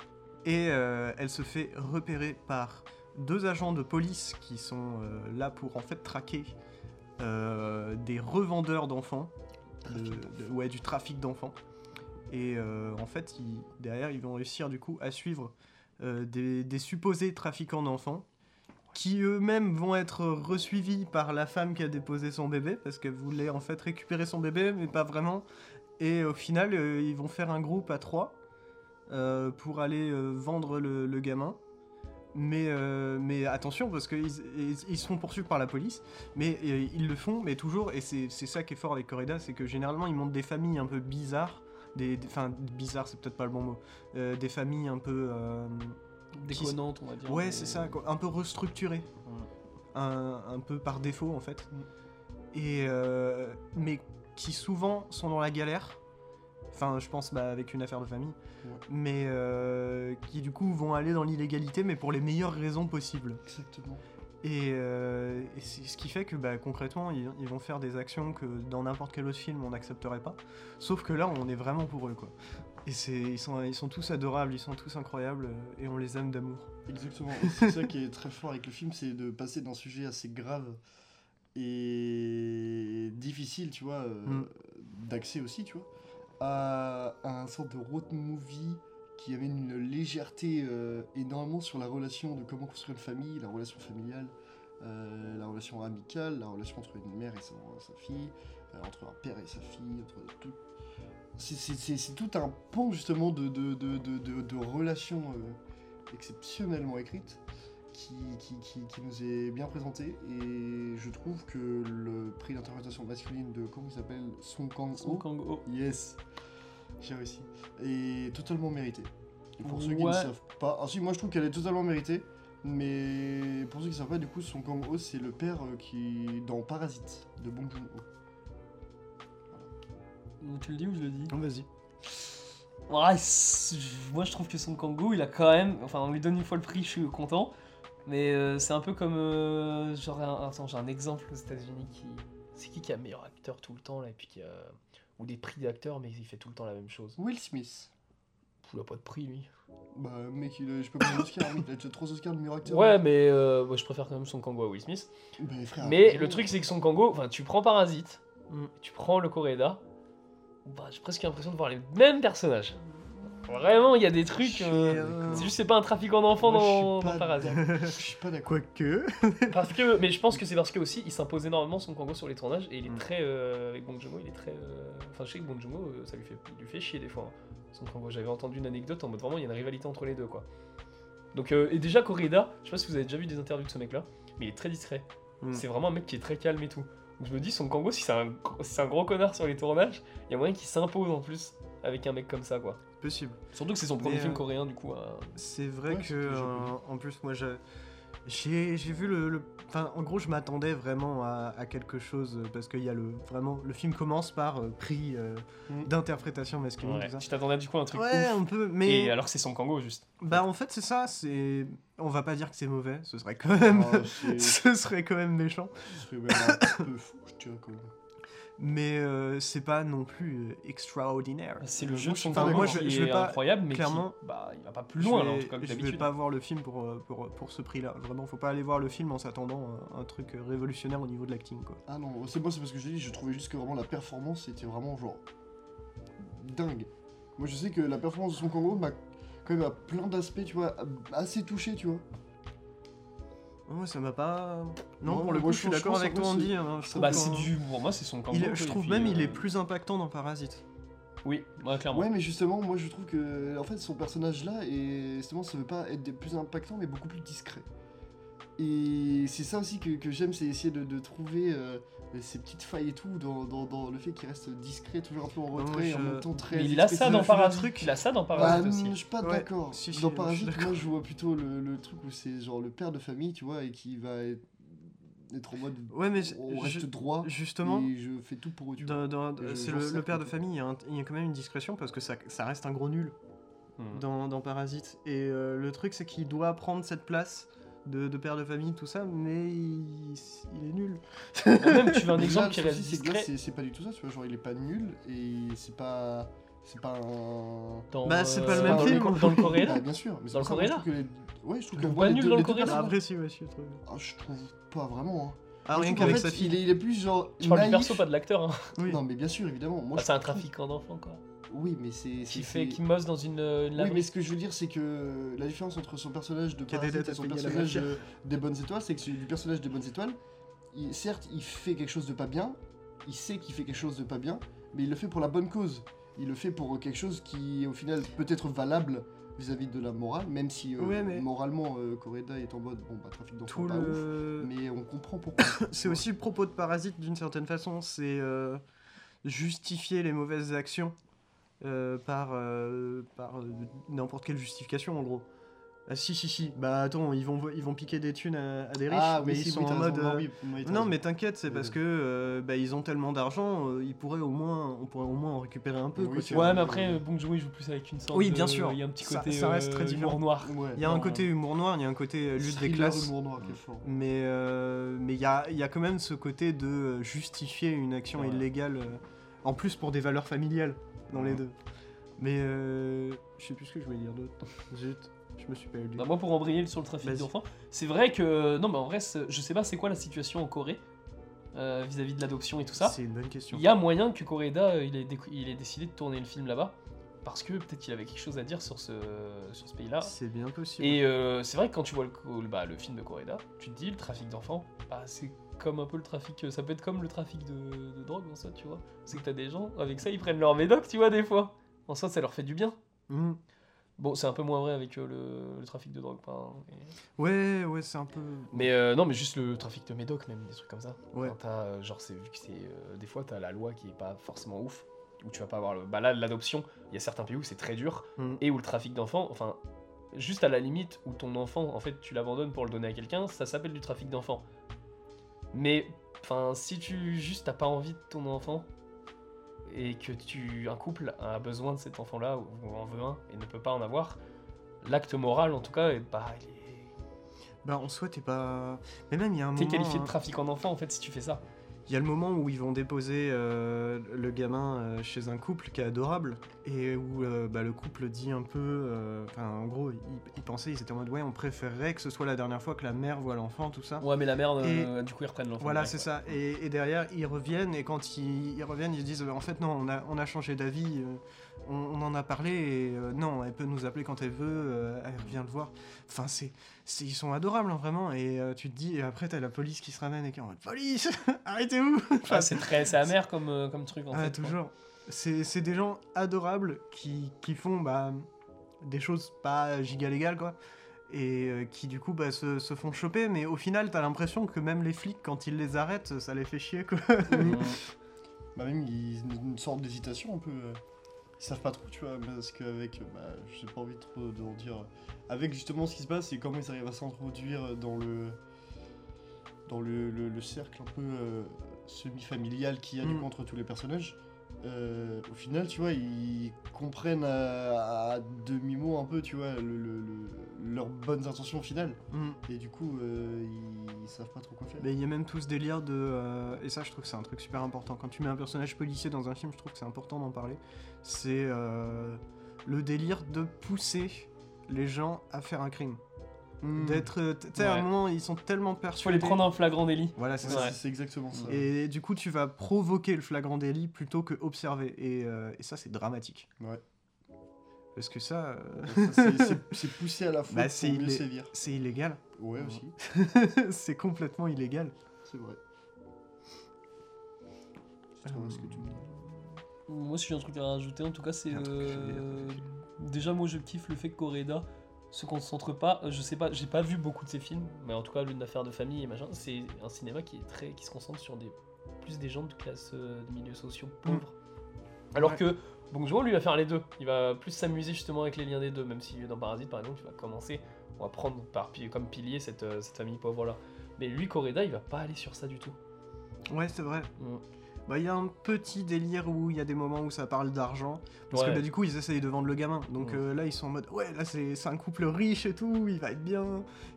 Speaker 1: Et euh, elle se fait repérer par deux agents de police qui sont euh, là pour en fait traquer euh, des revendeurs d'enfants, de- de- ouais, du trafic d'enfants. Et euh, en fait, ils- derrière, ils vont réussir du coup à suivre euh, des, des supposés trafiquants d'enfants qui eux-mêmes vont être resuivis par la femme qui a déposé son bébé, parce qu'elle voulait en fait récupérer son bébé, mais pas vraiment. Et au final, euh, ils vont faire un groupe à trois euh, pour aller euh, vendre le, le gamin. Mais, euh, mais attention, parce qu'ils ils, ils sont poursuivis par la police, mais euh, ils le font, mais toujours, et c'est c'est ça qui est fort avec Corrida, c'est que généralement ils montent des familles un peu bizarres, des, des- enfin bizarres c'est peut-être pas le bon mot, euh, des familles un peu... euh,
Speaker 3: Déconnante, on va dire.
Speaker 1: Ouais,
Speaker 3: mais-
Speaker 1: c'est ça, quoi. un peu restructuré. Un, un peu par défaut, en fait. Et, euh, mais qui souvent sont dans la galère. Enfin, je pense bah, avec une affaire de famille.
Speaker 2: Ouais.
Speaker 1: Mais euh, qui, du coup, vont aller dans l'illégalité, mais pour les meilleures raisons possibles.
Speaker 2: Exactement.
Speaker 1: Et, euh, et c'est ce qui fait que bah, concrètement, ils, ils vont faire des actions que dans n'importe quel autre film on n'accepterait pas. Sauf que là, on est vraiment pour eux, quoi. Et c'est, ils, sont, ils sont tous adorables, ils sont tous incroyables, euh, et on les aime d'amour.
Speaker 2: Exactement. Et C'est ça qui est très fort avec le film, c'est de passer d'un sujet assez grave et difficile, tu vois, euh,
Speaker 1: Mm.
Speaker 2: d'accès aussi, tu vois, à, à un sorte de road movie qui amène une légèreté euh, énormément sur la relation de comment construire une famille, la relation familiale, euh, la relation amicale, la relation entre une mère et son- sa fille, euh, entre un père et sa fille, entre tout. C'est- C'est c'est- c'est tout un pan justement de, de, de- de- de- de relations euh, exceptionnellement écrites qui, qui, qui- qui nous est bien présenté et je trouve que le prix d'interprétation masculine de comment il s'appelle Song Kang
Speaker 3: Son Kang-ho.
Speaker 2: Yes, j'ai réussi. Et totalement méritée. Et pour ceux qui ne
Speaker 3: Ouais.
Speaker 2: savent pas, ensuite moi je trouve qu'elle est totalement méritée, mais pour ceux qui ne savent pas, du coup Son Kang-ho c'est le père euh, qui dans Parasite de Bong Joon-ho.
Speaker 3: Tu le dis ou je le dis
Speaker 1: Vas-y.
Speaker 3: Ouais, c'est- moi je trouve que Son Kang-ho, il a quand même. Enfin, on lui donne une fois le prix, je suis content. Mais euh, c'est un peu comme. euh, genre, un- attends, j'ai un exemple aux États-Unis qui. C'est qui qui a meilleur acteur tout le temps là et puis qui a. Ou des prix d'acteur, mais il fait tout le temps la même chose.
Speaker 2: Will Smith.
Speaker 3: Pouf, Il a pas de prix lui.
Speaker 2: Bah mec, il a- je peux pas dire Oscar, mec, il a déjà 3 Oscars de meilleur acteur.
Speaker 3: Ouais, mais euh, moi, je préfère quand même Son Kang-ho à Will Smith.
Speaker 2: Bah, frère,
Speaker 3: Mais
Speaker 2: vraiment.
Speaker 3: le truc, c'est que Son Kang-ho, enfin, tu prends Parasite,
Speaker 1: Mm.
Speaker 3: tu prends le Coréda, bah, j'ai presque l'impression de voir les mêmes personnages. Vraiment, il y a des trucs.
Speaker 2: Je suis,
Speaker 3: euh,
Speaker 2: euh,
Speaker 3: C'est juste, c'est pas un trafiquant d'enfants
Speaker 2: moi, je suis
Speaker 3: dans,
Speaker 2: pas
Speaker 3: dans Parasite.
Speaker 2: d'accord. Je suis pas d'accord.
Speaker 1: Quoique.
Speaker 3: Parce que, mais je pense que c'est parce que aussi, il s'impose énormément son Kang-ho sur les tournages et il est
Speaker 1: Mm.
Speaker 3: très euh, avec Bong Joon-ho, il est très. euh, Enfin, je sais que Bong Joon-ho, euh, ça lui fait, il lui fait chier des fois. hein, son Kang-ho, j'avais entendu une anecdote en mode vraiment, il y a une rivalité entre les deux quoi. Donc euh, et déjà Corrida, je sais pas si vous avez déjà vu des interviews de ce mec-là, mais il est très discret.
Speaker 1: Mm.
Speaker 3: C'est vraiment un mec qui est très calme et tout. Donc je me dis, son Kang-ho, si c'est un, gros- si c'est un gros connard sur les tournages, il y a moyen qu'il s'impose en plus avec un mec comme ça quoi.
Speaker 1: Possible.
Speaker 3: Surtout que c'est son premier
Speaker 1: Mais,
Speaker 3: film
Speaker 1: euh,
Speaker 3: coréen du coup. hein.
Speaker 1: C'est vrai
Speaker 2: Ouais,
Speaker 1: que,
Speaker 2: c'est ce que j'ai
Speaker 1: euh,
Speaker 2: vu.
Speaker 1: en plus, moi, je- j'ai j'ai vu le, le- Enfin, en gros, je m'attendais vraiment à, à quelque chose, euh, parce qu'il y a le... Vraiment, le film commence par euh, prix euh,
Speaker 2: Mm.
Speaker 1: d'interprétation masculine,
Speaker 3: Ouais.
Speaker 1: tout
Speaker 3: Je t'attendais du coup à un
Speaker 1: ça.
Speaker 3: truc
Speaker 1: Ouais,
Speaker 3: ouf.
Speaker 1: un peu, mais...
Speaker 3: Et alors que c'est son Kang-ho juste.
Speaker 1: Bah, en fait, c'est ça, c'est... On va pas dire que c'est mauvais, ce serait quand même...
Speaker 2: Ah, c'est-
Speaker 1: ce
Speaker 2: ce
Speaker 1: serait quand même méchant.
Speaker 2: serait même un peu fou, je dirais quand même.
Speaker 1: Mais euh, c'est pas non plus euh, extraordinaire.
Speaker 3: C'est le
Speaker 2: Moi,
Speaker 3: jeu de
Speaker 2: je-
Speaker 3: son
Speaker 1: enfin,
Speaker 3: Kang-ho
Speaker 1: moi,
Speaker 3: qui
Speaker 1: je- je vais
Speaker 3: est
Speaker 1: pas-
Speaker 3: incroyable, mais clairement,
Speaker 1: clairement,
Speaker 3: bah, il va pas plus loin,
Speaker 1: je
Speaker 3: là, en
Speaker 1: vais-
Speaker 3: tout cas, que
Speaker 1: je vais
Speaker 3: d'habitude.
Speaker 1: pas voir le film pour, euh, pour, pour ce prix-là. Vraiment, faut pas aller voir le film en s'attendant à un truc euh, révolutionnaire au niveau de l'acting, quoi.
Speaker 2: Ah non, c'est moi, c'est parce que j'ai dit, je trouvais juste que vraiment la performance était vraiment genre dingue. Moi, je sais que la performance de son Kango m'a quand même à plein d'aspects, tu vois, assez touché, tu vois.
Speaker 1: Moi, ça m'a pas. Non,
Speaker 2: Non,
Speaker 1: pour le
Speaker 2: moi,
Speaker 1: coup,
Speaker 2: je
Speaker 1: je suis
Speaker 2: pense-
Speaker 1: d'accord
Speaker 2: je pense
Speaker 1: avec
Speaker 2: en
Speaker 1: toi,
Speaker 2: vrai,
Speaker 1: Andy. hein, je trouve
Speaker 3: Bah,
Speaker 1: que-
Speaker 3: c'est du. Pour moi, c'est son Kang-ho.
Speaker 1: Il est-
Speaker 3: et
Speaker 1: je trouve
Speaker 3: puis,
Speaker 1: même il
Speaker 3: euh,
Speaker 1: est plus impactant dans Parasite.
Speaker 3: Oui, ouais, clairement.
Speaker 2: Ouais, mais justement, moi, je trouve que en fait, son personnage là, et justement, ça veut pas être des plus impactant, mais beaucoup plus discret. Et c'est ça aussi que, que j'aime, c'est essayer de, de trouver euh, ces petites failles et tout dans, dans- dans le fait qu'il reste discret, toujours un peu en
Speaker 1: moi,
Speaker 2: retrait, et en
Speaker 1: je-
Speaker 2: même temps très.
Speaker 3: Mais il a
Speaker 2: expressif.
Speaker 3: ça dans
Speaker 1: le
Speaker 3: Parasite.
Speaker 1: truc.
Speaker 3: Il a ça dans
Speaker 2: Bah,
Speaker 3: Parasite
Speaker 2: non, je
Speaker 3: aussi.
Speaker 2: suis pas
Speaker 1: Ouais,
Speaker 2: d'accord.
Speaker 1: si, si, je
Speaker 2: dans
Speaker 1: suis
Speaker 2: Parasite,
Speaker 1: d'accord.
Speaker 2: moi je vois plutôt le, le truc où c'est genre le père de famille, tu vois, et qui va être, être en mode
Speaker 1: Ouais, mais je-
Speaker 2: on reste
Speaker 1: ju-
Speaker 2: droit
Speaker 1: justement,
Speaker 2: et je fais tout pour eux, tu vois.
Speaker 1: dans- dans-
Speaker 2: je-
Speaker 1: c'est
Speaker 2: j'en
Speaker 1: le,
Speaker 2: sais
Speaker 1: le père de
Speaker 2: rien.
Speaker 1: famille, il y, a un- il y a quand même une discrétion parce que ça, ça reste un gros nul
Speaker 2: Mm.
Speaker 3: Hmm.
Speaker 1: dans, dans Parasite. Et euh, le truc, c'est qu'il doit prendre cette place de, de père de famille, tout ça, mais il, il est nul.
Speaker 3: Même, tu veux un
Speaker 2: Déjà,
Speaker 3: exemple
Speaker 2: le
Speaker 3: qui reste
Speaker 2: souci, c'est que là,
Speaker 3: discret
Speaker 2: c'est- C'est pas du tout ça, tu vois, genre il est pas nul et c'est pas. C'est pas un.
Speaker 3: dans,
Speaker 1: Bah, c'est pas
Speaker 3: euh,
Speaker 1: le même
Speaker 3: dans
Speaker 1: film.
Speaker 3: co- Dans le coréen.
Speaker 2: Bah, bien sûr, mais c'est
Speaker 3: Dans
Speaker 2: pour ça,
Speaker 3: le
Speaker 2: moi, je
Speaker 3: Corée,
Speaker 2: trouve que les... Ouais, je trouve
Speaker 3: On
Speaker 2: que
Speaker 3: voit
Speaker 2: les
Speaker 3: nul
Speaker 2: deux-
Speaker 3: dans le
Speaker 2: les deux
Speaker 3: Corée, là.
Speaker 2: personnages-
Speaker 1: Après, si, ouais, si, je trouve.
Speaker 2: Ah, je trouve pas vraiment. hein.
Speaker 1: Ah,
Speaker 2: Je
Speaker 1: rien
Speaker 2: trouve
Speaker 1: qu'avec
Speaker 2: qu'en fait,
Speaker 1: sa fille.
Speaker 2: Il est, il est plus genre.
Speaker 3: Je parle du
Speaker 2: naïf.
Speaker 3: perso, pas de l'acteur. hein.
Speaker 1: Oui.
Speaker 2: Non, mais bien sûr, évidemment. Moi,
Speaker 3: Ah,
Speaker 2: je
Speaker 3: C'est un trafiquant d'enfants, quoi.
Speaker 2: Oui, mais c'est.
Speaker 3: qui
Speaker 2: c'est-
Speaker 3: fait
Speaker 2: c'est-
Speaker 3: qui bosse dans une, euh, une
Speaker 2: Oui,
Speaker 3: laverie.
Speaker 2: mais ce que je veux dire, c'est que la différence entre son personnage de
Speaker 1: Cadet
Speaker 2: Parasite
Speaker 1: d'être
Speaker 2: et son
Speaker 1: peignée à la
Speaker 2: personnage
Speaker 1: matière.
Speaker 2: euh, des Bonnes Étoiles, c'est que celui du personnage des Bonnes Étoiles, il- certes, il fait quelque chose de pas bien, il sait qu'il fait quelque chose de pas bien, mais il le fait pour la bonne cause. Il le fait pour quelque chose qui, au final, peut être valable vis-à-vis de la morale, même si euh,
Speaker 1: Ouais, mais-
Speaker 2: moralement, euh, Correda est en mode bon, bah, trafic d'enfants,
Speaker 1: Tout
Speaker 2: pas ouf.
Speaker 1: le.
Speaker 2: Mais on comprend pourquoi.
Speaker 1: C'est aussi le propos de Parasite d'une certaine façon, c'est euh, justifier les mauvaises actions euh, par, euh, par euh, n'importe quelle justification en gros. Ah si si si, bah attends, ils vont, ils vont piquer des thunes à, à des riches,
Speaker 2: Ah,
Speaker 1: mais
Speaker 2: oui,
Speaker 1: ils
Speaker 2: si,
Speaker 1: sont
Speaker 2: oui,
Speaker 1: en
Speaker 2: t'as raison.
Speaker 1: mode...
Speaker 2: Non,
Speaker 1: euh,
Speaker 2: oui, oui, t'as
Speaker 1: non
Speaker 2: raison.
Speaker 1: mais t'inquiète, c'est parce que euh, bah, ils ont tellement d'argent, euh, ils pourraient au moins, on pourrait au moins en récupérer un peu.
Speaker 2: Oui,
Speaker 1: quoi,
Speaker 2: c'est
Speaker 1: tu vois.
Speaker 3: Ouais, mais après, euh, Bong Joon il joue plus avec une sorte
Speaker 1: Oui,
Speaker 3: de-
Speaker 1: bien sûr.
Speaker 3: Il y a un petit
Speaker 1: Ça-
Speaker 3: côté
Speaker 1: ça reste
Speaker 3: euh,
Speaker 1: très différent.
Speaker 3: humour noir.
Speaker 2: Ouais.
Speaker 1: Il y a un
Speaker 3: Non,
Speaker 1: côté humour noir, il y a un côté euh, lutte des
Speaker 2: Thriller,
Speaker 1: classes.
Speaker 2: humour noir qui est fort.
Speaker 1: Mais euh, mais il y a, il y a quand même ce côté de euh, justifier une action
Speaker 3: Ouais.
Speaker 1: illégale, euh, en plus pour des valeurs familiales dans les deux. Mais euh, je sais plus ce que je voulais dire d'autre. Zut, je me suis pas élu.
Speaker 3: Bah, moi, pour embrayer sur le trafic
Speaker 1: Vas-y.
Speaker 3: d'enfants, c'est vrai que. Non, mais en vrai, c'est- je sais pas c'est quoi la situation en Corée euh, vis-à-vis de l'adoption et tout ça.
Speaker 1: C'est une bonne question.
Speaker 3: Il y a moyen que Correda euh, il ait, déc- il ait décidé de tourner le film là-bas parce que peut-être qu'il avait quelque chose à dire sur ce, sur ce pays-là.
Speaker 1: C'est bien possible.
Speaker 3: Et euh, c'est vrai que quand tu vois le, co- bah, le film de Correda, tu te dis le trafic d'enfants, bah, c'est comme un peu le trafic. euh, Ça peut être comme le trafic de, de drogue en soi, tu vois. C'est que t'as des gens, avec ça, ils prennent leur médoc, tu vois, des fois. En soi, ça leur fait du bien.
Speaker 1: Mm.
Speaker 3: Bon, c'est un peu moins vrai avec euh, le, le trafic de drogue. enfin, mais-
Speaker 1: Ouais, ouais, c'est un peu.
Speaker 3: Mais euh, non, mais juste le trafic de médoc, même des trucs comme ça.
Speaker 1: Ouais.
Speaker 3: Quand t'as, euh, genre, c'est vu que c'est. euh, des fois, t'as la loi qui est pas forcément ouf, où tu vas pas avoir. Le... Bah là, l'adoption, il y a certains pays où c'est très dur,
Speaker 1: Mm.
Speaker 3: et où le trafic d'enfants, enfin, juste à la limite où ton enfant, en fait, tu l'abandonnes pour le donner à quelqu'un, ça s'appelle du trafic d'enfants. Mais, enfin, si tu. Juste, t'as pas envie de ton enfant, et que tu. Un couple a besoin de cet enfant-là, ou ou en veut un, et ne peut pas en avoir, l'acte moral, en tout cas, est, bah, il est.
Speaker 1: Bah en soi t'es pas. Mais même il y a un
Speaker 3: T'es
Speaker 1: moment.
Speaker 3: qualifié de
Speaker 1: hein,
Speaker 3: trafic en enfant en fait si tu fais ça.
Speaker 1: Il y a le moment où ils vont déposer euh, le gamin euh, chez un couple qui est adorable et où euh, bah, le couple dit un peu. euh, Enfin, en gros, ils, ils pensaient, ils étaient en mode ouais, on préférerait que ce soit la dernière fois que la mère voit l'enfant, tout ça.
Speaker 3: Ouais, mais la merde,
Speaker 1: Ah. Et-
Speaker 3: euh, du coup ils reprennent l'enfant.
Speaker 1: Voilà,
Speaker 3: direct,
Speaker 1: c'est
Speaker 3: ouais.
Speaker 1: ça. Et, et derrière, ils reviennent, et quand ils, ils reviennent, ils se disent En fait, non, on a, on a changé d'avis, euh, on, on en a parlé, et euh, non, elle peut nous appeler quand elle veut, euh, elle revient le voir. Enfin, c'est, c'est- ils sont adorables, hein, vraiment. Et euh, tu te dis, et après, t'as la police qui se ramène et qui est en mode Police Arrêtez-vous
Speaker 3: Ah, c'est très c'est amer comme, euh, comme truc en
Speaker 1: Ah,
Speaker 3: fait. quoi.
Speaker 1: toujours. C'est, c'est des gens adorables qui, qui font bah, des choses pas giga légales, quoi. Et euh, qui, du coup, bah, se, se font choper. Mais au final, t'as l'impression que même les flics, quand ils les arrêtent, ça les fait chier, quoi.
Speaker 3: Mm.
Speaker 2: Bah même ils ont une sorte d'hésitation un peu. euh, Ils savent pas trop, tu vois, parce qu'avec, euh, bah, j'ai pas envie de trop de en dire. euh, Avec justement ce qui se passe et comment ils arrivent à s'introduire dans le dans le, le- le cercle un peu euh, semi-familial qu'il y a du
Speaker 1: Mm.
Speaker 2: coup entre tous les personnages. euh, au final, tu vois, ils comprennent à, à demi-mot un peu, tu vois, le- le- le- leurs bonnes intentions finales.
Speaker 1: Mm.
Speaker 2: Et du coup, euh, ils, ils savent pas trop quoi faire.
Speaker 1: Mais il y a même tout ce délire de. euh, et ça, je trouve que c'est un truc super important. Quand tu mets un personnage policier dans un film, je trouve que c'est important d'en parler. C'est euh, le délire de pousser les gens à faire un crime.
Speaker 2: Mm.
Speaker 1: D'être. euh, Tu sais, à un
Speaker 3: Ouais.
Speaker 1: moment, ils sont tellement
Speaker 3: Faut
Speaker 1: persuadés.
Speaker 3: les prendre en flagrant délit.
Speaker 1: Voilà, c'est
Speaker 2: Ouais,
Speaker 1: ça.
Speaker 2: c'est- C'est exactement ça.
Speaker 1: Et du coup, tu vas provoquer le flagrant délit plutôt que observer. Et, euh, et ça, c'est dramatique.
Speaker 2: Ouais.
Speaker 1: Parce que ça, euh,
Speaker 2: Ça, c'est- c'est- C'est poussé à la faute
Speaker 1: Bah, c'est
Speaker 2: pour mieux
Speaker 1: illé-
Speaker 2: sévir.
Speaker 1: c'est illégal.
Speaker 2: Ouais,
Speaker 1: Ouais.
Speaker 2: aussi,
Speaker 1: c'est complètement illégal.
Speaker 2: c'est vrai.
Speaker 1: Euh,
Speaker 2: Je sais pas ce que tu me dis.
Speaker 3: Moi si j'ai un truc à rajouter en tout cas c'est...
Speaker 1: Il y a un truc que je voulais dire,
Speaker 3: euh,
Speaker 1: ok.
Speaker 3: Déjà moi je kiffe le fait que Correda se concentre pas, euh, je sais pas, j'ai pas vu beaucoup de ses films, mais en tout cas l'une affaire de famille et machin, c'est un cinéma qui est très qui se concentre sur des plus des gens de classe euh, de milieux sociaux pauvres. Alors
Speaker 1: Mm. Ouais.
Speaker 3: que Bong Joon lui va faire les deux, il va plus s'amuser justement avec les liens des deux, même si dans Parasite par exemple il va commencer, on va prendre par, pi- comme pilier cette, euh, cette famille pauvre là. Mais lui Correda il va pas aller sur ça du tout.
Speaker 1: Ouais, c'est vrai.
Speaker 3: Mm.
Speaker 1: Bah, il y a un petit délire où il y a des moments où ça parle d'argent. Parce
Speaker 3: Ouais.
Speaker 1: que bah, du coup, ils essayent de vendre le gamin. Donc
Speaker 3: Ouais.
Speaker 1: euh, là, ils sont en mode Ouais, là, c'est c'est un couple riche et tout, il va être bien.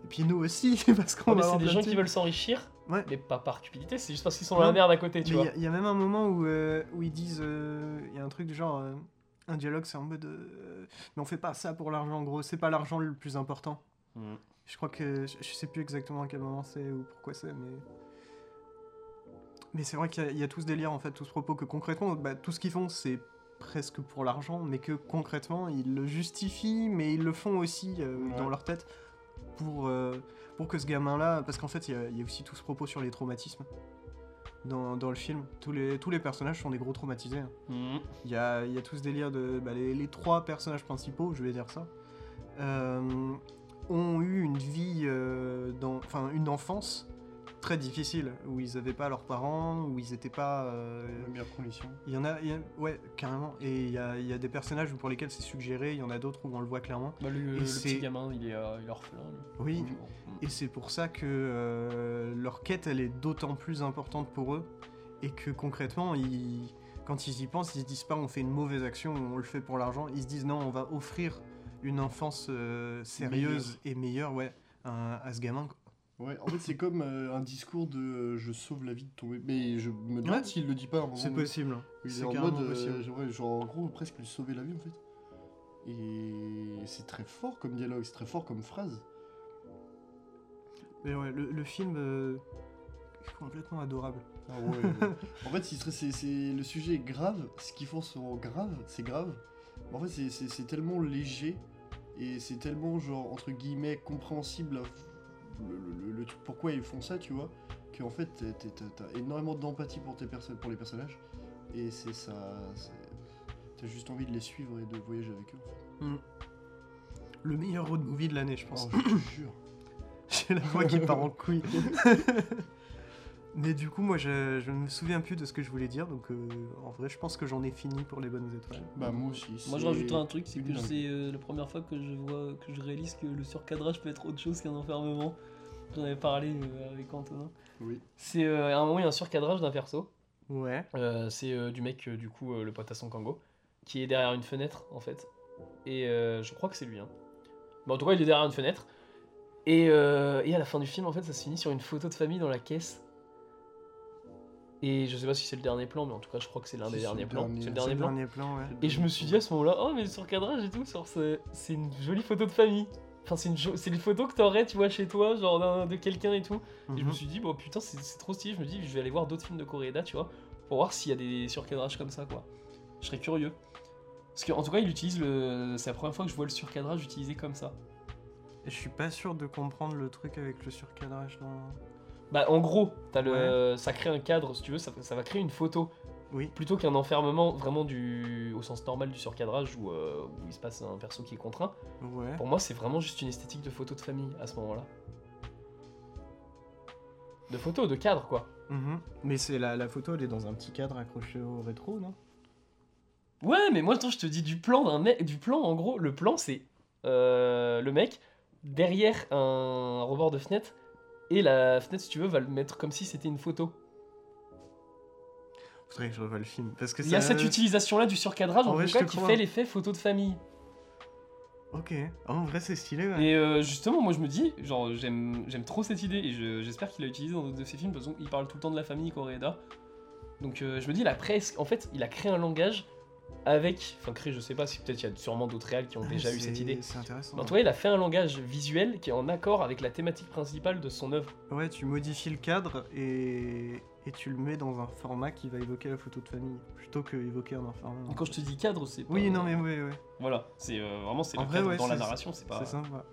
Speaker 1: Et puis nous aussi, parce qu'on
Speaker 3: Ouais, mais
Speaker 1: va
Speaker 3: c'est
Speaker 1: avoir
Speaker 3: des
Speaker 1: plein de
Speaker 3: gens
Speaker 1: thunes.
Speaker 3: qui veulent s'enrichir,
Speaker 1: Ouais.
Speaker 3: mais pas par cupidité, c'est juste parce qu'ils sont dans la
Speaker 1: Non.
Speaker 3: merde à côté, tu
Speaker 1: Mais
Speaker 3: vois.
Speaker 1: il y, a même un moment où, euh, où ils disent. euh, Il y a un truc du genre. euh, un dialogue, c'est en mode. euh, mais on fait pas ça pour l'argent, en gros. C'est pas l'argent le plus important.
Speaker 3: Mm.
Speaker 1: Je crois que. Je, je sais plus exactement à quel moment c'est ou pourquoi c'est, mais. Mais c'est vrai qu'il y, a- il y a tout ce délire, en fait, tout ce propos que concrètement, bah, tout ce qu'ils font, c'est presque pour l'argent, mais que concrètement ils le justifient, mais ils le font aussi euh,
Speaker 2: Ouais.
Speaker 1: dans leur tête pour, euh, pour que ce gamin-là, parce qu'en fait il y a- il y, a aussi tout ce propos sur les traumatismes dans, dans le film. Tous les, tous les personnages sont des gros traumatisés. hein.
Speaker 3: Mmh.
Speaker 1: Il y a, il y a tout ce délire de. bah, les, les trois personnages principaux, je vais dire ça, euh, ont eu une vie. euh, dans- Enfin, une enfance très difficile, où ils n'avaient pas leurs parents, où ils n'étaient pas. euh,
Speaker 2: La meilleure condition.
Speaker 1: Il y en a. il y a- ouais, carrément. Et il y a, il y a des personnages pour lesquels c'est suggéré, il y en a d'autres où on le voit clairement.
Speaker 3: Bah, le,
Speaker 1: Et
Speaker 3: le
Speaker 1: c'est-
Speaker 3: petit gamin, il est, euh, il est orphelin. lui.
Speaker 1: Oui.
Speaker 3: Bon.
Speaker 1: Et c'est pour ça que euh, leur quête, elle est d'autant plus importante pour eux. Et que concrètement, ils- quand ils y pensent, ils se disent pas on fait une mauvaise action, on le fait pour l'argent. Ils se disent non, on va offrir une enfance euh, sérieuse et meilleure ouais, à, à ce gamin. quoi.
Speaker 2: Ouais, en fait, c'est comme euh, un discours de euh, je sauve la vie de tomber. Mais je me demande
Speaker 1: Ouais.
Speaker 2: s'il le dit pas à un moment.
Speaker 1: C'est
Speaker 2: donné.
Speaker 1: possible. hein.
Speaker 2: Il est
Speaker 1: C'est
Speaker 2: en
Speaker 1: carrément
Speaker 2: mode, euh,
Speaker 1: possible.
Speaker 2: ouais, genre en gros presque lui sauver la vie en fait. Et c'est très fort comme dialogue, c'est très fort comme phrase.
Speaker 1: Mais ouais, le, le film euh, est complètement adorable.
Speaker 2: Ah ouais, ouais. en fait, c'est, très- c'est- c'est- le sujet est grave, ce qu'ils font sont grave, c'est grave. En fait, c'est, c'est- c'est tellement léger et c'est tellement genre entre guillemets compréhensible à- le, le- le- le truc- pourquoi ils font ça, tu vois, qu'en fait t'es- t'es- t'as, t'as énormément d'empathie pour tes personnes, pour les personnages et c'est ça, c'est- t'as juste envie de les suivre et de voyager avec eux. en fait.
Speaker 1: Le meilleur road movie de l'année, je pense.
Speaker 2: Oh, je te jure.
Speaker 1: J'ai la voix qui part en couille. Mais du coup, moi, je, je ne me souviens plus de ce que je voulais dire, donc euh, en vrai, je pense que j'en ai fini pour les bonnes étoiles.
Speaker 2: Bah moi aussi.
Speaker 4: Moi je
Speaker 2: c'est-
Speaker 4: rajouterais un truc, c'est
Speaker 2: une
Speaker 4: que
Speaker 2: dinguerie.
Speaker 4: c'est euh, la première fois que je vois, que je réalise que le surcadrage peut être autre chose qu'un enfermement. J'en avais parlé euh, avec Antonin.
Speaker 2: Oui.
Speaker 3: C'est euh, à un moment, il y a un surcadrage d'un perso.
Speaker 1: Ouais.
Speaker 3: Euh, c'est euh, du mec, euh, du coup, euh, le pote à son kango, qui est derrière une fenêtre, en fait. Et euh, je crois que c'est lui. Hein. Bah, en tout cas, il est derrière une fenêtre. Et, euh, et à la fin du film, en fait, ça se finit sur une photo de famille dans la caisse. Et je sais pas si c'est le dernier plan, mais en tout cas, je crois que c'est l'un
Speaker 2: Si,
Speaker 3: des
Speaker 2: c'est le
Speaker 3: derniers plans.
Speaker 2: dernier,
Speaker 3: C'est
Speaker 1: C'est
Speaker 3: le dernier
Speaker 1: le
Speaker 3: plan.
Speaker 1: dernier plan, ouais.
Speaker 3: Et je me suis dit à ce moment-là, oh, mais le surcadrage et tout, genre, c'est c'est une jolie photo de famille. Enfin, c'est une, jo- c'est une photo que t'aurais, tu vois, chez toi, genre d'un- de quelqu'un et tout. Et je me
Speaker 1: Mhm.
Speaker 3: suis dit, bon putain, c'est c'est trop stylé. Je me dis, je vais aller voir d'autres films de Koreeda, tu vois, pour voir s'il y a des surcadrages comme ça, quoi. Je serais curieux. Parce qu'en tout cas, il utilise le. C'est la première fois que je vois le surcadrage utilisé comme ça.
Speaker 1: Et Je suis pas sûr de comprendre le truc avec le surcadrage dans.
Speaker 3: Bah, en gros, t'as le... ça crée un cadre, si tu veux, ça, ça va créer une photo.
Speaker 1: Oui.
Speaker 3: Plutôt qu'un enfermement vraiment du... au sens normal du surcadrage où, euh, où il se passe un perso qui est contraint.
Speaker 1: Ouais.
Speaker 3: Pour moi, c'est vraiment juste une esthétique de photo de famille à ce moment-là. De photo, de cadre, quoi.
Speaker 1: Mhm. Mais c'est la, la photo, elle est dans un petit cadre accroché au rétro, non
Speaker 3: Ouais, mais moi, attends, je te dis du plan d'un mec. Du plan, en gros, le plan, c'est euh, le mec derrière un rebord de fenêtre. Et la fenêtre, si tu veux, va le mettre comme si c'était une photo.
Speaker 1: Faudrait que je revoie le film. Parce que
Speaker 3: Il y a
Speaker 1: ça-
Speaker 3: cette utilisation-là du surcadrage,
Speaker 1: En
Speaker 3: en,
Speaker 1: vrai,
Speaker 3: tout
Speaker 1: je te
Speaker 3: cas, qui
Speaker 1: crois.
Speaker 3: fait l'effet photo de famille.
Speaker 1: Ok. Ah, en vrai, c'est stylé, ouais.
Speaker 3: Et euh, justement, moi, je me dis, genre, j'aime j'aime trop cette idée. Et je- j'espère qu'il l'a utilisée dans d'autres de ses films. De toute façon, il parle tout le temps de la famille Koreeda. Donc, euh, je me dis, la presse, en fait, il a créé un langage avec. Enfin, créé, je sais pas si peut-être il y a sûrement d'autres réals qui ont
Speaker 1: Ah,
Speaker 3: déjà eu cette
Speaker 1: c'est-
Speaker 3: idée.
Speaker 1: C'est intéressant.
Speaker 3: En tout cas, il a fait un langage visuel qui est en accord avec la thématique principale de son œuvre.
Speaker 1: Ouais, tu modifies le cadre et... et tu le mets dans un format qui va évoquer la photo de famille, plutôt que évoquer un enfermement.
Speaker 3: Et quand je te dis cadre, c'est pas-
Speaker 1: Oui, non, mais oui, oui.
Speaker 3: Voilà, c'est euh, vraiment c'est
Speaker 1: En
Speaker 3: le
Speaker 1: vrai,
Speaker 3: cadre
Speaker 1: ouais,
Speaker 3: dans la
Speaker 1: c'est-
Speaker 3: narration, c'est pas.
Speaker 1: C'est sympa.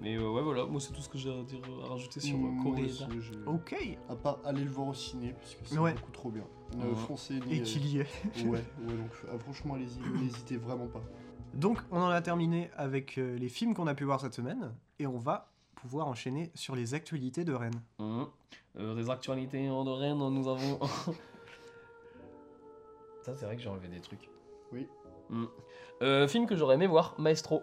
Speaker 3: Mais euh, ouais, voilà, moi c'est tout ce que j'ai à, dire, à rajouter sur
Speaker 2: Moi
Speaker 1: Mmh,
Speaker 3: euh, Koreeda.
Speaker 2: aussi, je-
Speaker 1: Ok.
Speaker 2: À part aller le voir au ciné, parce que c'est
Speaker 1: Ouais.
Speaker 2: beaucoup trop bien. Ne
Speaker 3: Ouais.
Speaker 2: foncez ni. euh,
Speaker 1: Et qu'il y est.
Speaker 2: Ouais, ouais, donc ah, franchement, allez-y, n'hésitez vraiment pas.
Speaker 1: Donc, on en a terminé avec euh, les films qu'on a pu voir cette semaine, et on va pouvoir enchaîner sur les actualités de Rennes.
Speaker 3: Hum. Euh, des actualités en de Rennes, nous avons. Ça, c'est vrai que j'ai enlevé des trucs.
Speaker 2: Oui.
Speaker 3: Hum. Euh, film que j'aurais aimé voir, Maestro.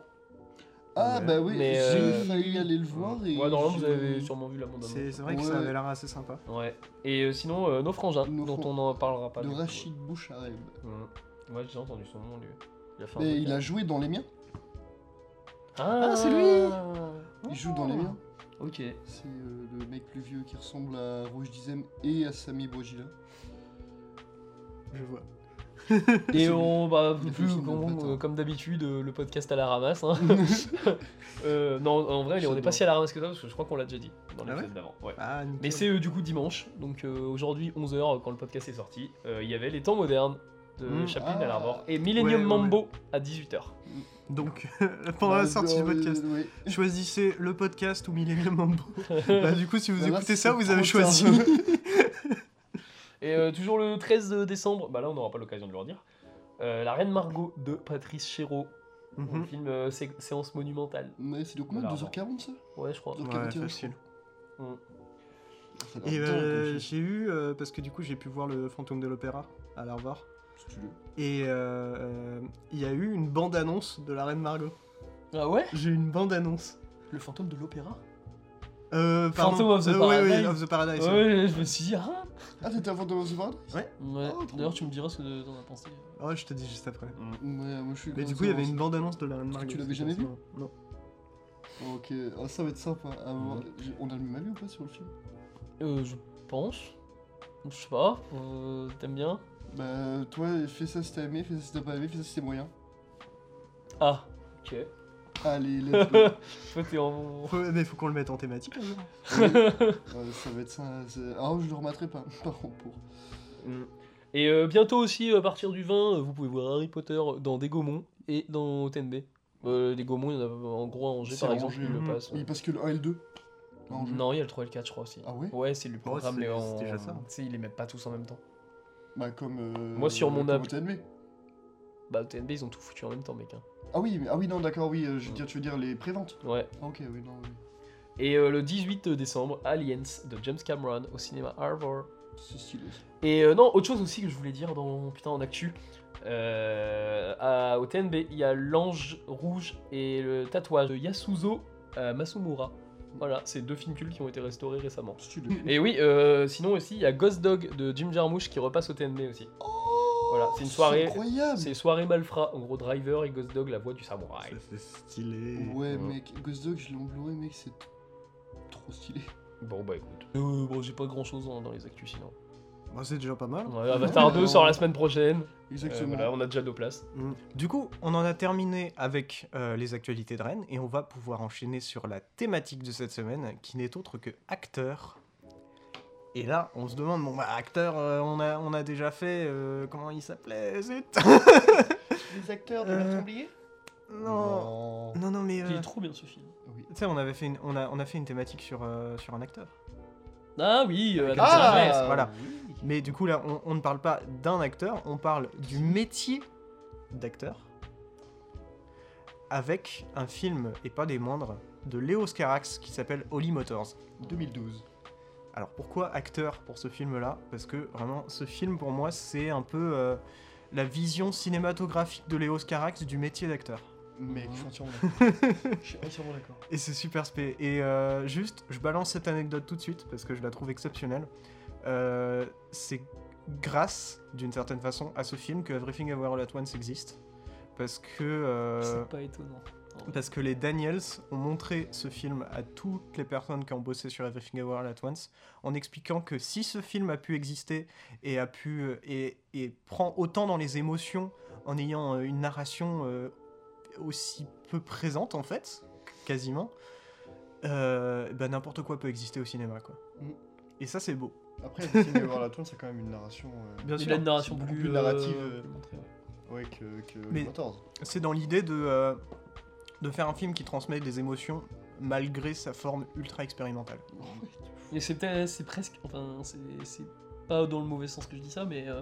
Speaker 2: Ah
Speaker 1: Ouais.
Speaker 2: bah oui,
Speaker 3: Mais,
Speaker 2: j'ai
Speaker 3: euh,
Speaker 2: failli aller le voir et.
Speaker 3: Ouais, normalement, vous
Speaker 2: je-
Speaker 3: avez sûrement vu la bande
Speaker 1: C'est c'est vrai que
Speaker 2: Ouais.
Speaker 1: ça avait l'air assez sympa.
Speaker 3: Ouais. Et euh, sinon, euh, Nos Frangins,
Speaker 2: Nos
Speaker 3: dont
Speaker 2: Frangins.
Speaker 3: on en parlera pas.
Speaker 2: De
Speaker 3: du coup.
Speaker 2: Rachid Bouchareb.
Speaker 3: Hum. Ouais, j'ai entendu son nom, lui. Il a fait un
Speaker 2: Mais
Speaker 3: truc,
Speaker 2: il a joué dans les miens.
Speaker 3: Ah,
Speaker 2: Ah, c'est lui Il joue dans les miens.
Speaker 3: Ok.
Speaker 2: C'est euh, le mec plus vieux qui ressemble à Rouge Dizem et à Sami Bouajila.
Speaker 1: Je vois.
Speaker 3: Et on,
Speaker 2: Il
Speaker 3: bah,
Speaker 2: a fait hein.
Speaker 3: plus
Speaker 2: le film de
Speaker 3: comme,
Speaker 2: Platon.
Speaker 3: euh, comme d'habitude, euh, le podcast à la ramasse. hein. Euh, non, en vrai, on est
Speaker 2: J'adore.
Speaker 3: pas si à la ramasse que ça, parce que je crois qu'on l'a déjà dit dans
Speaker 1: Ah
Speaker 3: l'épisode d'avant. ouais.
Speaker 1: Ah, nickel.
Speaker 3: Mais euh, c'est euh, du coup dimanche, donc euh, aujourd'hui 11h quand le podcast est sorti, euh, il y avait Les Temps Modernes de
Speaker 1: Mm.
Speaker 3: Chaplin
Speaker 2: Ah.
Speaker 3: à l'Armor. Et Millennium
Speaker 1: Ouais, ouais,
Speaker 3: Mambo à 18h.
Speaker 1: Donc, pendant
Speaker 2: Bah,
Speaker 1: la sortie
Speaker 2: euh,
Speaker 1: du podcast,
Speaker 2: Oui.
Speaker 1: choisissez le podcast ou Millennium Mambo. bah, du coup, si vous
Speaker 2: Bah là,
Speaker 1: écoutez
Speaker 2: c'est
Speaker 1: ça, vous avez
Speaker 2: trop tard.
Speaker 1: choisi.
Speaker 3: Et euh, toujours le 13 décembre, bah là on n'aura pas l'occasion de le redire, euh, La Reine Margot de Patrice Chéreau, un
Speaker 1: Mhm.
Speaker 3: film euh, sé- séance monumentale.
Speaker 2: Mais c'est de combien
Speaker 3: Voilà,
Speaker 2: 2h40 ça
Speaker 3: Ouais, je crois.
Speaker 2: Donc,
Speaker 1: Ouais,
Speaker 2: habitué, je
Speaker 1: facile.
Speaker 3: Mm.
Speaker 2: Ça fait
Speaker 1: Et
Speaker 2: longtemps,
Speaker 1: euh,
Speaker 2: comme film.
Speaker 1: j'ai eu, euh, parce que du coup j'ai pu voir le fantôme de l'opéra à l'Arvar,
Speaker 2: Si tu veux.
Speaker 1: et euh, euh, il y a eu une bande-annonce de la Reine Margot.
Speaker 3: Ah ouais
Speaker 1: J'ai eu une bande-annonce.
Speaker 3: Le fantôme de l'opéra
Speaker 1: Euh, pardon.
Speaker 3: Phantom of the
Speaker 1: Euh, ouais, ouais,
Speaker 3: Paradise.
Speaker 1: of the Paradise, ouais.
Speaker 3: Ouais, je me suis dit, ah
Speaker 2: Ah, t'étais avant de se voir
Speaker 5: Ouais.
Speaker 2: Oh, trop
Speaker 5: D'ailleurs, tu me diras ce que t'en as pensé.
Speaker 1: Ouais, Oh, je te dis juste après.
Speaker 3: Mm.
Speaker 2: Ouais, moi je suis.
Speaker 1: Mais
Speaker 2: content
Speaker 1: Bah, du coup, il y avait
Speaker 2: d'avoir
Speaker 1: une bande-annonce de la Reine Margot.
Speaker 2: tu l'avais jamais
Speaker 1: Non. Non.
Speaker 2: ça. Ok, ah, ça va être sympa. à voir.
Speaker 3: Mhm.
Speaker 2: J'ai- On a le même avis ou pas sur le film
Speaker 5: Euh, je pense.
Speaker 3: Je sais pas, euh, t'aimes bien
Speaker 2: Bah, toi, fais ça si t'as aimé, fais ça si t'as pas aimé, fais ça si t'es moyen.
Speaker 3: Ah, ok.
Speaker 2: Allez, let's go.
Speaker 3: Toi t'es en.
Speaker 1: Faut- mais faut qu'on le mette en thématique. hein. alors.
Speaker 2: Ouais, ça va être ça. c'est- Ah, je le rematerai pas, par contre. Pour...
Speaker 3: Mm. Et euh, bientôt aussi, à partir du 20, euh, vous pouvez voir Harry Potter dans Des Gaumont et dans OTNB. Euh, les Gaumont, il y en a en gros à Angers
Speaker 2: C'est
Speaker 3: par
Speaker 2: à
Speaker 3: exemple,
Speaker 2: Angers,
Speaker 3: ils le
Speaker 1: mhm.
Speaker 3: passent.
Speaker 2: Oui, parce que le 1 et le 2. Ah, en jeu.
Speaker 3: Non, il y a le 3 et le 4, je crois aussi.
Speaker 2: Ah ouais
Speaker 3: Ouais, c'est le programme,
Speaker 1: c'est-
Speaker 3: mais
Speaker 1: c'est
Speaker 3: en-
Speaker 1: déjà ça.
Speaker 3: Tu sais, ils les mettent pas tous en même temps.
Speaker 2: Bah, comme. euh,
Speaker 3: Moi, sur mon
Speaker 2: comme
Speaker 3: app-
Speaker 2: OTNB.
Speaker 3: Bah, au TNB, ils ont tout foutu en même temps, mec. hein.
Speaker 2: Ah oui, mais- ah oui, non, d'accord, oui, euh, je veux dire, tu veux dire les préventes.
Speaker 3: Ouais.
Speaker 2: Ah, ok, oui, non, oui.
Speaker 3: Et euh, le 18 décembre, Aliens de James Cameron au cinéma Harvard.
Speaker 2: C'est stylé. ça.
Speaker 3: Et euh, non, autre chose aussi que je voulais dire dans putain en actu. euh, à- au TNB, il y a l'ange rouge et le tatouage de Yasuzo euh, Masumura. Voilà, c'est deux films cultes qui ont été restaurés récemment.
Speaker 2: Stylé.
Speaker 3: Et oui, euh, sinon aussi, il y a Ghost Dog de Jim Jarmusch qui repasse au TNB aussi. voilà, Oh, c'est une soirée.
Speaker 2: incroyable!
Speaker 3: C'est soirée malfrat. En gros, Driver et Ghost Dog, la voix du samouraï.
Speaker 1: Ça, C'est stylé.
Speaker 2: Ouais,
Speaker 3: Ouais.
Speaker 2: mec, Ghost Dog, je l'ai en Blu-ray, mec, c'est t- trop stylé.
Speaker 3: Bon, bah écoute. Euh, bon, j'ai pas grand chose dans, dans les actus sinon.
Speaker 1: Bah, c'est déjà pas mal.
Speaker 3: Ouais, Avatar
Speaker 2: Ouais,
Speaker 3: 2
Speaker 2: non.
Speaker 3: sort la semaine prochaine. Euh,
Speaker 2: Exactement.
Speaker 3: voilà, on a déjà deux places.
Speaker 1: Mm. Du coup, on en a terminé avec euh, les actualités de Rennes et on va pouvoir enchaîner sur la thématique de cette semaine qui n'est autre que acteur. Et là, on se demande, bon bah acteur, euh, on, a, on a déjà fait, euh, comment il s'appelait zut
Speaker 2: Euh.
Speaker 6: Les acteurs
Speaker 1: Euh,
Speaker 6: Templier
Speaker 1: non. non, non, mais... euh,
Speaker 5: Il est trop bien ce film.
Speaker 1: tu sais, on, avait fait une- on, a, on a fait une thématique sur, euh, sur un acteur.
Speaker 3: Ah oui, euh, Adam
Speaker 1: Ah
Speaker 3: Sandler.
Speaker 1: voilà. Mais du coup, là, on, on ne parle pas d'un acteur, on parle du métier d'acteur avec un film, et pas des moindres, de Léo Scarax qui s'appelle Holly Motors.
Speaker 2: 2012.
Speaker 1: Alors pourquoi acteur pour ce film-là Parce que vraiment, ce film pour moi, c'est un peu euh, la vision cinématographique de Léo Scarax du métier d'acteur.
Speaker 2: Mec,
Speaker 6: Mhm.
Speaker 2: je suis entièrement d'accord.
Speaker 6: Je suis entièrement d'accord.
Speaker 1: Et c'est super spé. Et euh, juste, je balance cette anecdote tout de suite parce que je la trouve exceptionnelle. Euh, c'est grâce, d'une certaine façon, à ce film que Everything Everywhere All At Once existe. Parce que, euh,
Speaker 5: C'est pas étonnant.
Speaker 1: parce que les Daniels ont montré ce film à toutes les personnes qui ont bossé sur Everything Everywhere All At Once en expliquant que si ce film a pu exister et, a pu, euh, et, et prend autant dans les émotions en ayant euh, une narration euh, aussi peu présente en fait, quasiment, euh, ben, n'importe quoi peut exister au cinéma quoi.
Speaker 2: Mm.
Speaker 1: Et ça c'est beau.
Speaker 2: Après, Everything Everywhere All At Once, c'est quand même une narration. euh,
Speaker 1: Bien
Speaker 5: Il
Speaker 1: sûr.
Speaker 5: a une narration
Speaker 2: beaucoup
Speaker 5: plus,
Speaker 2: plus narrative,
Speaker 5: euh,
Speaker 2: euh,
Speaker 5: plus montrée, ouais.
Speaker 2: Ouais, que, que
Speaker 1: Mais-
Speaker 2: 14.
Speaker 1: C'est dans l'idée de, euh, de faire un film qui transmet des émotions malgré sa forme ultra expérimentale.
Speaker 5: Et c'est peut-être, c'est presque, enfin, c'est c'est pas dans le mauvais sens que je dis ça, mais euh,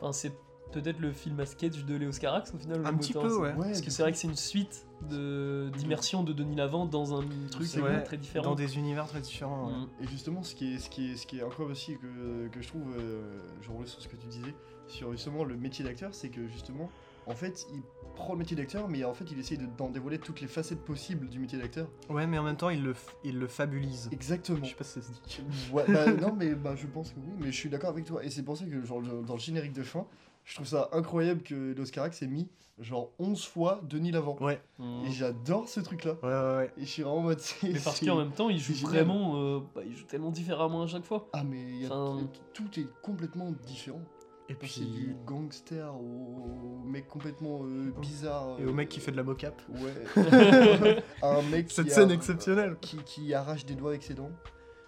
Speaker 5: enfin, c'est peut-être le film à sketch de Léo Scarax au final. le
Speaker 1: Un petit
Speaker 5: moteur,
Speaker 1: peu
Speaker 5: c'est-
Speaker 1: ouais.
Speaker 5: Parce que c'est vrai que c'est une suite de- d'immersion de Denis Lavant dans un truc
Speaker 1: C'est vrai,
Speaker 5: très différent.
Speaker 1: Dans des univers très différents. ouais.
Speaker 5: Mm.
Speaker 2: Et justement, ce qui est, ce qui est, ce qui est encore aussi que, que je trouve, euh, je reviens sur ce que tu disais, sur justement le métier d'acteur, c'est que justement, en fait, il prend le métier d'acteur, mais en fait, il essaye de- d'en dévoiler toutes les facettes possibles du métier d'acteur.
Speaker 3: Mm.
Speaker 1: Ouais, mais en même temps, il le, f- il le fabulise.
Speaker 2: Exactement.
Speaker 1: Je sais pas si ça se dit.
Speaker 2: Ouais, bah, non, mais bah, je pense que oui, mais je suis d'accord avec toi. Et c'est pour ça que, genre, le- dans le générique de fin, je trouve ça incroyable que L'Oscarax ait mis, genre, 11 fois Denis Lavant.
Speaker 1: Ouais,
Speaker 5: Mm.
Speaker 2: Et j'adore ce truc-là.
Speaker 1: ouais, ouais. ouais.
Speaker 2: Et je suis vraiment en mode. c'est-
Speaker 5: Mais parce
Speaker 2: c'est-
Speaker 5: qu'en même temps, il
Speaker 2: c'est
Speaker 5: joue
Speaker 2: génial.
Speaker 5: vraiment, euh, bah, il joue tellement différemment à chaque fois.
Speaker 2: Ah, mais il y a-
Speaker 5: Enfin-
Speaker 2: tout est complètement différent.
Speaker 1: Et
Speaker 2: C'est du
Speaker 1: puis.
Speaker 2: gangster au mec complètement euh, bizarre.
Speaker 1: Et au mec qui fait de la mocap.
Speaker 2: Ouais. un mec
Speaker 1: Cette
Speaker 2: qui a-
Speaker 1: scène exceptionnelle.
Speaker 2: Qui, qui arrache des doigts avec ses dents.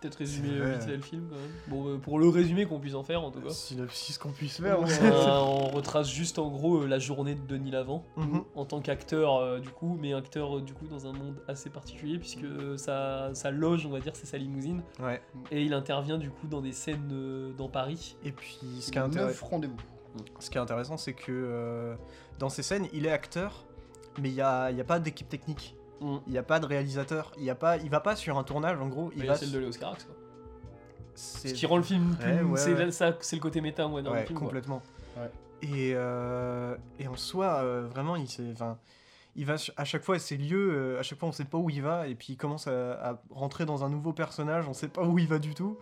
Speaker 3: peut-être résumer euh,
Speaker 1: vrai.
Speaker 3: vite fait le film quand même. Bon, euh, pour le résumé qu'on puisse en faire en tout cas.
Speaker 1: Synopsis qu'on puisse faire. ouais.
Speaker 3: Euh, on retrace juste en gros euh, la journée de Denis Lavant
Speaker 1: Mhm.
Speaker 3: en tant qu'acteur euh, du coup, mais acteur euh, du coup dans un monde assez particulier puisque euh, sa, sa loge, on va dire, c'est sa limousine
Speaker 1: Ouais.
Speaker 3: et il intervient du coup dans des scènes euh, dans Paris.
Speaker 1: Et puis, ce qui est, intéress-
Speaker 2: Neuf rendez-vous.
Speaker 1: ce qui est intéressant, c'est que euh, dans ces scènes, il est acteur, mais il n'y a, il y a pas d'équipe technique.
Speaker 3: Mm.
Speaker 1: Il n'y a pas de réalisateur. Il y a pas, il va pas sur un tournage, en gros.
Speaker 3: Il
Speaker 1: Il
Speaker 3: y a
Speaker 1: va.
Speaker 3: celle de Léoscarax quoi.
Speaker 1: c'est-
Speaker 3: Ce qui rend le film plus-
Speaker 1: Ouais, ouais,
Speaker 3: c'est
Speaker 1: ouais.
Speaker 3: ça- c'est le côté méta moi dans
Speaker 1: Ouais,
Speaker 3: le film. quoi.
Speaker 1: complètement.
Speaker 7: Ouais.
Speaker 1: Et, euh, et en soi, euh, vraiment, il s'est. enfin, Il va su- à chaque fois à ces lieux, euh, à chaque fois on sait pas où il va, et puis il commence à, à rentrer dans un nouveau personnage, on sait pas où il va du tout.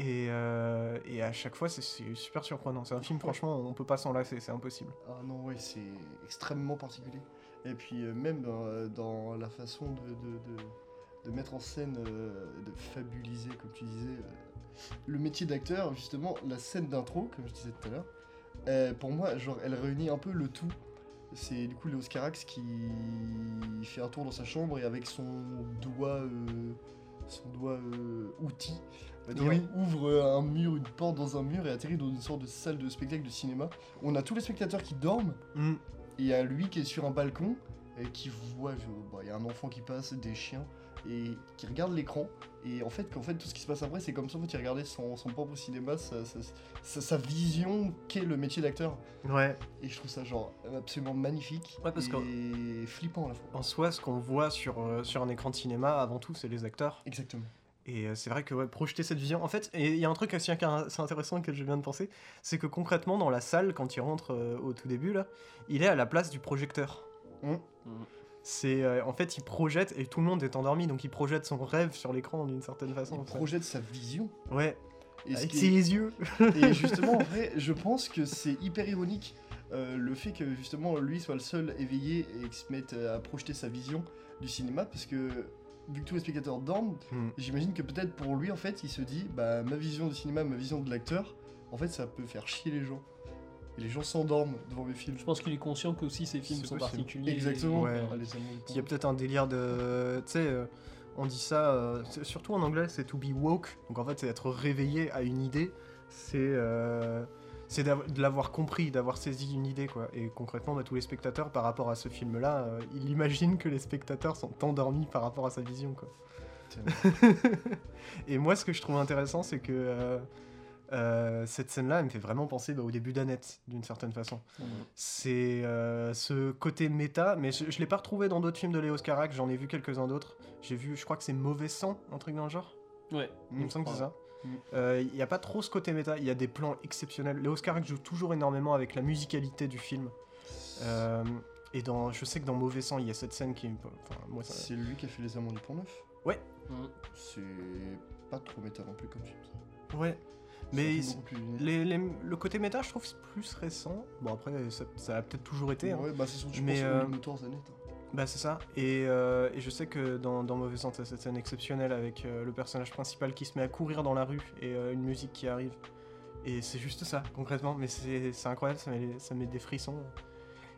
Speaker 1: Et, euh, et à chaque fois c'est- c'est super surprenant. C'est un film, franchement, on peut pas s'en lasser, c'est impossible.
Speaker 2: Ah non, ouais, c'est extrêmement particulier. Et puis euh, même euh, dans la façon de, de, de- de mettre en scène, euh, de fabuliser, comme tu disais, euh, le métier d'acteur, justement, la scène d'intro, comme je disais tout à l'heure, euh, pour moi, genre, elle réunit un peu le tout. C'est du coup Léo Scarax qui fait un tour dans sa chambre et avec son doigt, euh, son doigt euh, outil, on va dire,
Speaker 1: Oui.
Speaker 2: ouvre un mur, une porte dans un mur et atterrit dans une sorte de salle de spectacle de cinéma. On a tous les spectateurs qui dorment
Speaker 1: Mm.
Speaker 2: et il y a lui qui est sur un balcon et qui voit, je- bah, il y a un enfant qui passe, des chiens et qui regarde l'écran. Et en fait, qu'en fait, tout ce qui se passe après, c'est comme si en fait, il regardait son, son propre cinéma, sa, sa- sa- sa vision qu'est le métier d'acteur.
Speaker 1: Ouais.
Speaker 2: Et je trouve ça genre absolument magnifique
Speaker 1: Ouais, parce
Speaker 2: et flippant à la fois.
Speaker 1: En soi, ce qu'on voit sur, euh, sur un écran de cinéma, avant tout, c'est les acteurs.
Speaker 2: Exactement.
Speaker 1: Et euh, c'est vrai que ouais, projeter cette vision. En fait, et il y a un truc assez inca- assez intéressant que je viens de penser, c'est que concrètement, dans la salle, quand il rentre euh, au tout début, là, il est à la place du projecteur.
Speaker 2: Mm.
Speaker 1: C'est euh, en fait, il projette et tout le monde est endormi, donc il projette son rêve sur l'écran d'une certaine façon.
Speaker 2: Il
Speaker 1: en fait. Bah,
Speaker 2: projette sa vision.
Speaker 1: Ouais,
Speaker 2: Et, ce
Speaker 1: avec
Speaker 2: qui est-
Speaker 1: ses yeux.
Speaker 2: et justement, en vrai, je pense que c'est hyper ironique euh, le fait que justement lui soit le seul éveillé et qu'il se mette euh, à projeter sa vision du cinéma parce que vu que tous les spectateurs dorment,
Speaker 1: Mm.
Speaker 2: j'imagine que peut-être pour lui en fait il se dit bah ma vision du cinéma, ma vision de l'acteur, en fait ça peut faire chier les gens. Et les gens s'endorment devant mes films.
Speaker 3: Je pense qu'il est conscient que aussi ces films
Speaker 1: C'est
Speaker 3: sont
Speaker 1: possible.
Speaker 3: particuliers.
Speaker 2: Exactement.
Speaker 1: Ouais.
Speaker 2: Ah, les amours du
Speaker 1: Il y a peut-être un délire de. Tu sais, euh, on dit ça, euh, c'est- surtout en anglais, c'est to be woke. Donc en fait, c'est être réveillé à une idée. C'est. euh, c'est d'av- de l'avoir compris, d'avoir saisi une idée, quoi. Et concrètement, bah, tous les spectateurs, par rapport à ce film-là, euh, il imagine que les spectateurs sont endormis par rapport à sa vision, quoi. Et moi, ce que je trouve intéressant, c'est que euh, euh, cette scène-là, elle me fait vraiment penser bah, au début d'Annette, d'une certaine façon. C'est euh, ce côté méta, mais je, je l'ai pas retrouvé dans d'autres films de Léo Carac, j'en ai vu quelques-uns d'autres. J'ai vu, je crois que c'est Mauvais Sang, un truc dans le genre.
Speaker 3: Ouais.
Speaker 1: Il me semble que c'est ça.
Speaker 2: Mm.
Speaker 1: Euh, Il n'y a pas trop ce côté méta, il y a des plans exceptionnels. Léo Carac joue toujours énormément avec la musicalité du film. Euh, et dans, je sais que dans Mauvais Sang, il y a cette scène qui. est- Enfin, moi, ça-
Speaker 2: C'est lui qui a fait les amants du Pont Neuf.
Speaker 1: Ouais.
Speaker 3: Mm.
Speaker 2: C'est pas trop méta non plus comme film. ça.
Speaker 1: Ouais.
Speaker 2: C'est
Speaker 1: Mais
Speaker 2: un film
Speaker 1: c'est-
Speaker 2: beaucoup plus lunaire.
Speaker 1: Les- les- le côté méta, je trouve, c'est plus récent. Bon, après, ça, ça a peut-être toujours été. hein.
Speaker 2: Ouais, bah c'est son je
Speaker 1: Mais,
Speaker 2: pense,
Speaker 1: euh,
Speaker 2: une notoire Zanette, hein.
Speaker 1: Bah, c'est ça. Et, euh, et je sais que dans, dans Mauvais Sang, t'as cette scène exceptionnelle avec euh, le personnage principal qui se met à courir dans la rue et euh, une musique qui arrive. Et c'est juste ça, concrètement. Mais c'est c'est incroyable, ça met, ça met des frissons.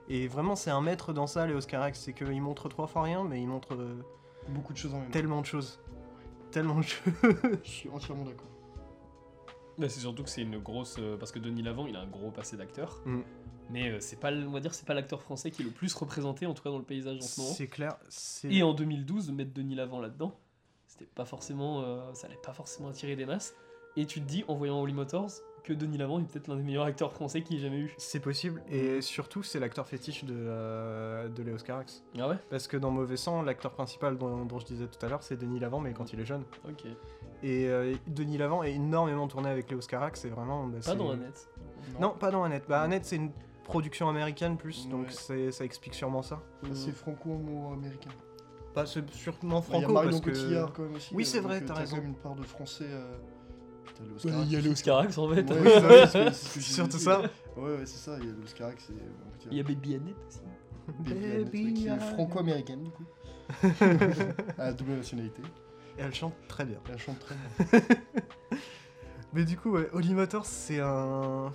Speaker 1: Et vraiment, c'est un maître dans ça, les Oscarax. C'est qu'il montre trois fois rien, mais il montre euh,
Speaker 2: Beaucoup de choses en même temps.
Speaker 1: tellement de choses. Tellement de choses.
Speaker 2: Je suis entièrement d'accord.
Speaker 8: Bah, c'est surtout que c'est une grosse. euh, parce que Denis Lavant, il a un gros passé d'acteur.
Speaker 1: Mm.
Speaker 8: Mais euh, c'est pas, le- on va dire, c'est pas l'acteur français qui est le plus représenté, en tout cas dans le paysage en ce moment.
Speaker 1: C'est clair. c'est-
Speaker 8: Et en 2012, mettre Denis Lavant là-dedans, c'était pas forcément. euh, ça allait pas forcément attirer des masses. Et tu te dis, en voyant Holy Motors, que Denis Lavant est peut-être l'un des meilleurs acteurs français qu'il ait jamais eu.
Speaker 1: C'est possible. Et surtout, c'est l'acteur fétiche de, euh, de Léo Scarax.
Speaker 8: Ah ouais
Speaker 1: Parce que dans Mauvais Sang, l'acteur principal dont, dont je disais tout à l'heure, c'est Denis Lavant, mais quand il est jeune.
Speaker 8: Ok.
Speaker 1: Et euh, Denis Lavant est énormément tourné avec Léo Scarax, c'est vraiment... bah,
Speaker 3: Pas
Speaker 1: c'est-
Speaker 3: dans Annette.
Speaker 1: Non, pas dans Annette. Bah, Annette, c'est une production américaine plus, donc
Speaker 2: Ouais.
Speaker 1: c'est- ça explique sûrement ça.
Speaker 2: Ah,
Speaker 8: Euh,
Speaker 2: C'est franco-américain.
Speaker 1: Pas Bah, c'est sûrement
Speaker 2: Il y a
Speaker 1: franco,
Speaker 2: Marion
Speaker 1: parce que...
Speaker 2: Cotillard quand même aussi.
Speaker 1: Oui,
Speaker 2: euh,
Speaker 1: c'est vrai,
Speaker 2: donc, euh,
Speaker 1: t'as raison.
Speaker 2: quand même une part de français. euh, Putain, le
Speaker 3: Ouais,
Speaker 2: Oscar.
Speaker 3: Il y a l'Oscarax en fait.
Speaker 2: Ouais, c'est ça, c'est ce que- c'est ce que
Speaker 1: C'est
Speaker 2: j'ai
Speaker 1: surtout
Speaker 2: dit.
Speaker 1: ça.
Speaker 2: Ouais, ouais, c'est ça, il y a l'Oscar c'est. euh, mon petit-
Speaker 3: Il y a Baby Annette aussi.
Speaker 2: Baby Annette, ouais, qui est franco-américaine du coup. à la double nationalité.
Speaker 1: Et elle chante très bien.
Speaker 2: Elle chante très bien.
Speaker 1: Mais du coup, ouais, Holy Motors, c'est un...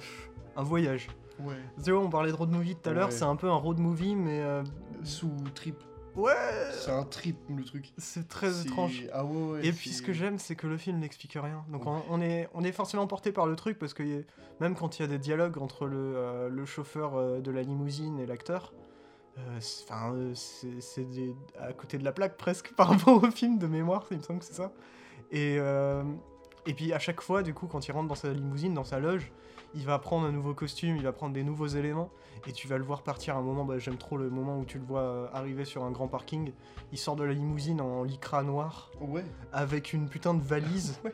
Speaker 1: un voyage.
Speaker 2: Ouais.
Speaker 1: Tu vois, on parlait de road movie tout à l'heure,
Speaker 2: Ouais.
Speaker 1: c'est un peu un road movie, mais... euh,
Speaker 2: Sous trip.
Speaker 1: Ouais
Speaker 2: C'est un trip le truc.
Speaker 1: C'est très
Speaker 2: C'est-
Speaker 1: étrange.
Speaker 2: Ah ouais, ouais,
Speaker 1: Et puis
Speaker 2: c'est-
Speaker 1: ce que j'aime, c'est que le film n'explique rien. Donc on, on est, on est forcément porté par le truc parce que y a- même quand il y a des dialogues entre le, euh, le chauffeur euh, de la limousine et l'acteur, euh, c'est- enfin, euh, c'est c'est des- à côté de la plaque presque par rapport au film de mémoire, il me semble que c'est ça. Et, euh, et puis à chaque fois, du coup, quand il rentre dans sa limousine, dans sa loge, il va prendre un nouveau costume, il va prendre des nouveaux éléments, et tu vas le voir partir à un moment, bah, j'aime trop le moment où tu le vois euh, arriver sur un grand parking, il sort de la limousine en lycra noir
Speaker 2: Ouais.
Speaker 1: avec une putain de valise.
Speaker 2: Ouais.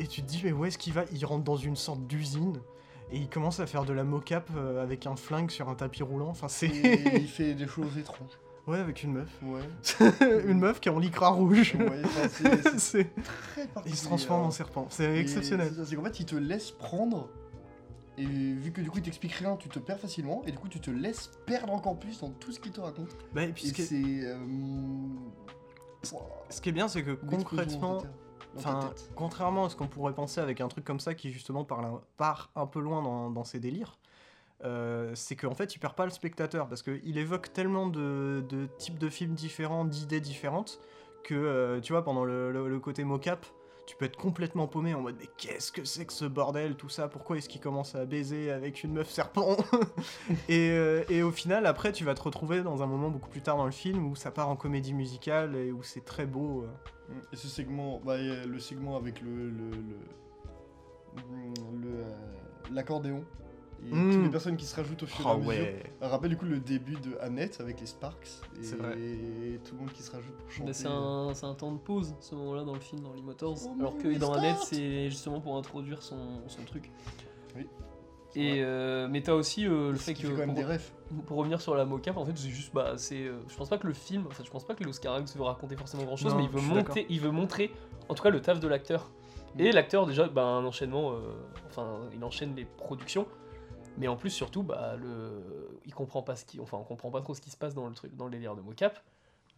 Speaker 1: Et tu te dis, mais où est-ce qu'il va Il rentre dans une sorte d'usine et il commence à faire de la mocap euh, avec un flingue sur un tapis roulant. Enfin, c'est.
Speaker 2: Et il fait des choses étranges.
Speaker 1: ouais, avec une meuf.
Speaker 2: Ouais.
Speaker 1: une meuf qui est en lycra rouge.
Speaker 2: ouais enfin, c'est c'est
Speaker 1: C'est-
Speaker 2: très particulier.
Speaker 1: il se transforme en serpent. C'est
Speaker 2: hein. Et
Speaker 1: exceptionnel.
Speaker 2: c'est ça, C'est qu'en fait, il te laisse prendre. Et vu que du coup, il t'explique rien, tu te perds facilement. Et du coup, tu te laisses perdre encore plus dans tout ce qu'il te raconte.
Speaker 1: Bah, et puis ce,
Speaker 2: et
Speaker 1: qui est,
Speaker 2: c'est. euh,
Speaker 1: ce qui est bien, c'est que
Speaker 2: une explosion dans
Speaker 1: concrètement.
Speaker 2: ta tête, dans ta
Speaker 1: Enfin,
Speaker 2: tête.
Speaker 1: contrairement à ce qu'on pourrait penser avec un truc comme ça qui justement parle un- part un peu loin dans, dans ses délires, euh, c'est qu'en fait il perd pas le spectateur parce qu'il évoque tellement de, de types de films différents, d'idées différentes, que euh, tu vois, pendant le, le- le côté mocap, tu peux être complètement paumé en mode mais qu'est-ce que c'est que ce bordel, tout ça, pourquoi est-ce qu'il commence à baiser avec une meuf serpent et, euh, et au final, après, tu vas te retrouver dans un moment beaucoup plus tard dans le film où ça part en comédie musicale et où c'est très beau. euh.
Speaker 2: Et ce segment, bah, euh, le segment avec le. le, le, le, euh, l'accordéon. Et
Speaker 1: Mm.
Speaker 2: toutes les personnes qui se rajoutent au fur et à
Speaker 1: Oh,
Speaker 2: mesure.
Speaker 1: ouais.
Speaker 2: Rappelle du coup le début de Annette avec les Sparks. Et
Speaker 1: C'est vrai.
Speaker 2: tout le monde qui se rajoute pour
Speaker 8: Bah,
Speaker 2: chanter.
Speaker 3: Mais Bah, c'est un, c'est un temps de pause, ce moment-là, dans le film, dans les Motors.
Speaker 2: Oh,
Speaker 3: alors
Speaker 2: mais
Speaker 3: que
Speaker 2: oui,
Speaker 3: dans
Speaker 2: stop
Speaker 3: Annette, c'est justement pour introduire son, son truc.
Speaker 2: Oui.
Speaker 3: Et euh, mais t'as aussi euh, le
Speaker 2: Ce
Speaker 3: fait
Speaker 2: qui
Speaker 3: que
Speaker 2: fait quand même
Speaker 3: pour,
Speaker 2: des refs.
Speaker 3: pour revenir sur la mocap, en fait, c'est juste bah c'est. euh, je pense pas que le film, enfin, je pense pas que Oscarax veut raconter forcément grand chose,
Speaker 1: Non,
Speaker 3: mais il
Speaker 1: je
Speaker 3: veut
Speaker 1: suis d'accord.
Speaker 3: monter, il veut montrer, en tout cas, le taf de l'acteur.
Speaker 2: Mm.
Speaker 3: Et l'acteur déjà, bah, un enchaînement, euh, enfin, il enchaîne les productions, mais en plus surtout, bah le, il comprend pas ce qui, enfin, on comprend pas trop ce qui se passe dans le truc, dans le délire de mocap,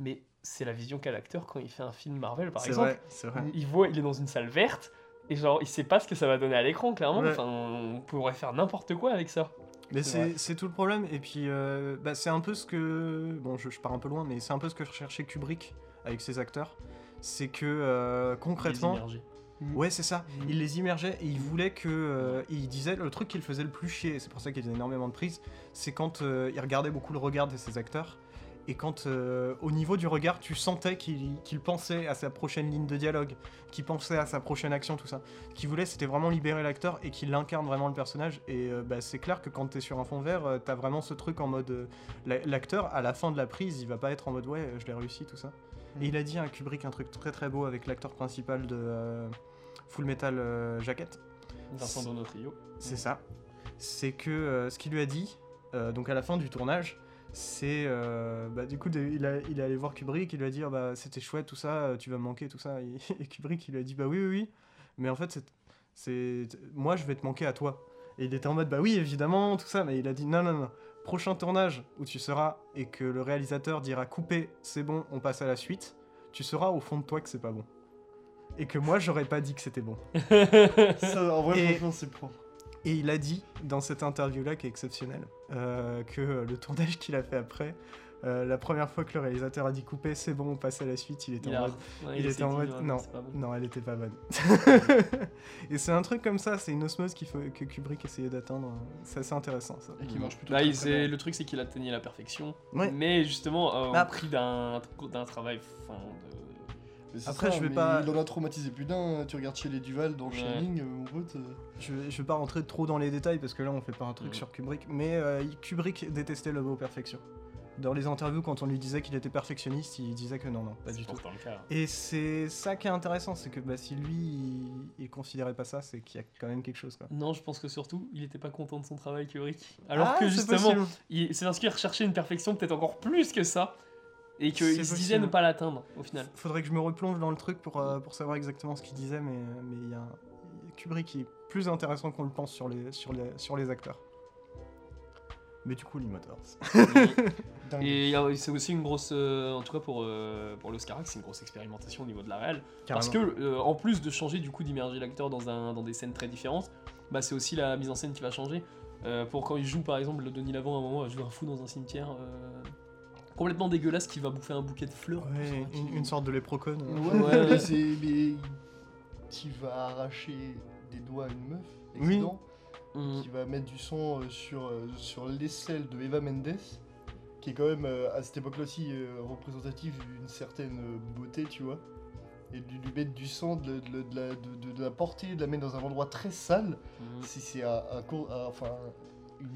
Speaker 3: mais c'est la vision qu'a l'acteur quand il fait un film Marvel, par
Speaker 1: C'est
Speaker 3: exemple.
Speaker 1: vrai, c'est vrai.
Speaker 3: Il voit, il est dans une salle verte. Et genre, il sait pas ce que ça va donner à l'écran, clairement.
Speaker 1: Ouais.
Speaker 3: Enfin, on pourrait faire n'importe quoi avec ça.
Speaker 1: Mais
Speaker 3: C'est
Speaker 1: c'est c'est tout le problème. Et puis, euh, bah, c'est un peu ce que. Bon, je, je pars un peu loin, mais c'est un peu ce que recherchait Kubrick avec ses acteurs. C'est que euh, concrètement.
Speaker 3: Les énergies. Mm.
Speaker 2: Mm.
Speaker 1: Ouais, c'est ça. Il les immergeait et il voulait que. euh, et il disait le truc qu'il faisait le plus chier, et c'est pour ça qu'il faisait énormément de prises, c'est quand euh, il regardait beaucoup le regard de ses acteurs. Et quand, euh, au niveau du regard, tu sentais qu'il qu'il pensait à sa prochaine ligne de dialogue, qu'il pensait à sa prochaine action, tout ça. Ce qu'il voulait, c'était vraiment libérer l'acteur et qu'il incarne vraiment le personnage. Et euh, bah, c'est clair que quand t'es sur un fond vert, euh, t'as vraiment ce truc en mode. euh, la- L'acteur, à la fin de la prise, il va pas être en mode ouais, euh, je l'ai réussi, tout ça. Et il a dit à Kubrick un truc très très beau avec l'acteur principal de. euh, Full Metal euh, Jacket,
Speaker 3: Vincent Donofrio.
Speaker 1: c'est ça. C'est que euh, ce qu'il lui a dit, euh, donc à la fin du tournage, c'est. euh, bah, du coup, de- il, a- il est allé voir Kubrick, il lui a dit Ah bah, C'était chouette, tout ça, euh, tu vas me manquer, tout ça. Et, et Kubrick, il lui a dit Bah oui, oui, oui, mais en fait, c'est. c'est- Moi, je vais te manquer à toi. Et il était en mode Bah oui, évidemment, tout ça, mais il a dit Non, non, non. Prochain tournage où tu seras et que le réalisateur dira Coupé, c'est bon, on passe à la suite, tu sauras au fond de toi que c'est pas bon. Et que moi, j'aurais pas dit que c'était bon.
Speaker 2: Ça, en vrai,
Speaker 1: Et-
Speaker 2: franchement, c'est propre.
Speaker 1: Et il a dit dans cette interview-là, qui est exceptionnelle, euh, que euh, le tournage qu'il a fait après, euh, la première fois que le réalisateur a dit couper, c'est bon, on passe à la suite, il était
Speaker 3: Il,
Speaker 1: en
Speaker 3: a-
Speaker 1: mode.
Speaker 3: ouais,
Speaker 1: il
Speaker 3: s'est
Speaker 1: était en
Speaker 3: dit,
Speaker 1: mode-
Speaker 3: ouais,
Speaker 1: non.
Speaker 3: c'est pas bon.
Speaker 1: Non, elle était pas bonne. et c'est un truc comme ça, c'est une osmose qu'il faut, que Kubrick essayait d'atteindre. C'est assez intéressant ça.
Speaker 2: Et qui marche plutôt
Speaker 3: Là,
Speaker 2: très,
Speaker 3: il
Speaker 2: très
Speaker 3: s'est-
Speaker 2: bien.
Speaker 3: le truc, c'est qu'il atteignait la perfection.
Speaker 1: Ouais. Bah,
Speaker 3: Mais justement, euh,
Speaker 1: Mais
Speaker 3: au
Speaker 1: après-
Speaker 3: prix d'un d'un travail. Enfin, de...
Speaker 2: Mais c'est
Speaker 1: Après,
Speaker 2: ça,
Speaker 1: je vais
Speaker 2: mais
Speaker 1: pas-
Speaker 2: Il en a traumatisé plus d'un. hein. Tu regardes chez les Duval dans Shining, euh, mon pote. euh,
Speaker 1: Je, vais- je vais pas rentrer trop dans les détails parce que là on fait pas un truc
Speaker 3: Mhm.
Speaker 1: sur Kubrick, mais euh, il- Kubrick détestait le mot perfection. Dans les interviews, quand on lui disait qu'il était perfectionniste, il disait que non, non, pas
Speaker 3: c'est
Speaker 1: du tout.
Speaker 3: pourtant le cas.
Speaker 1: Et c'est ça qui est intéressant, c'est que bah, si lui il, il considérait pas ça, c'est qu'il y a quand même quelque chose quoi.
Speaker 3: Non, je pense que surtout, il était pas content de son travail, Kubrick. Alors
Speaker 1: Ah,
Speaker 3: que
Speaker 1: c'est
Speaker 3: justement,
Speaker 1: possible.
Speaker 3: il- c'est parce qu'il recherchait une perfection peut-être encore plus que ça. Et
Speaker 1: C'est
Speaker 3: qu'il se disait
Speaker 1: possible.
Speaker 3: ne pas l'atteindre, au final.
Speaker 1: faudrait que je me replonge dans le truc pour, euh, pour savoir exactement ce qu'il disait, mais mais il y a un- Kubrick est plus intéressant qu'on le pense sur les sur les sur les acteurs. Mais du coup, les moteurs.
Speaker 2: Dingue.
Speaker 3: Et euh, c'est aussi une grosse, euh, en tout cas pour, euh, pour l'Oscarac, c'est une grosse expérimentation au niveau de la réelle. Parce que, euh, en plus de changer, du coup, d'immerger l'acteur dans, un- dans des scènes très différentes, bah, c'est aussi la mise en scène qui va changer. Euh, pour quand il joue, par exemple, le Denis Lavant, à un moment, à jouer un fou dans un cimetière. euh, complètement dégueulasse qui va bouffer un bouquet de fleurs.
Speaker 1: Ouais, une, une sorte de euh. léprocon.
Speaker 2: Ouais,
Speaker 3: Ouais.
Speaker 2: mais c'est. Mais. Qui va arracher des doigts à une meuf, accident,
Speaker 3: Mm.
Speaker 2: qui va mettre du sang euh, sur, euh, sur l'aisselle de Eva Mendes, qui est quand même euh, à cette époque-là aussi euh, représentative d'une certaine euh, beauté, tu vois. Et de lui mettre du sang, de, de- de la, de- de- de la porter, de la mettre dans un endroit très sale,
Speaker 3: Mm.
Speaker 2: si c'est un- un co- un- enfin,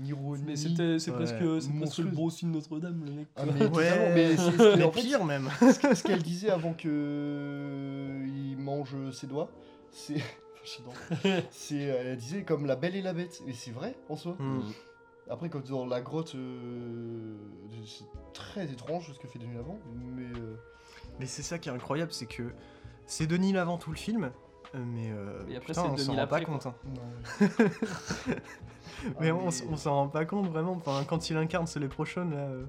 Speaker 2: une ironie.
Speaker 3: Mais c'était- c'est
Speaker 1: ouais,
Speaker 3: presque, c'est presque le
Speaker 2: monstrueuse.
Speaker 3: brossé de Notre-Dame, le mec.
Speaker 2: Ah, mais
Speaker 1: Ouais.
Speaker 2: totalement, mais c'est- c'est-
Speaker 1: Mais
Speaker 2: en fait,
Speaker 1: pire même.
Speaker 2: ce qu'elle disait avant que euh, il mange ses doigts, c'est. J'adore. C'est, euh, elle disait comme la belle et la bête, et c'est vrai en soi.
Speaker 1: Hmm.
Speaker 2: Après, quand dans la grotte, euh, c'est très étrange ce que fait Denis avant, mais euh,
Speaker 1: Mais c'est ça qui est incroyable, c'est que c'est Denis l'avant tout le film, euh, mais euh,
Speaker 3: Et après,
Speaker 1: putain,
Speaker 3: c'est
Speaker 1: on
Speaker 3: Denis
Speaker 1: s'en rend pas
Speaker 3: l'après, quoi.
Speaker 1: compte. hein.
Speaker 2: non.
Speaker 1: mais
Speaker 2: Ah,
Speaker 1: on, s- on s'en rend pas compte vraiment. Enfin, quand il incarne ce Léprochon, là, euh,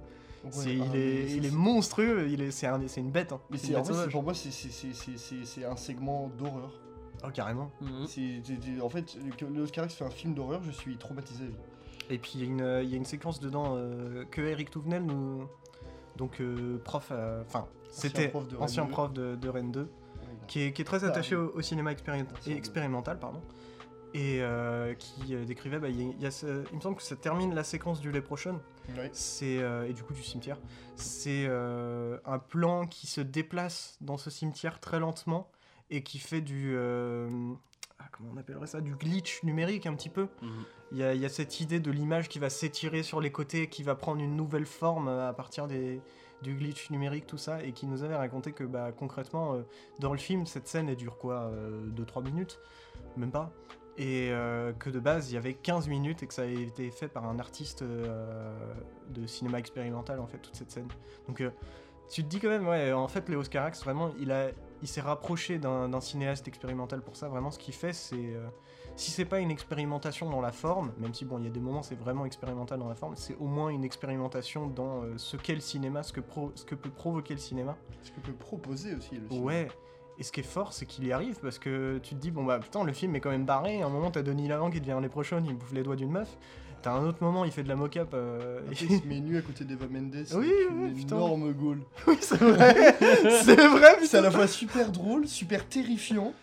Speaker 2: ouais,
Speaker 1: c'est-
Speaker 2: ah,
Speaker 1: il,
Speaker 2: mais
Speaker 1: est,
Speaker 2: ça,
Speaker 1: il est
Speaker 2: c'est-
Speaker 1: monstrueux. Il est, c'est, un- c'est une bête. Hein.
Speaker 2: Mais
Speaker 1: C'est
Speaker 2: c'est,
Speaker 1: une
Speaker 2: en
Speaker 1: bête
Speaker 2: fait, c'est-
Speaker 1: sauvage.
Speaker 2: pour moi, c'est, c'est, c'est, c'est, c'est- c'est un segment d'horreur.
Speaker 1: Oh, carrément.
Speaker 3: Mm.
Speaker 2: C'est, c'est- c'est- en fait, que le Oscar X fait un film d'horreur, je suis traumatisé à vie.
Speaker 1: Et puis il y, a une- euh, il y a une séquence dedans euh, que Eric Touvenel nous, donc euh, prof, euh, enfin c'était
Speaker 2: prof de Rennes
Speaker 1: ancien
Speaker 2: 2.
Speaker 1: prof de, de Rennes 2,
Speaker 2: Ouais, il a-
Speaker 1: qui est, qui est très
Speaker 2: Ah,
Speaker 1: attaché
Speaker 2: oui.
Speaker 1: au, au cinéma expéri-
Speaker 2: Ancien deux.
Speaker 1: expérimental, pardon, et euh, qui euh, décrivait, bah, il, y a- il y a ce- il me semble que ça termine la séquence du Léprochon,
Speaker 2: Ouais.
Speaker 1: c'est euh, et du coup du cimetière, c'est euh, un plan qui se déplace dans ce cimetière très lentement et qui fait du euh, ah, comment on appellerait ça du glitch numérique un petit peu.
Speaker 9: Mhm.
Speaker 1: Il y, a- il y a cette idée de l'image qui va s'étirer sur les côtés, qui va prendre une nouvelle forme euh, à partir des, du glitch numérique, tout ça, et qui nous avait raconté que bah, concrètement, euh, dans le film, cette scène, elle dure quoi 2-3 minutes Même pas. Et euh, que de base, il y avait 15 minutes et que ça avait été fait par un artiste euh, de cinéma expérimental, en fait, toute cette scène. Donc euh, tu te dis quand même, ouais, en fait, Léo Carax, vraiment, il, a- il s'est rapproché d'un d'un cinéaste expérimental pour ça. Vraiment, ce qu'il fait, c'est. euh, si c'est pas une expérimentation dans la forme, même si bon, il y a des moments c'est vraiment expérimental dans la forme, c'est au moins une expérimentation dans euh, ce qu'est le cinéma, ce que, pro- ce que peut provoquer le cinéma.
Speaker 2: Ce que peut proposer aussi le film.
Speaker 1: Ouais. Et ce qui est fort, c'est qu'il y arrive parce que tu te dis, bon bah putain, le film est quand même barré. À un moment, t'as Denis Lavant qui devient un léprochon, il bouffe les doigts d'une meuf. T'as un autre moment, il fait de la mocap. euh,
Speaker 2: Après,
Speaker 1: et-
Speaker 2: il se met nu à côté d'Eva Mendes.
Speaker 1: Oui,
Speaker 2: avec
Speaker 1: oui,
Speaker 2: une
Speaker 1: putain.
Speaker 2: énorme gaule.
Speaker 1: oui, c'est vrai C'est vrai, putain.
Speaker 2: C'est à la fois super drôle, super terrifiant.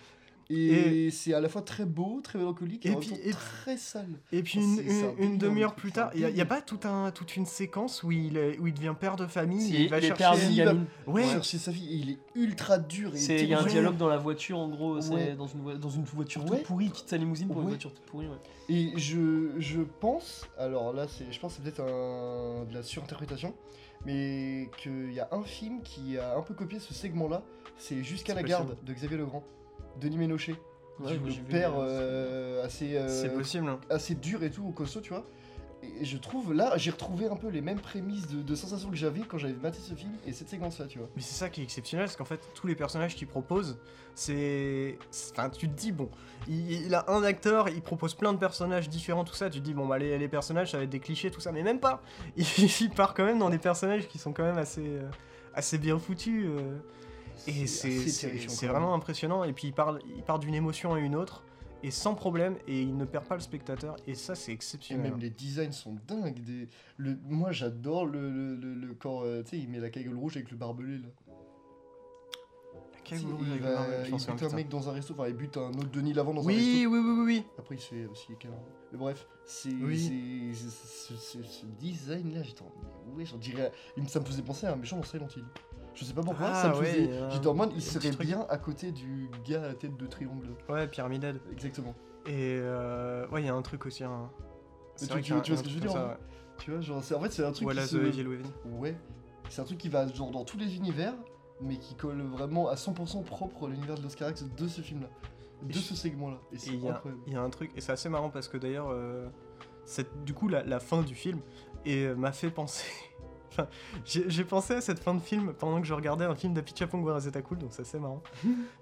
Speaker 2: Et, c'est à la fois très beau, très mélancolique et,
Speaker 1: Et
Speaker 2: en
Speaker 1: puis-
Speaker 2: même temps
Speaker 1: et-
Speaker 2: très sale.
Speaker 1: Et puis une,
Speaker 2: C'est- c'est
Speaker 1: une-
Speaker 2: un
Speaker 1: une
Speaker 2: délire, le
Speaker 1: demi-heure
Speaker 2: truc,
Speaker 1: plus
Speaker 2: c'est un
Speaker 1: tard, il n'y a,
Speaker 2: délire.
Speaker 1: pas tout un, toute une séquence où il, est- où il devient père de famille,
Speaker 3: Si,
Speaker 1: et il va
Speaker 3: il est père
Speaker 1: chercher.
Speaker 3: d'une
Speaker 2: il va-
Speaker 3: gamine.
Speaker 1: Ouais,
Speaker 2: Chercher sa fille, et il est ultra dur et
Speaker 3: C'est- Il y a un
Speaker 1: Ouais.
Speaker 2: terrible.
Speaker 3: dialogue dans la voiture, en gros.
Speaker 2: Ouais.
Speaker 3: C'est dans une, voi- dans une voiture
Speaker 2: Ouais.
Speaker 3: toute pourrie, quitte sa limousine pour une
Speaker 2: Ouais.
Speaker 3: voiture toute pourrie. ouais.
Speaker 2: Et je, je pense, alors là, c'est, je pense que c'est peut-être un- de la surinterprétation, mais qu'il y a un film qui a un peu copié ce segment-là, c'est Jusqu'à
Speaker 1: C'est
Speaker 2: la
Speaker 1: possible.
Speaker 2: garde de Xavier Legrand, Denis Ménochet.
Speaker 3: Ouais, moi,
Speaker 2: du
Speaker 3: j'ai vu,
Speaker 2: père
Speaker 3: euh,
Speaker 2: euh, assez, euh,
Speaker 1: c'est possible. hein.
Speaker 2: assez dur et tout au costaud, tu vois. Et je trouve là, j'ai retrouvé un peu les mêmes prémices de, de sensations que j'avais quand j'avais maté ce film et cette séquence-là, tu vois.
Speaker 1: Mais c'est ça qui est exceptionnel, c'est qu'en fait, tous les personnages qu'il propose, c'est. c'est- Enfin, tu te dis, bon, il, il a un acteur, il propose plein de personnages différents, tout ça, tu te dis, bon, bah, les, les personnages, ça va être des clichés, tout ça, mais même pas Il, part quand même dans des personnages qui sont quand même assez, euh, assez bien foutus. euh. Et c'est-
Speaker 2: assez
Speaker 1: c'est
Speaker 2: terrifiant,
Speaker 1: c'est
Speaker 2: quand même.
Speaker 1: vraiment impressionnant, et puis il part, il part d'une émotion à une autre, et sans problème, et il ne perd pas le spectateur, et ça, c'est
Speaker 2: Et
Speaker 1: exceptionnel.
Speaker 2: même les designs sont dingues. Des... Le... Moi j'adore le, le, le, le- quand euh, tu sais, il met la cagoule rouge avec le barbelé là.
Speaker 1: La
Speaker 2: Tu sais,
Speaker 1: cagoule rouge
Speaker 2: il
Speaker 1: avec
Speaker 2: va-
Speaker 1: le barbelé, je
Speaker 2: il
Speaker 1: pense,
Speaker 2: bute
Speaker 1: hein,
Speaker 2: un
Speaker 1: putain.
Speaker 2: mec dans un resto, enfin il bute un autre Denis Lavant dans un
Speaker 1: Oui, oui,
Speaker 2: resto.
Speaker 1: oui, oui, oui.
Speaker 2: Après il se fait aussi câlin. Mais bref, c'est
Speaker 1: Oui.
Speaker 2: c'est- c'est- c'est- ce, design là, j'étais en mais ouais, j'en dirais. il me- Ça me faisait penser à un méchant dans Silent Hill. Je sais pas pourquoi,
Speaker 1: Ah,
Speaker 2: ça me
Speaker 1: ouais,
Speaker 2: faisait.
Speaker 1: il y a un-
Speaker 2: J'étais en mode,
Speaker 1: il
Speaker 2: il
Speaker 1: y a un petit
Speaker 2: serait
Speaker 1: truc.
Speaker 2: bien à côté du gars à la tête de triangle.
Speaker 1: Ouais, Pyramided.
Speaker 2: Exactement.
Speaker 1: Et euh, ouais, il y a un truc aussi. Hein. C'est
Speaker 2: tu-
Speaker 1: vrai
Speaker 2: tu-
Speaker 1: qu'il y a
Speaker 2: tu
Speaker 1: un-
Speaker 2: vois
Speaker 1: un
Speaker 2: ce que je veux
Speaker 1: truc
Speaker 2: dire,
Speaker 1: comme ça,
Speaker 2: Tu vois, genre, c'est- en fait, c'est un
Speaker 1: ouais.
Speaker 2: truc
Speaker 1: Voilà
Speaker 2: qui
Speaker 1: the
Speaker 2: se-
Speaker 1: Yellow Evening.
Speaker 2: Ouais. C'est un truc qui va genre dans tous les univers, mais qui colle vraiment à 100% propre à l'univers de l'Oscar X de ce film-là. De
Speaker 1: Et
Speaker 2: ce segment-là. Et
Speaker 1: Et
Speaker 2: c'est
Speaker 1: il y, a-
Speaker 2: incroyable.
Speaker 1: il y a un truc, et c'est assez marrant parce que d'ailleurs, euh, cette- du coup, la, la fin du film et, euh, m'a fait penser. enfin, j'ai j'ai pensé à cette fin de film pendant que je regardais un film d'Apichapong Cool, donc c'est assez marrant.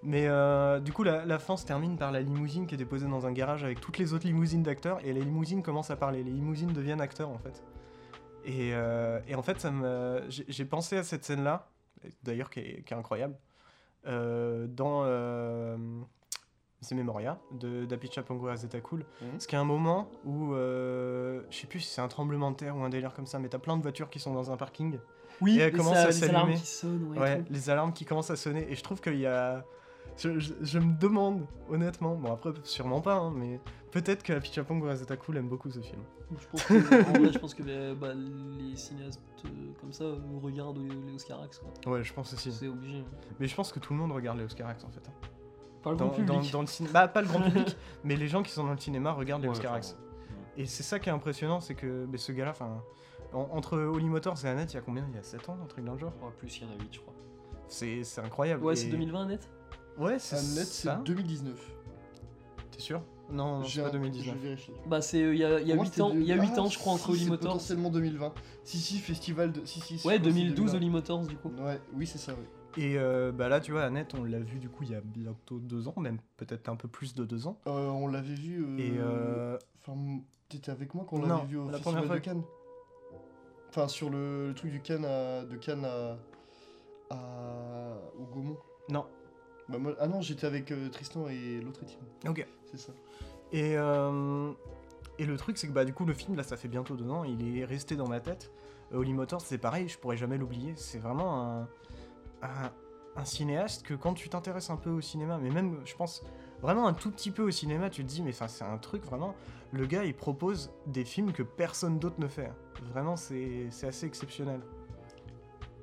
Speaker 1: Mais euh, du coup, la, la fin se termine par la limousine qui est déposée dans un garage avec toutes les autres limousines d'acteurs, et les limousines commencent à parler. Les limousines deviennent acteurs en fait. Et, euh, et en fait, ça me- j'ai j'ai pensé à cette scène-là, d'ailleurs qui, est- qui est incroyable, euh, dans. euh, c'est Memoria, de d'Apichatpongwe à Zetakul.
Speaker 2: Mhm.
Speaker 1: Parce qu'il y a un moment où, euh, je sais plus si c'est un tremblement de terre ou un délire comme ça, mais t'as plein de voitures qui sont dans un parking.
Speaker 3: Oui,
Speaker 1: Et elle commence à
Speaker 3: les alarmes
Speaker 1: s'allumer.
Speaker 3: qui sonnent, ouais, et
Speaker 1: Ouais,
Speaker 3: tout.
Speaker 1: les alarmes qui commencent à sonner. Et je trouve qu'il y a. Je, je- je me demande, honnêtement, bon après, sûrement pas, hein, mais peut-être que Apichatpongwe à Zetakul aime beaucoup ce film.
Speaker 3: Je pense que, en vrai, je pense que euh, bah, les cinéastes euh, comme ça euh, regardent les, les Oscarax, quoi.
Speaker 1: Ouais, je pense aussi.
Speaker 3: C'est obligé. hein.
Speaker 1: Mais je pense que tout le monde regarde les Oscarax en fait. hein.
Speaker 3: Pas le
Speaker 1: Dans,
Speaker 3: grand public.
Speaker 1: dans- dans le cinéma, bah, pas le grand public, mais les gens qui sont dans le cinéma regardent les
Speaker 10: Ouais,
Speaker 1: Oscarax.
Speaker 10: enfin,
Speaker 1: Et c'est ça qui est impressionnant, c'est que mais ce gars-là, enfin, en- entre Holly Motors et Annette, il y a combien Il y a 7 ans, un truc dans le genre
Speaker 3: Ouais, plus, il y en a 8, je crois.
Speaker 1: C'est c'est incroyable.
Speaker 3: Ouais,
Speaker 1: Et-
Speaker 3: c'est 2020 net
Speaker 1: Ouais, c'est
Speaker 2: Hamlet,
Speaker 1: ça.
Speaker 2: c'est 2019.
Speaker 1: T'es sûr Non, non, c'est
Speaker 2: J'ai
Speaker 1: pas
Speaker 2: un- Je
Speaker 1: 2019.
Speaker 2: vérifie.
Speaker 3: Bah, c'est. euh, Il y a, il y a
Speaker 2: Moi,
Speaker 3: 8
Speaker 2: c'était
Speaker 3: ans, il y a
Speaker 2: 2000.
Speaker 3: 8 ans, je crois,
Speaker 2: Ah,
Speaker 3: entre
Speaker 2: si,
Speaker 3: Holy
Speaker 2: c'est
Speaker 3: Motors.
Speaker 2: Potentiellement 2020. Si, si, festival de. Si, si, je
Speaker 3: Ouais,
Speaker 2: crois que c'est
Speaker 3: 2012, Holy Motors, du coup.
Speaker 2: Ouais, oui, c'est ça, oui.
Speaker 1: Et euh, bah là, tu vois, Annette, on l'a vu du coup il y a bientôt 2 ans, même peut-être un peu plus de 2 ans.
Speaker 2: Euh, on l'avait vu. euh,
Speaker 1: Et euh,
Speaker 2: Enfin, m- t'étais avec moi quand on
Speaker 1: Non,
Speaker 2: l'avait vu au
Speaker 1: la
Speaker 2: Festival
Speaker 1: première fois.
Speaker 2: de Cannes. Enfin, sur le, le truc du Cannes à, de Cannes à, à- au Gaumont.
Speaker 1: non.
Speaker 2: Bah, moi- ah non, j'étais avec euh, Tristan et l'autre team.
Speaker 1: Ok.
Speaker 2: C'est ça.
Speaker 1: Et, euh, et le truc, c'est que bah, du coup, le film, là, ça fait bientôt 2 ans, il est resté dans ma tête. Euh, Holly Motors, c'est pareil, je pourrais jamais l'oublier. C'est vraiment un, un, un cinéaste que quand tu t'intéresses un peu au cinéma, mais même, je pense, vraiment un tout petit peu au cinéma, tu te dis, mais enfin, c'est un truc vraiment. Le gars, il propose des films que personne d'autre ne fait. Vraiment, c'est c'est assez exceptionnel.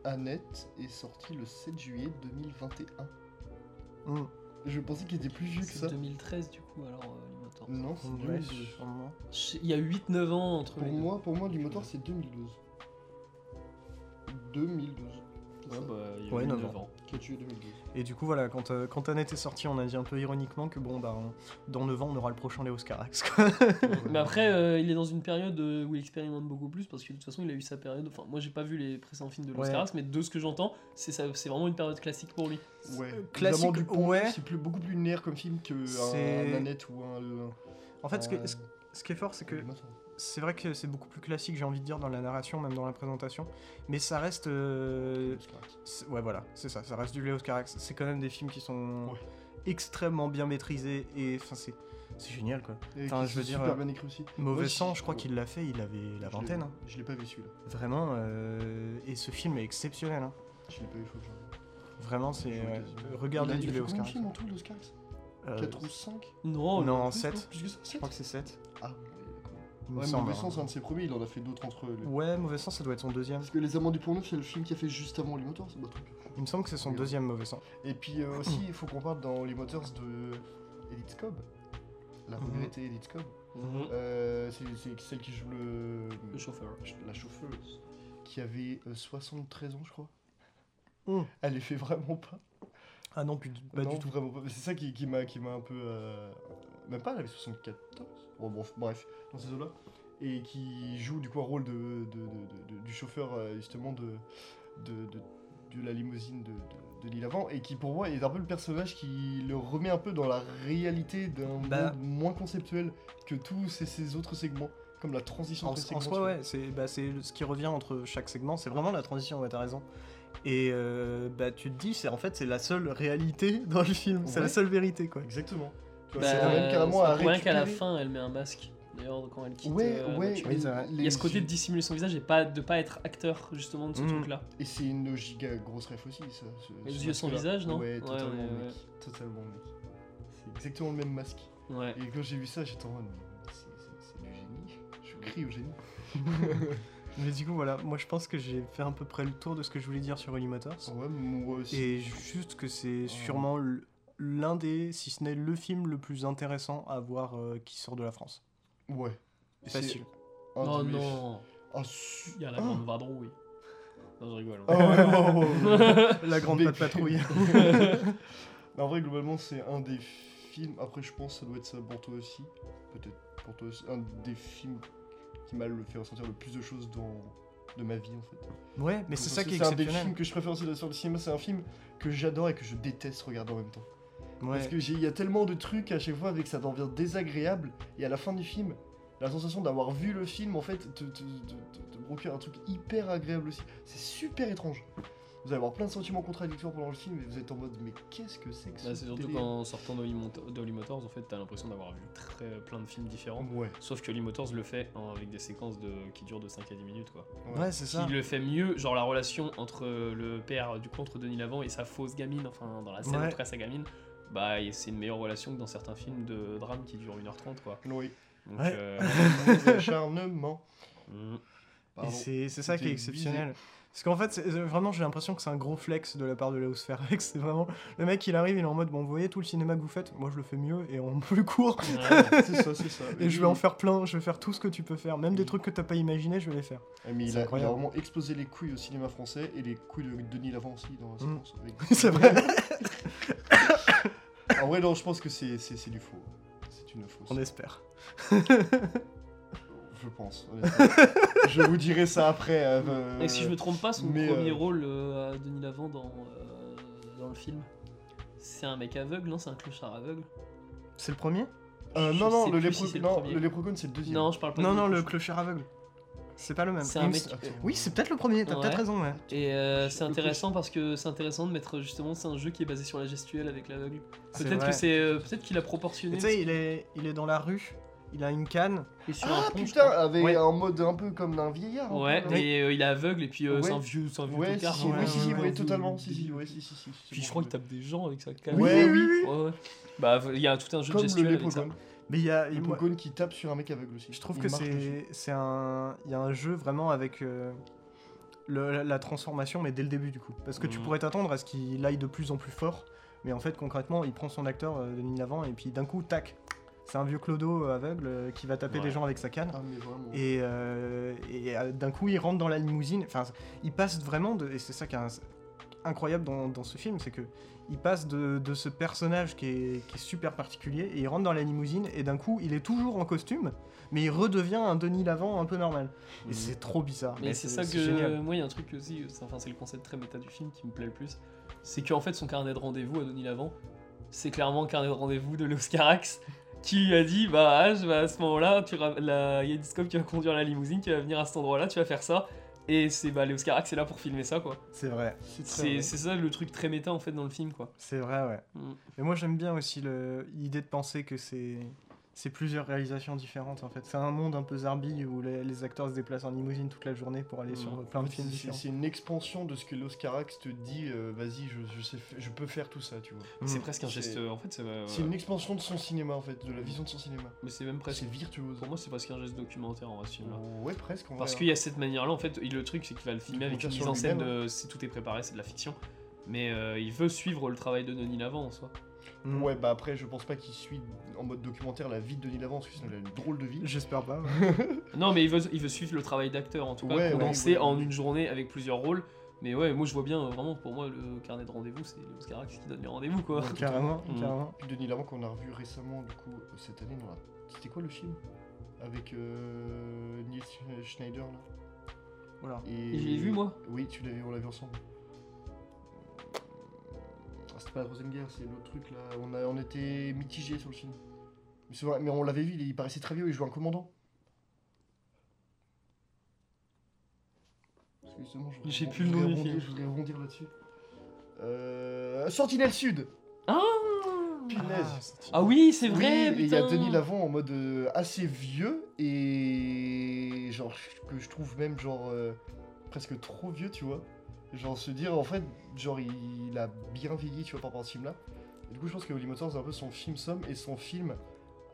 Speaker 2: Annette est sorti le 7 juillet 2021.
Speaker 1: Hum,
Speaker 2: Je pensais qu'il était plus vieux que
Speaker 3: C'est
Speaker 2: ça.
Speaker 3: 2013, du coup, alors, euh, Holy Motors.
Speaker 2: Non, c'est
Speaker 1: ouais,
Speaker 2: 2012.
Speaker 1: sûrement.
Speaker 3: Je- Il y a 8-9 ans entre
Speaker 2: Pour
Speaker 3: les deux.
Speaker 2: moi, pour moi, du moteur, c'est 2012. 2012. C'est
Speaker 10: Ouais,
Speaker 2: ça,
Speaker 10: bah, il y a
Speaker 1: Ouais,
Speaker 10: 9
Speaker 1: neuf
Speaker 10: ans.
Speaker 2: Qui a tué 2012.
Speaker 1: Et du coup, voilà, quand, euh, quand Annette est sortie, on a dit un peu ironiquement que bon, bah, on- dans 9 ans, on aura le prochain Léo Scarax, quoi.
Speaker 3: Mais après, euh, il est dans une période euh, où il expérimente beaucoup plus parce que de toute façon, il a eu sa période. Enfin, moi, j'ai pas vu les précédents films de Los
Speaker 1: Ouais.
Speaker 3: Carax, mais de ce que j'entends, c'est ça- c'est vraiment une période classique pour lui.
Speaker 2: Ouais.
Speaker 1: euh, classique,
Speaker 2: Évidemment, Dupont,
Speaker 1: ouais.
Speaker 2: C'est plus, beaucoup plus linéaire comme film que
Speaker 1: C'est-
Speaker 2: un Annette ou un. un-
Speaker 1: En fait, ce,
Speaker 2: un-
Speaker 1: que- ce- ce qui est fort, c'est que c'est vrai que c'est beaucoup plus classique, j'ai envie de dire, dans la narration, même dans la présentation, mais ça reste. euh, c'est- ouais, voilà, c'est ça, ça reste du Léo Carax. C'est quand même des films qui sont
Speaker 2: Ouais.
Speaker 1: extrêmement bien maîtrisés et. Enfin, c'est. C'est génial quoi.
Speaker 2: Et
Speaker 1: Enfin,
Speaker 2: qui
Speaker 1: je veux
Speaker 2: est
Speaker 1: dire,
Speaker 2: Super
Speaker 1: euh,
Speaker 2: bien écrit aussi.
Speaker 1: Mauvais
Speaker 2: Ouais,
Speaker 1: sang,
Speaker 2: si,
Speaker 1: je crois
Speaker 2: ouais.
Speaker 1: qu'il l'a fait, il avait la
Speaker 2: Je l'ai-
Speaker 1: vingtaine. hein.
Speaker 2: Je l'ai pas vu celui-là.
Speaker 1: Vraiment, euh, et ce film est exceptionnel. hein.
Speaker 2: Je l'ai pas vu, faut que j'en regarde.
Speaker 1: Vraiment, c'est.
Speaker 2: Je vois
Speaker 1: ouais,
Speaker 2: quasiment.
Speaker 1: regardez
Speaker 2: Il a-
Speaker 1: du
Speaker 2: il a fait
Speaker 1: Léo
Speaker 2: combien de
Speaker 1: Carax.
Speaker 2: films en tout, l'Oscar 4 ou 5
Speaker 3: Non,
Speaker 1: non, en
Speaker 2: plus,
Speaker 1: 7.
Speaker 2: non Plus que ça,
Speaker 1: Je
Speaker 2: 7
Speaker 1: crois que c'est 7.
Speaker 2: Ah, ouais, d'accord.
Speaker 1: Il me
Speaker 2: Ouais,
Speaker 1: semble,
Speaker 2: Mauvais
Speaker 1: hein.
Speaker 2: Sang, c'est un de ses premiers, il en a fait d'autres entre eux. lui.
Speaker 1: Ouais, Mauvais sang, ça doit être son deuxième.
Speaker 2: Parce que Les Amants du Pont Neuf, c'est le film qu'il a fait juste avant Les Moteurs, c'est pas truc.
Speaker 1: Il me semble que c'est son
Speaker 2: Oui.
Speaker 1: deuxième Mauvais sang.
Speaker 2: Et puis euh, aussi, il faut qu'on parle dans les Motors de Edith Cobb. La
Speaker 1: Mhm.
Speaker 2: regrettée Edith Cobb.
Speaker 10: Mhm.
Speaker 2: Euh, c'est c'est celle qui joue le,
Speaker 3: Mmh. Le chauffeur.
Speaker 2: la chauffeuse. Qui avait euh, 73 ans, je crois.
Speaker 3: Oh.
Speaker 1: Mhm.
Speaker 2: Elle les fait vraiment pas.
Speaker 1: Ah non, plus, du- pas
Speaker 2: Non, bah,
Speaker 1: du tout.
Speaker 2: Vraiment pas. Mais C'est ça qui, qui m'a qui m'a un peu. euh, Même pas, elle avait 74. Bon, bon, bref, dans ces eaux-là. Et qui joue du coup un rôle de, de- de- de- du chauffeur euh, justement de, de, de- de la limousine de, de- de l'île avant. Et qui pour moi est un peu le personnage qui le remet un peu dans la réalité d'un
Speaker 1: Bah.
Speaker 2: monde moins conceptuel que tous ces, ces autres segments. Comme la transition
Speaker 1: En,
Speaker 2: entre les
Speaker 1: en
Speaker 2: segments,
Speaker 1: soi, ouais, c'est bah, c'est ce qui revient entre chaque segment, c'est vraiment la transition, ouais, t'as raison. Et euh, bah, tu te dis, c'est en fait, c'est la seule réalité dans le film, c'est
Speaker 2: Ouais.
Speaker 1: la seule vérité, quoi.
Speaker 2: tu vois. Exactement. Tu vois,
Speaker 3: Bah,
Speaker 2: c'est même carrément à
Speaker 3: c'est pour rien qu'à la
Speaker 2: récupérer.
Speaker 3: fin, elle met un masque. D'ailleurs, quand elle quitte.
Speaker 2: Ouais,
Speaker 3: euh, la
Speaker 2: ouais,
Speaker 3: voiture.
Speaker 1: oui, c'est vrai.
Speaker 3: Il y a ce
Speaker 2: les- Mmh.
Speaker 3: côté de dissimuler son visage et pas, de pas être acteur, justement, de ce
Speaker 1: Mm.
Speaker 3: truc-là.
Speaker 2: Et c'est une giga grosse ref aussi, ça. ce-
Speaker 3: Les
Speaker 2: ce
Speaker 3: yeux sans
Speaker 2: masque-là.
Speaker 3: visage, non
Speaker 2: Ouais,
Speaker 3: Ouais,
Speaker 2: totalement,
Speaker 3: ouais,
Speaker 2: mec.
Speaker 3: ouais.
Speaker 2: Totalement, mec. C'est exactement le même masque.
Speaker 3: Ouais.
Speaker 2: Et quand j'ai vu ça, j'étais en mode, mais c'est- c'est- c'est du génie. Je crie au génie.
Speaker 1: Mais du coup, voilà, moi je pense que j'ai fait à peu près le tour de ce que je voulais dire sur Holy Motors.
Speaker 2: Ouais, moi aussi.
Speaker 1: Et juste que c'est sûrement l- l'un des, si ce n'est le film le plus intéressant à voir euh, qui sort de la France.
Speaker 2: Ouais. C'est
Speaker 1: Facile.
Speaker 2: un
Speaker 3: non,
Speaker 2: de mes-
Speaker 3: Oh non.
Speaker 2: Ah, su-
Speaker 3: Il y a la
Speaker 2: Ah.
Speaker 3: grande vadrouille. Non, je rigole. hein.
Speaker 2: Ah ouais, ouais, ouais, ouais.
Speaker 1: La grande
Speaker 2: Big-
Speaker 1: patte patrouille.
Speaker 2: Mais en vrai, globalement, c'est un des films. Après, je pense que ça doit être ça pour toi aussi. Peut-être pour toi aussi. Un des films qui m'a le fait ressentir le plus de choses dans... de ma vie, en fait.
Speaker 1: ouais, mais c'est
Speaker 2: Parce
Speaker 1: ça
Speaker 2: que
Speaker 1: qui est
Speaker 2: C'est un des films
Speaker 1: exceptionnel.
Speaker 2: que je préfère aussi de la sortie du cinéma. C'est un film que j'adore et que je déteste regarder en même temps. Parce
Speaker 1: Ouais.
Speaker 2: que j'ai- il y a tellement de trucs à chaque fois avec ça devient désagréable. Et à la fin du film, la sensation d'avoir vu le film, en fait, te, te- te- te- te procure un truc hyper agréable aussi. C'est super étrange. Vous allez avoir plein de sentiments contradictoires pendant le film et vous êtes en mode mais qu'est-ce que c'est que
Speaker 3: Bah,
Speaker 2: ce
Speaker 3: c'est surtout
Speaker 2: délire
Speaker 3: qu'en sortant d'Holly Mont- d'Holly Motors, en fait, t'as l'impression d'avoir vu très, plein de films différents.
Speaker 2: Ouais.
Speaker 3: Sauf que Holly Motors le fait hein, avec des séquences de, qui durent de 5 à 10 minutes, quoi.
Speaker 1: Ouais, c'est ça.
Speaker 3: Il le fait mieux, genre la relation entre euh, le père euh, du contre Denis Lavant et sa fausse gamine, enfin dans la scène
Speaker 1: Ouais.
Speaker 3: en tout cas sa gamine, bah et c'est une meilleure relation que dans certains films de drame qui durent 1h30 quoi.
Speaker 2: Oui.
Speaker 3: Donc,
Speaker 1: Ouais.
Speaker 3: euh,
Speaker 2: Acharnement.
Speaker 3: mm.
Speaker 1: Et
Speaker 2: Pardon.
Speaker 1: c'est c'est ça qui est
Speaker 2: C'était
Speaker 1: exceptionnel. Parce qu'en fait, c'est- euh, vraiment, j'ai l'impression que c'est un gros flex de la part de Léo Sferrex. C'est vraiment. Le mec, il arrive, il est en mode Bon, vous voyez tout le cinéma que vous faites, moi je le fais mieux et en plus court.
Speaker 3: Ouais.
Speaker 2: C'est ça, c'est ça.
Speaker 1: Et je vais en faire plein, je vais faire tout ce que tu peux faire. Même des trucs que t'as pas imaginé, je vais les faire.
Speaker 2: Ah, mais
Speaker 1: C'est
Speaker 2: il a, il a
Speaker 1: incroyable.
Speaker 2: vraiment explosé les couilles au cinéma français et les couilles de Denis Lavant aussi dans la
Speaker 1: Mm.
Speaker 2: séquence.
Speaker 1: c'est vrai.
Speaker 2: avec- En vrai, non, je pense que c'est c'est- c'est du faux. C'est une fausse.
Speaker 1: On espère.
Speaker 2: Je pense. honnêtement. je vous dirai ça après. euh, euh,
Speaker 11: Mmh. Et si je me trompe pas, son
Speaker 2: mais,
Speaker 11: premier
Speaker 2: euh,
Speaker 11: rôle euh, à Denis Lavant dans, euh, dans le film, c'est un mec aveugle, non C'est un clochard aveugle
Speaker 1: C'est le premier
Speaker 2: Euh,
Speaker 11: je
Speaker 2: non, non,
Speaker 11: sais
Speaker 2: le,
Speaker 11: plus
Speaker 2: lépre...
Speaker 11: si c'est le
Speaker 2: non
Speaker 11: premier.
Speaker 2: le Leprechaun, c'est le deuxième.
Speaker 11: Non, je parle pas
Speaker 1: Non,
Speaker 11: de
Speaker 1: non,
Speaker 11: lui.
Speaker 1: le clocher aveugle. C'est pas le même.
Speaker 11: C'est
Speaker 1: Il
Speaker 11: un
Speaker 1: me
Speaker 11: mec.
Speaker 1: s-
Speaker 2: Attends.
Speaker 1: Oui, c'est peut-être le premier, t'as
Speaker 11: Ouais.
Speaker 1: peut-être raison, ouais.
Speaker 11: Et euh, c'est
Speaker 2: Le
Speaker 11: intéressant parce que c'est intéressant de mettre justement c'est un jeu qui est basé sur la gestuelle avec l'aveugle.
Speaker 1: C'est
Speaker 11: Peut-être
Speaker 1: vrai.
Speaker 11: que c'est euh, peut-être qu'il a
Speaker 1: Et
Speaker 11: proportionné.
Speaker 1: Tu sais, il est, il est dans la rue, il a une canne.
Speaker 11: et sur
Speaker 2: Ah
Speaker 11: un pont, je
Speaker 2: putain,
Speaker 11: crois.
Speaker 2: avec
Speaker 1: Ouais.
Speaker 2: un mode un peu comme d'un vieillard. un peu,
Speaker 11: Ouais,
Speaker 2: là.
Speaker 11: et euh, il est aveugle et puis euh, c'est un
Speaker 2: Ouais.
Speaker 11: vieux, c'est un vieux
Speaker 2: Ouais, si,
Speaker 11: tocard,
Speaker 2: si,
Speaker 11: hein.
Speaker 2: oui, si, si,
Speaker 1: ouais,
Speaker 2: ouais,
Speaker 1: ouais,
Speaker 2: totalement. Si, si, ouais, si, si, si. c'est
Speaker 11: Puis
Speaker 2: bon,
Speaker 11: je crois
Speaker 2: je
Speaker 11: qu'il tape des gens avec sa canne.
Speaker 2: Ouais,
Speaker 1: oui, oui.
Speaker 11: Ouais, ouais. Bah il y a tout un jeu
Speaker 2: Comme
Speaker 11: de
Speaker 2: le
Speaker 11: gestuelle avec ça.
Speaker 2: Leprechaun.
Speaker 1: Mais il y a.
Speaker 11: Ah,
Speaker 2: Le
Speaker 1: moi-
Speaker 2: Leprechaun qui tape sur un mec aveugle aussi.
Speaker 1: Je trouve
Speaker 2: Il
Speaker 1: que
Speaker 2: marche dessus.
Speaker 1: c'est c'est un il y a un jeu vraiment avec euh, le- la, la transformation mais dès le début du coup parce que tu
Speaker 3: Mhm.
Speaker 1: pourrais t'attendre à ce qu'il aille de plus en plus fort mais en fait concrètement il prend son acteur euh, Denis Lavant et puis d'un coup tac c'est un vieux clodo euh, aveugle euh, qui va taper
Speaker 3: Ouais.
Speaker 1: des gens avec sa canne
Speaker 2: Ah, mais vraiment.
Speaker 1: et, euh, et, euh, d'un coup il rentre dans la limousine enfin il passe vraiment de et c'est ça qui est un- incroyable dans, dans ce film c'est que il passe de, de ce personnage qui est, qui est super particulier et il rentre dans la limousine et d'un coup il est toujours en costume mais il redevient un Denis Lavant un peu normal et c'est trop bizarre
Speaker 11: Mm. Mais c'est ça que
Speaker 1: génial.
Speaker 11: moi il y a un truc aussi, c'est- enfin c'est le concept très méta du film qui me plaît le plus, c'est qu'en fait son carnet de rendez-vous à Denis Lavant, c'est clairement le carnet de rendez-vous de L'Oscarax qui lui a dit bah ah, je vais à ce moment-là, tu ram- la- il y a Discop qui va conduire la limousine, qui va venir à cet endroit-là, tu vas faire ça. Et c'est bah L'Oscarax est là pour filmer ça quoi.
Speaker 1: c'est vrai
Speaker 2: C'est très
Speaker 11: C'est
Speaker 2: vrai.
Speaker 11: c'est ça le truc très méta en fait dans le film quoi.
Speaker 1: c'est vrai ouais
Speaker 11: Mm.
Speaker 1: mais moi j'aime bien aussi le- l'idée de penser que c'est c'est plusieurs réalisations différentes en fait. C'est un monde un peu zarbi où les, les acteurs se déplacent en limousine toute la journée pour aller sur plein de
Speaker 2: C'est-
Speaker 1: films
Speaker 2: c'est-
Speaker 1: différents.
Speaker 2: C'est une expansion de ce que l'Oscarax te dit, euh, vas-y, je, je sais, f- je peux faire tout ça, tu vois.
Speaker 3: C'est
Speaker 1: Mm.
Speaker 3: presque un
Speaker 2: Mmh. C'est-
Speaker 3: geste en fait ça
Speaker 11: euh,
Speaker 3: va-
Speaker 2: C'est une expansion de son cinéma, en fait, de la vision de son cinéma.
Speaker 3: mais c'est même presque
Speaker 2: C'est virtuose. Euh,
Speaker 3: pour moi c'est presque un geste documentaire en vrai ce film là.
Speaker 2: Ouais, presque. en
Speaker 3: Parce
Speaker 2: vrai,
Speaker 3: qu'il y a cette manière là en fait, il- le truc c'est qu'il va le filmer avec une
Speaker 2: Documentaire
Speaker 3: mise
Speaker 2: sur
Speaker 3: en scène,
Speaker 2: lui-même. hein.
Speaker 3: euh, c'est tout est préparé, c'est de la fiction. Mais euh, il veut suivre le travail de Denis Lavant en soi.
Speaker 1: Mm.
Speaker 2: Ouais, bah après, je pense pas qu'il suit en mode documentaire la vie de Denis Lavant, parce que sinon il a une drôle de vie.
Speaker 1: J'espère pas. ouais.
Speaker 3: Non, mais il veut, il veut suivre le travail d'acteur, en tout cas,
Speaker 2: Ouais, ouais,
Speaker 3: condensé
Speaker 2: ouais.
Speaker 3: en une journée avec plusieurs rôles. Mais ouais, moi je vois bien, euh, vraiment, pour moi, le carnet de rendez-vous, c'est les Oscarax qui donne les rendez-vous, quoi.
Speaker 2: Ouais.
Speaker 1: Carrément,
Speaker 3: Mm.
Speaker 1: carrément.
Speaker 2: Puis Denis Lavant qu'on a revu récemment, du coup, euh, cette année, dans la- c'était quoi le film Avec euh, Neil Sch- Schneider, là.
Speaker 1: Voilà.
Speaker 2: Et...
Speaker 11: Et je l'ai vu moi.
Speaker 2: Oui, tu l'avais, on l'a vu ensemble. Euh, Ah, C'était pas la Troisième Guerre, c'est l'autre truc, là. On, a, on était mitigés sur le film. Mais, c'est vrai, mais on l'avait vu, il, il paraissait très vieux, il jouait un commandant. Parce que justement, je voudrais
Speaker 11: J'ai
Speaker 2: rebond-
Speaker 11: plus le nom
Speaker 2: je voudrais
Speaker 11: du film.
Speaker 2: rebondir- Je voudrais rebondir là-dessus. Euh, Sentinelle Sud
Speaker 11: Ah
Speaker 2: Punaise
Speaker 11: Ah oui c'est vrai
Speaker 2: oui, et il y
Speaker 11: putain.
Speaker 2: a Denis Lavant en mode euh, assez vieux et genre que je trouve même genre euh, presque trop vieux, tu vois. Genre se dire en fait, genre il, il a bien vieilli, tu vois, par rapport à ce film-là. Et du coup, je pense que Holy Motors c'est un peu son film somme et son film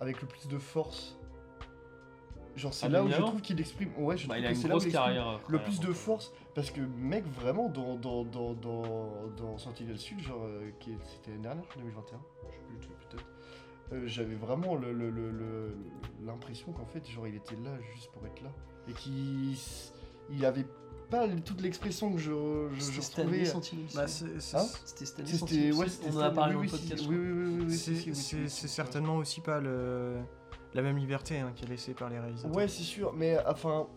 Speaker 2: avec le plus de force. Genre c'est
Speaker 3: Ah,
Speaker 2: là
Speaker 3: Denis
Speaker 2: où je
Speaker 3: Lavant
Speaker 2: trouve qu'il exprime. Ouais, je
Speaker 3: Bah,
Speaker 2: trouve
Speaker 3: il a
Speaker 2: que
Speaker 3: une
Speaker 2: c'est là où
Speaker 3: grosse
Speaker 2: il exprime
Speaker 3: carrière. après,
Speaker 2: le plus
Speaker 3: hein.
Speaker 2: de force parce que mec vraiment dans dans dans dans, dans Sentinelle Sud genre euh, qui est- c'était l'année dernière 2021 je sais plus le truc, peut-être euh, j'avais vraiment le- le- le- le- l'impression qu'en fait genre il était là juste pour être là et qu'il s- il avait pas le- toute l'expression que je je, je
Speaker 11: C'était
Speaker 2: retrouvais
Speaker 11: Stanley Sentinel.
Speaker 1: Bah, c'est- c'est-
Speaker 2: Hein
Speaker 11: C'était Stanley
Speaker 2: c'était
Speaker 11: Sentinel.
Speaker 2: ouais c'était
Speaker 11: On en a parlé
Speaker 2: oui,
Speaker 11: dans le
Speaker 2: oui, si,
Speaker 11: podcast. je
Speaker 2: oui oui oui, oui, oui,
Speaker 1: c'est-
Speaker 2: si, si, oui, si,
Speaker 1: c'est
Speaker 2: oui,
Speaker 1: c'est
Speaker 2: si, ouais.
Speaker 1: certainement aussi pas le, la même liberté hein, qui est laissée par les réalisateurs.
Speaker 2: Ouais, c'est sûr, mais euh, enfin.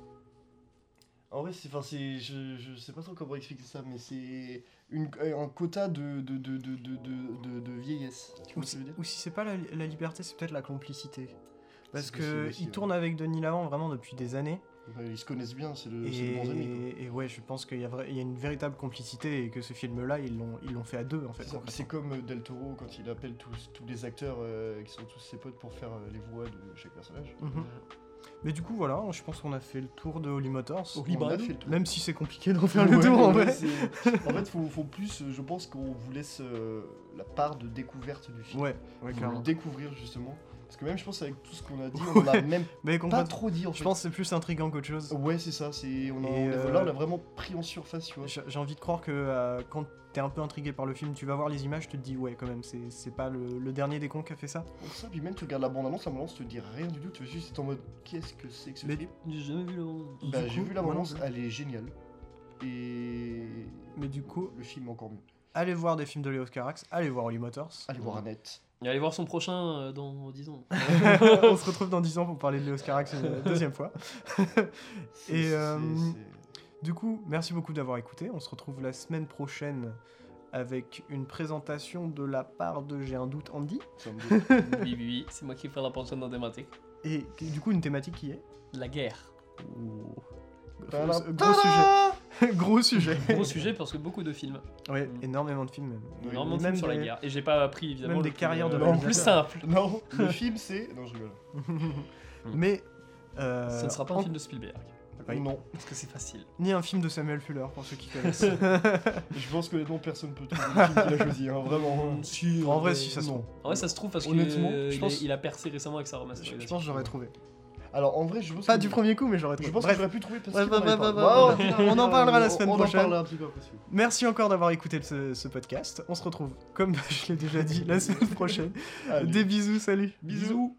Speaker 2: En vrai, c'est. Enfin, c'est. Je, je sais pas trop comment expliquer ça, mais c'est. Une, euh, un quota de, de, de, de, de, de, de- de vieillesse. Tu
Speaker 1: ou,
Speaker 2: vois ce que je veux
Speaker 1: si-
Speaker 2: dire
Speaker 1: ou si c'est pas la, la liberté, c'est peut-être la complicité. Parce
Speaker 2: C'est possible
Speaker 1: que
Speaker 2: aussi,
Speaker 1: il
Speaker 2: ouais.
Speaker 1: tourne avec Denis Lavant vraiment depuis des années.
Speaker 2: Bah, ils se connaissent bien, c'est le, c'est
Speaker 1: Et,
Speaker 2: de bons amis. quoi.
Speaker 1: et ouais, je pense qu'il y, a vrai- il y a une véritable complicité et que ce film-là, ils l'ont ils l'ont fait à deux en fait.
Speaker 2: C'est ça,
Speaker 1: concrètement.
Speaker 2: C'est comme euh, Del Toro quand il appelle tous, tous les acteurs euh, qui sont tous ses potes pour faire euh, les voix de chaque personnage.
Speaker 1: Mhm. Mais du coup, voilà, je pense qu'on a fait le tour de Holy Motors.
Speaker 2: Holy On a Motors. fait le tour.
Speaker 1: Même si c'est compliqué d'en faire le
Speaker 2: Ouais,
Speaker 1: tour en
Speaker 2: ouais,
Speaker 1: vrai.
Speaker 2: c'est- en fait, faut, faut plus, euh, je pense qu'on vous laisse euh, la part de découverte du film.
Speaker 1: Ouais, ouais,
Speaker 2: Vous le
Speaker 1: clairement.
Speaker 2: découvrir justement. Parce que même, je pense, avec tout ce qu'on a dit, on a même
Speaker 1: Mais qu'on
Speaker 2: pas
Speaker 1: peut-
Speaker 2: trop dit en fait.
Speaker 1: je pense que c'est plus intriguant qu'autre chose.
Speaker 2: Ouais, c'est ça, c'est on a,
Speaker 1: Et,
Speaker 2: on-
Speaker 1: euh,
Speaker 2: là on a vraiment pris en surface, tu vois.
Speaker 1: J'ai j'ai envie de croire que euh, quand t'es un peu intrigué par le film, tu vas voir les images, tu te dis ouais quand même, c'est c'est pas le, le dernier des cons qui a fait ça.
Speaker 2: Pour ça, puis même tu regardes la bande-annonce, la bande-annonce te dit rien du tout, tu vas juste être en mode qu'est-ce que c'est que ce
Speaker 1: Mais-
Speaker 2: film
Speaker 3: J'ai jamais vu le.
Speaker 2: Bah,
Speaker 1: Du
Speaker 2: j'ai
Speaker 1: coup,
Speaker 2: vu la
Speaker 1: moi non
Speaker 2: bande-annonce, elle est géniale. Et
Speaker 1: Mais du coup,
Speaker 2: le film encore mieux.
Speaker 1: allez voir des films de Léo Carax, allez voir Holy Motors.
Speaker 2: Allez voir Annette.
Speaker 3: Et Allez voir son prochain euh, dans 10 ans.
Speaker 1: On se retrouve dans 10 ans pour parler de Léo Carax une deuxième fois.
Speaker 2: C'est-
Speaker 1: Et,
Speaker 2: c'est-
Speaker 1: euh,
Speaker 2: c'est-
Speaker 1: Du coup, merci beaucoup d'avoir écouté. On se retrouve la semaine prochaine avec une présentation de la part de J'ai un doute Andy.
Speaker 2: ça me dit-
Speaker 3: oui, oui, oui, c'est moi qui fais la prochaine dans thématique.
Speaker 1: Et qui- du coup, une thématique qui est
Speaker 3: La guerre.
Speaker 1: Gros, gros sujet. gros sujet.
Speaker 3: Gros sujet parce que beaucoup de films.
Speaker 1: Ouais,
Speaker 3: Mm.
Speaker 1: énormément de films.
Speaker 2: Oui,
Speaker 3: Énormément de
Speaker 1: même
Speaker 3: films sur la
Speaker 1: des-
Speaker 3: guerre. Et j'ai pas appris évidemment.
Speaker 1: même
Speaker 3: le
Speaker 1: des
Speaker 3: plus,
Speaker 1: carrières de
Speaker 3: euh, le plus
Speaker 1: réalisateurs.
Speaker 3: simple.
Speaker 2: Non, le film c'est. Non, je rigole.
Speaker 1: Mais euh,
Speaker 3: Ce ne sera pas
Speaker 1: en-
Speaker 3: un film de Spielberg.
Speaker 1: Oui.
Speaker 2: Non,
Speaker 3: Parce que c'est facile.
Speaker 1: ni un film de Samuel Fuller pour ceux qui connaissent.
Speaker 2: je pense que honnêtement personne peut trouver le film qu'il a choisi, hein, vraiment. hein.
Speaker 1: en vrai, si ça se
Speaker 2: Non.
Speaker 1: trouve.
Speaker 3: En vrai, ça se trouve parce qu'il
Speaker 2: Honnêtement, je
Speaker 3: il,
Speaker 2: pense-
Speaker 3: a- il a percé récemment avec sa
Speaker 1: Je, je
Speaker 3: remasterisation.
Speaker 1: pense que j'aurais trouvé.
Speaker 2: Alors en vrai, je pense
Speaker 1: Pas
Speaker 2: que-
Speaker 1: du premier coup, mais j'aurais trouvé.
Speaker 2: Je pense que
Speaker 1: Bref,
Speaker 2: j'aurais pu trouver parce
Speaker 1: Ouais,
Speaker 2: qu'il
Speaker 1: bah,
Speaker 2: en avait
Speaker 1: bah,
Speaker 2: pas.
Speaker 1: bah,
Speaker 2: Ouais,
Speaker 1: bah,
Speaker 2: ouais,
Speaker 1: bah, on en
Speaker 2: ouais,
Speaker 1: parlera la
Speaker 2: on-
Speaker 1: semaine
Speaker 2: on en
Speaker 1: prochaine.
Speaker 2: parlera un petit peu après, si vous voulez.
Speaker 1: merci encore d'avoir écouté ce, ce podcast. On se retrouve, comme je l'ai déjà dit, la semaine prochaine.
Speaker 2: Allez,
Speaker 1: Des bisous, salut.
Speaker 2: Bisous.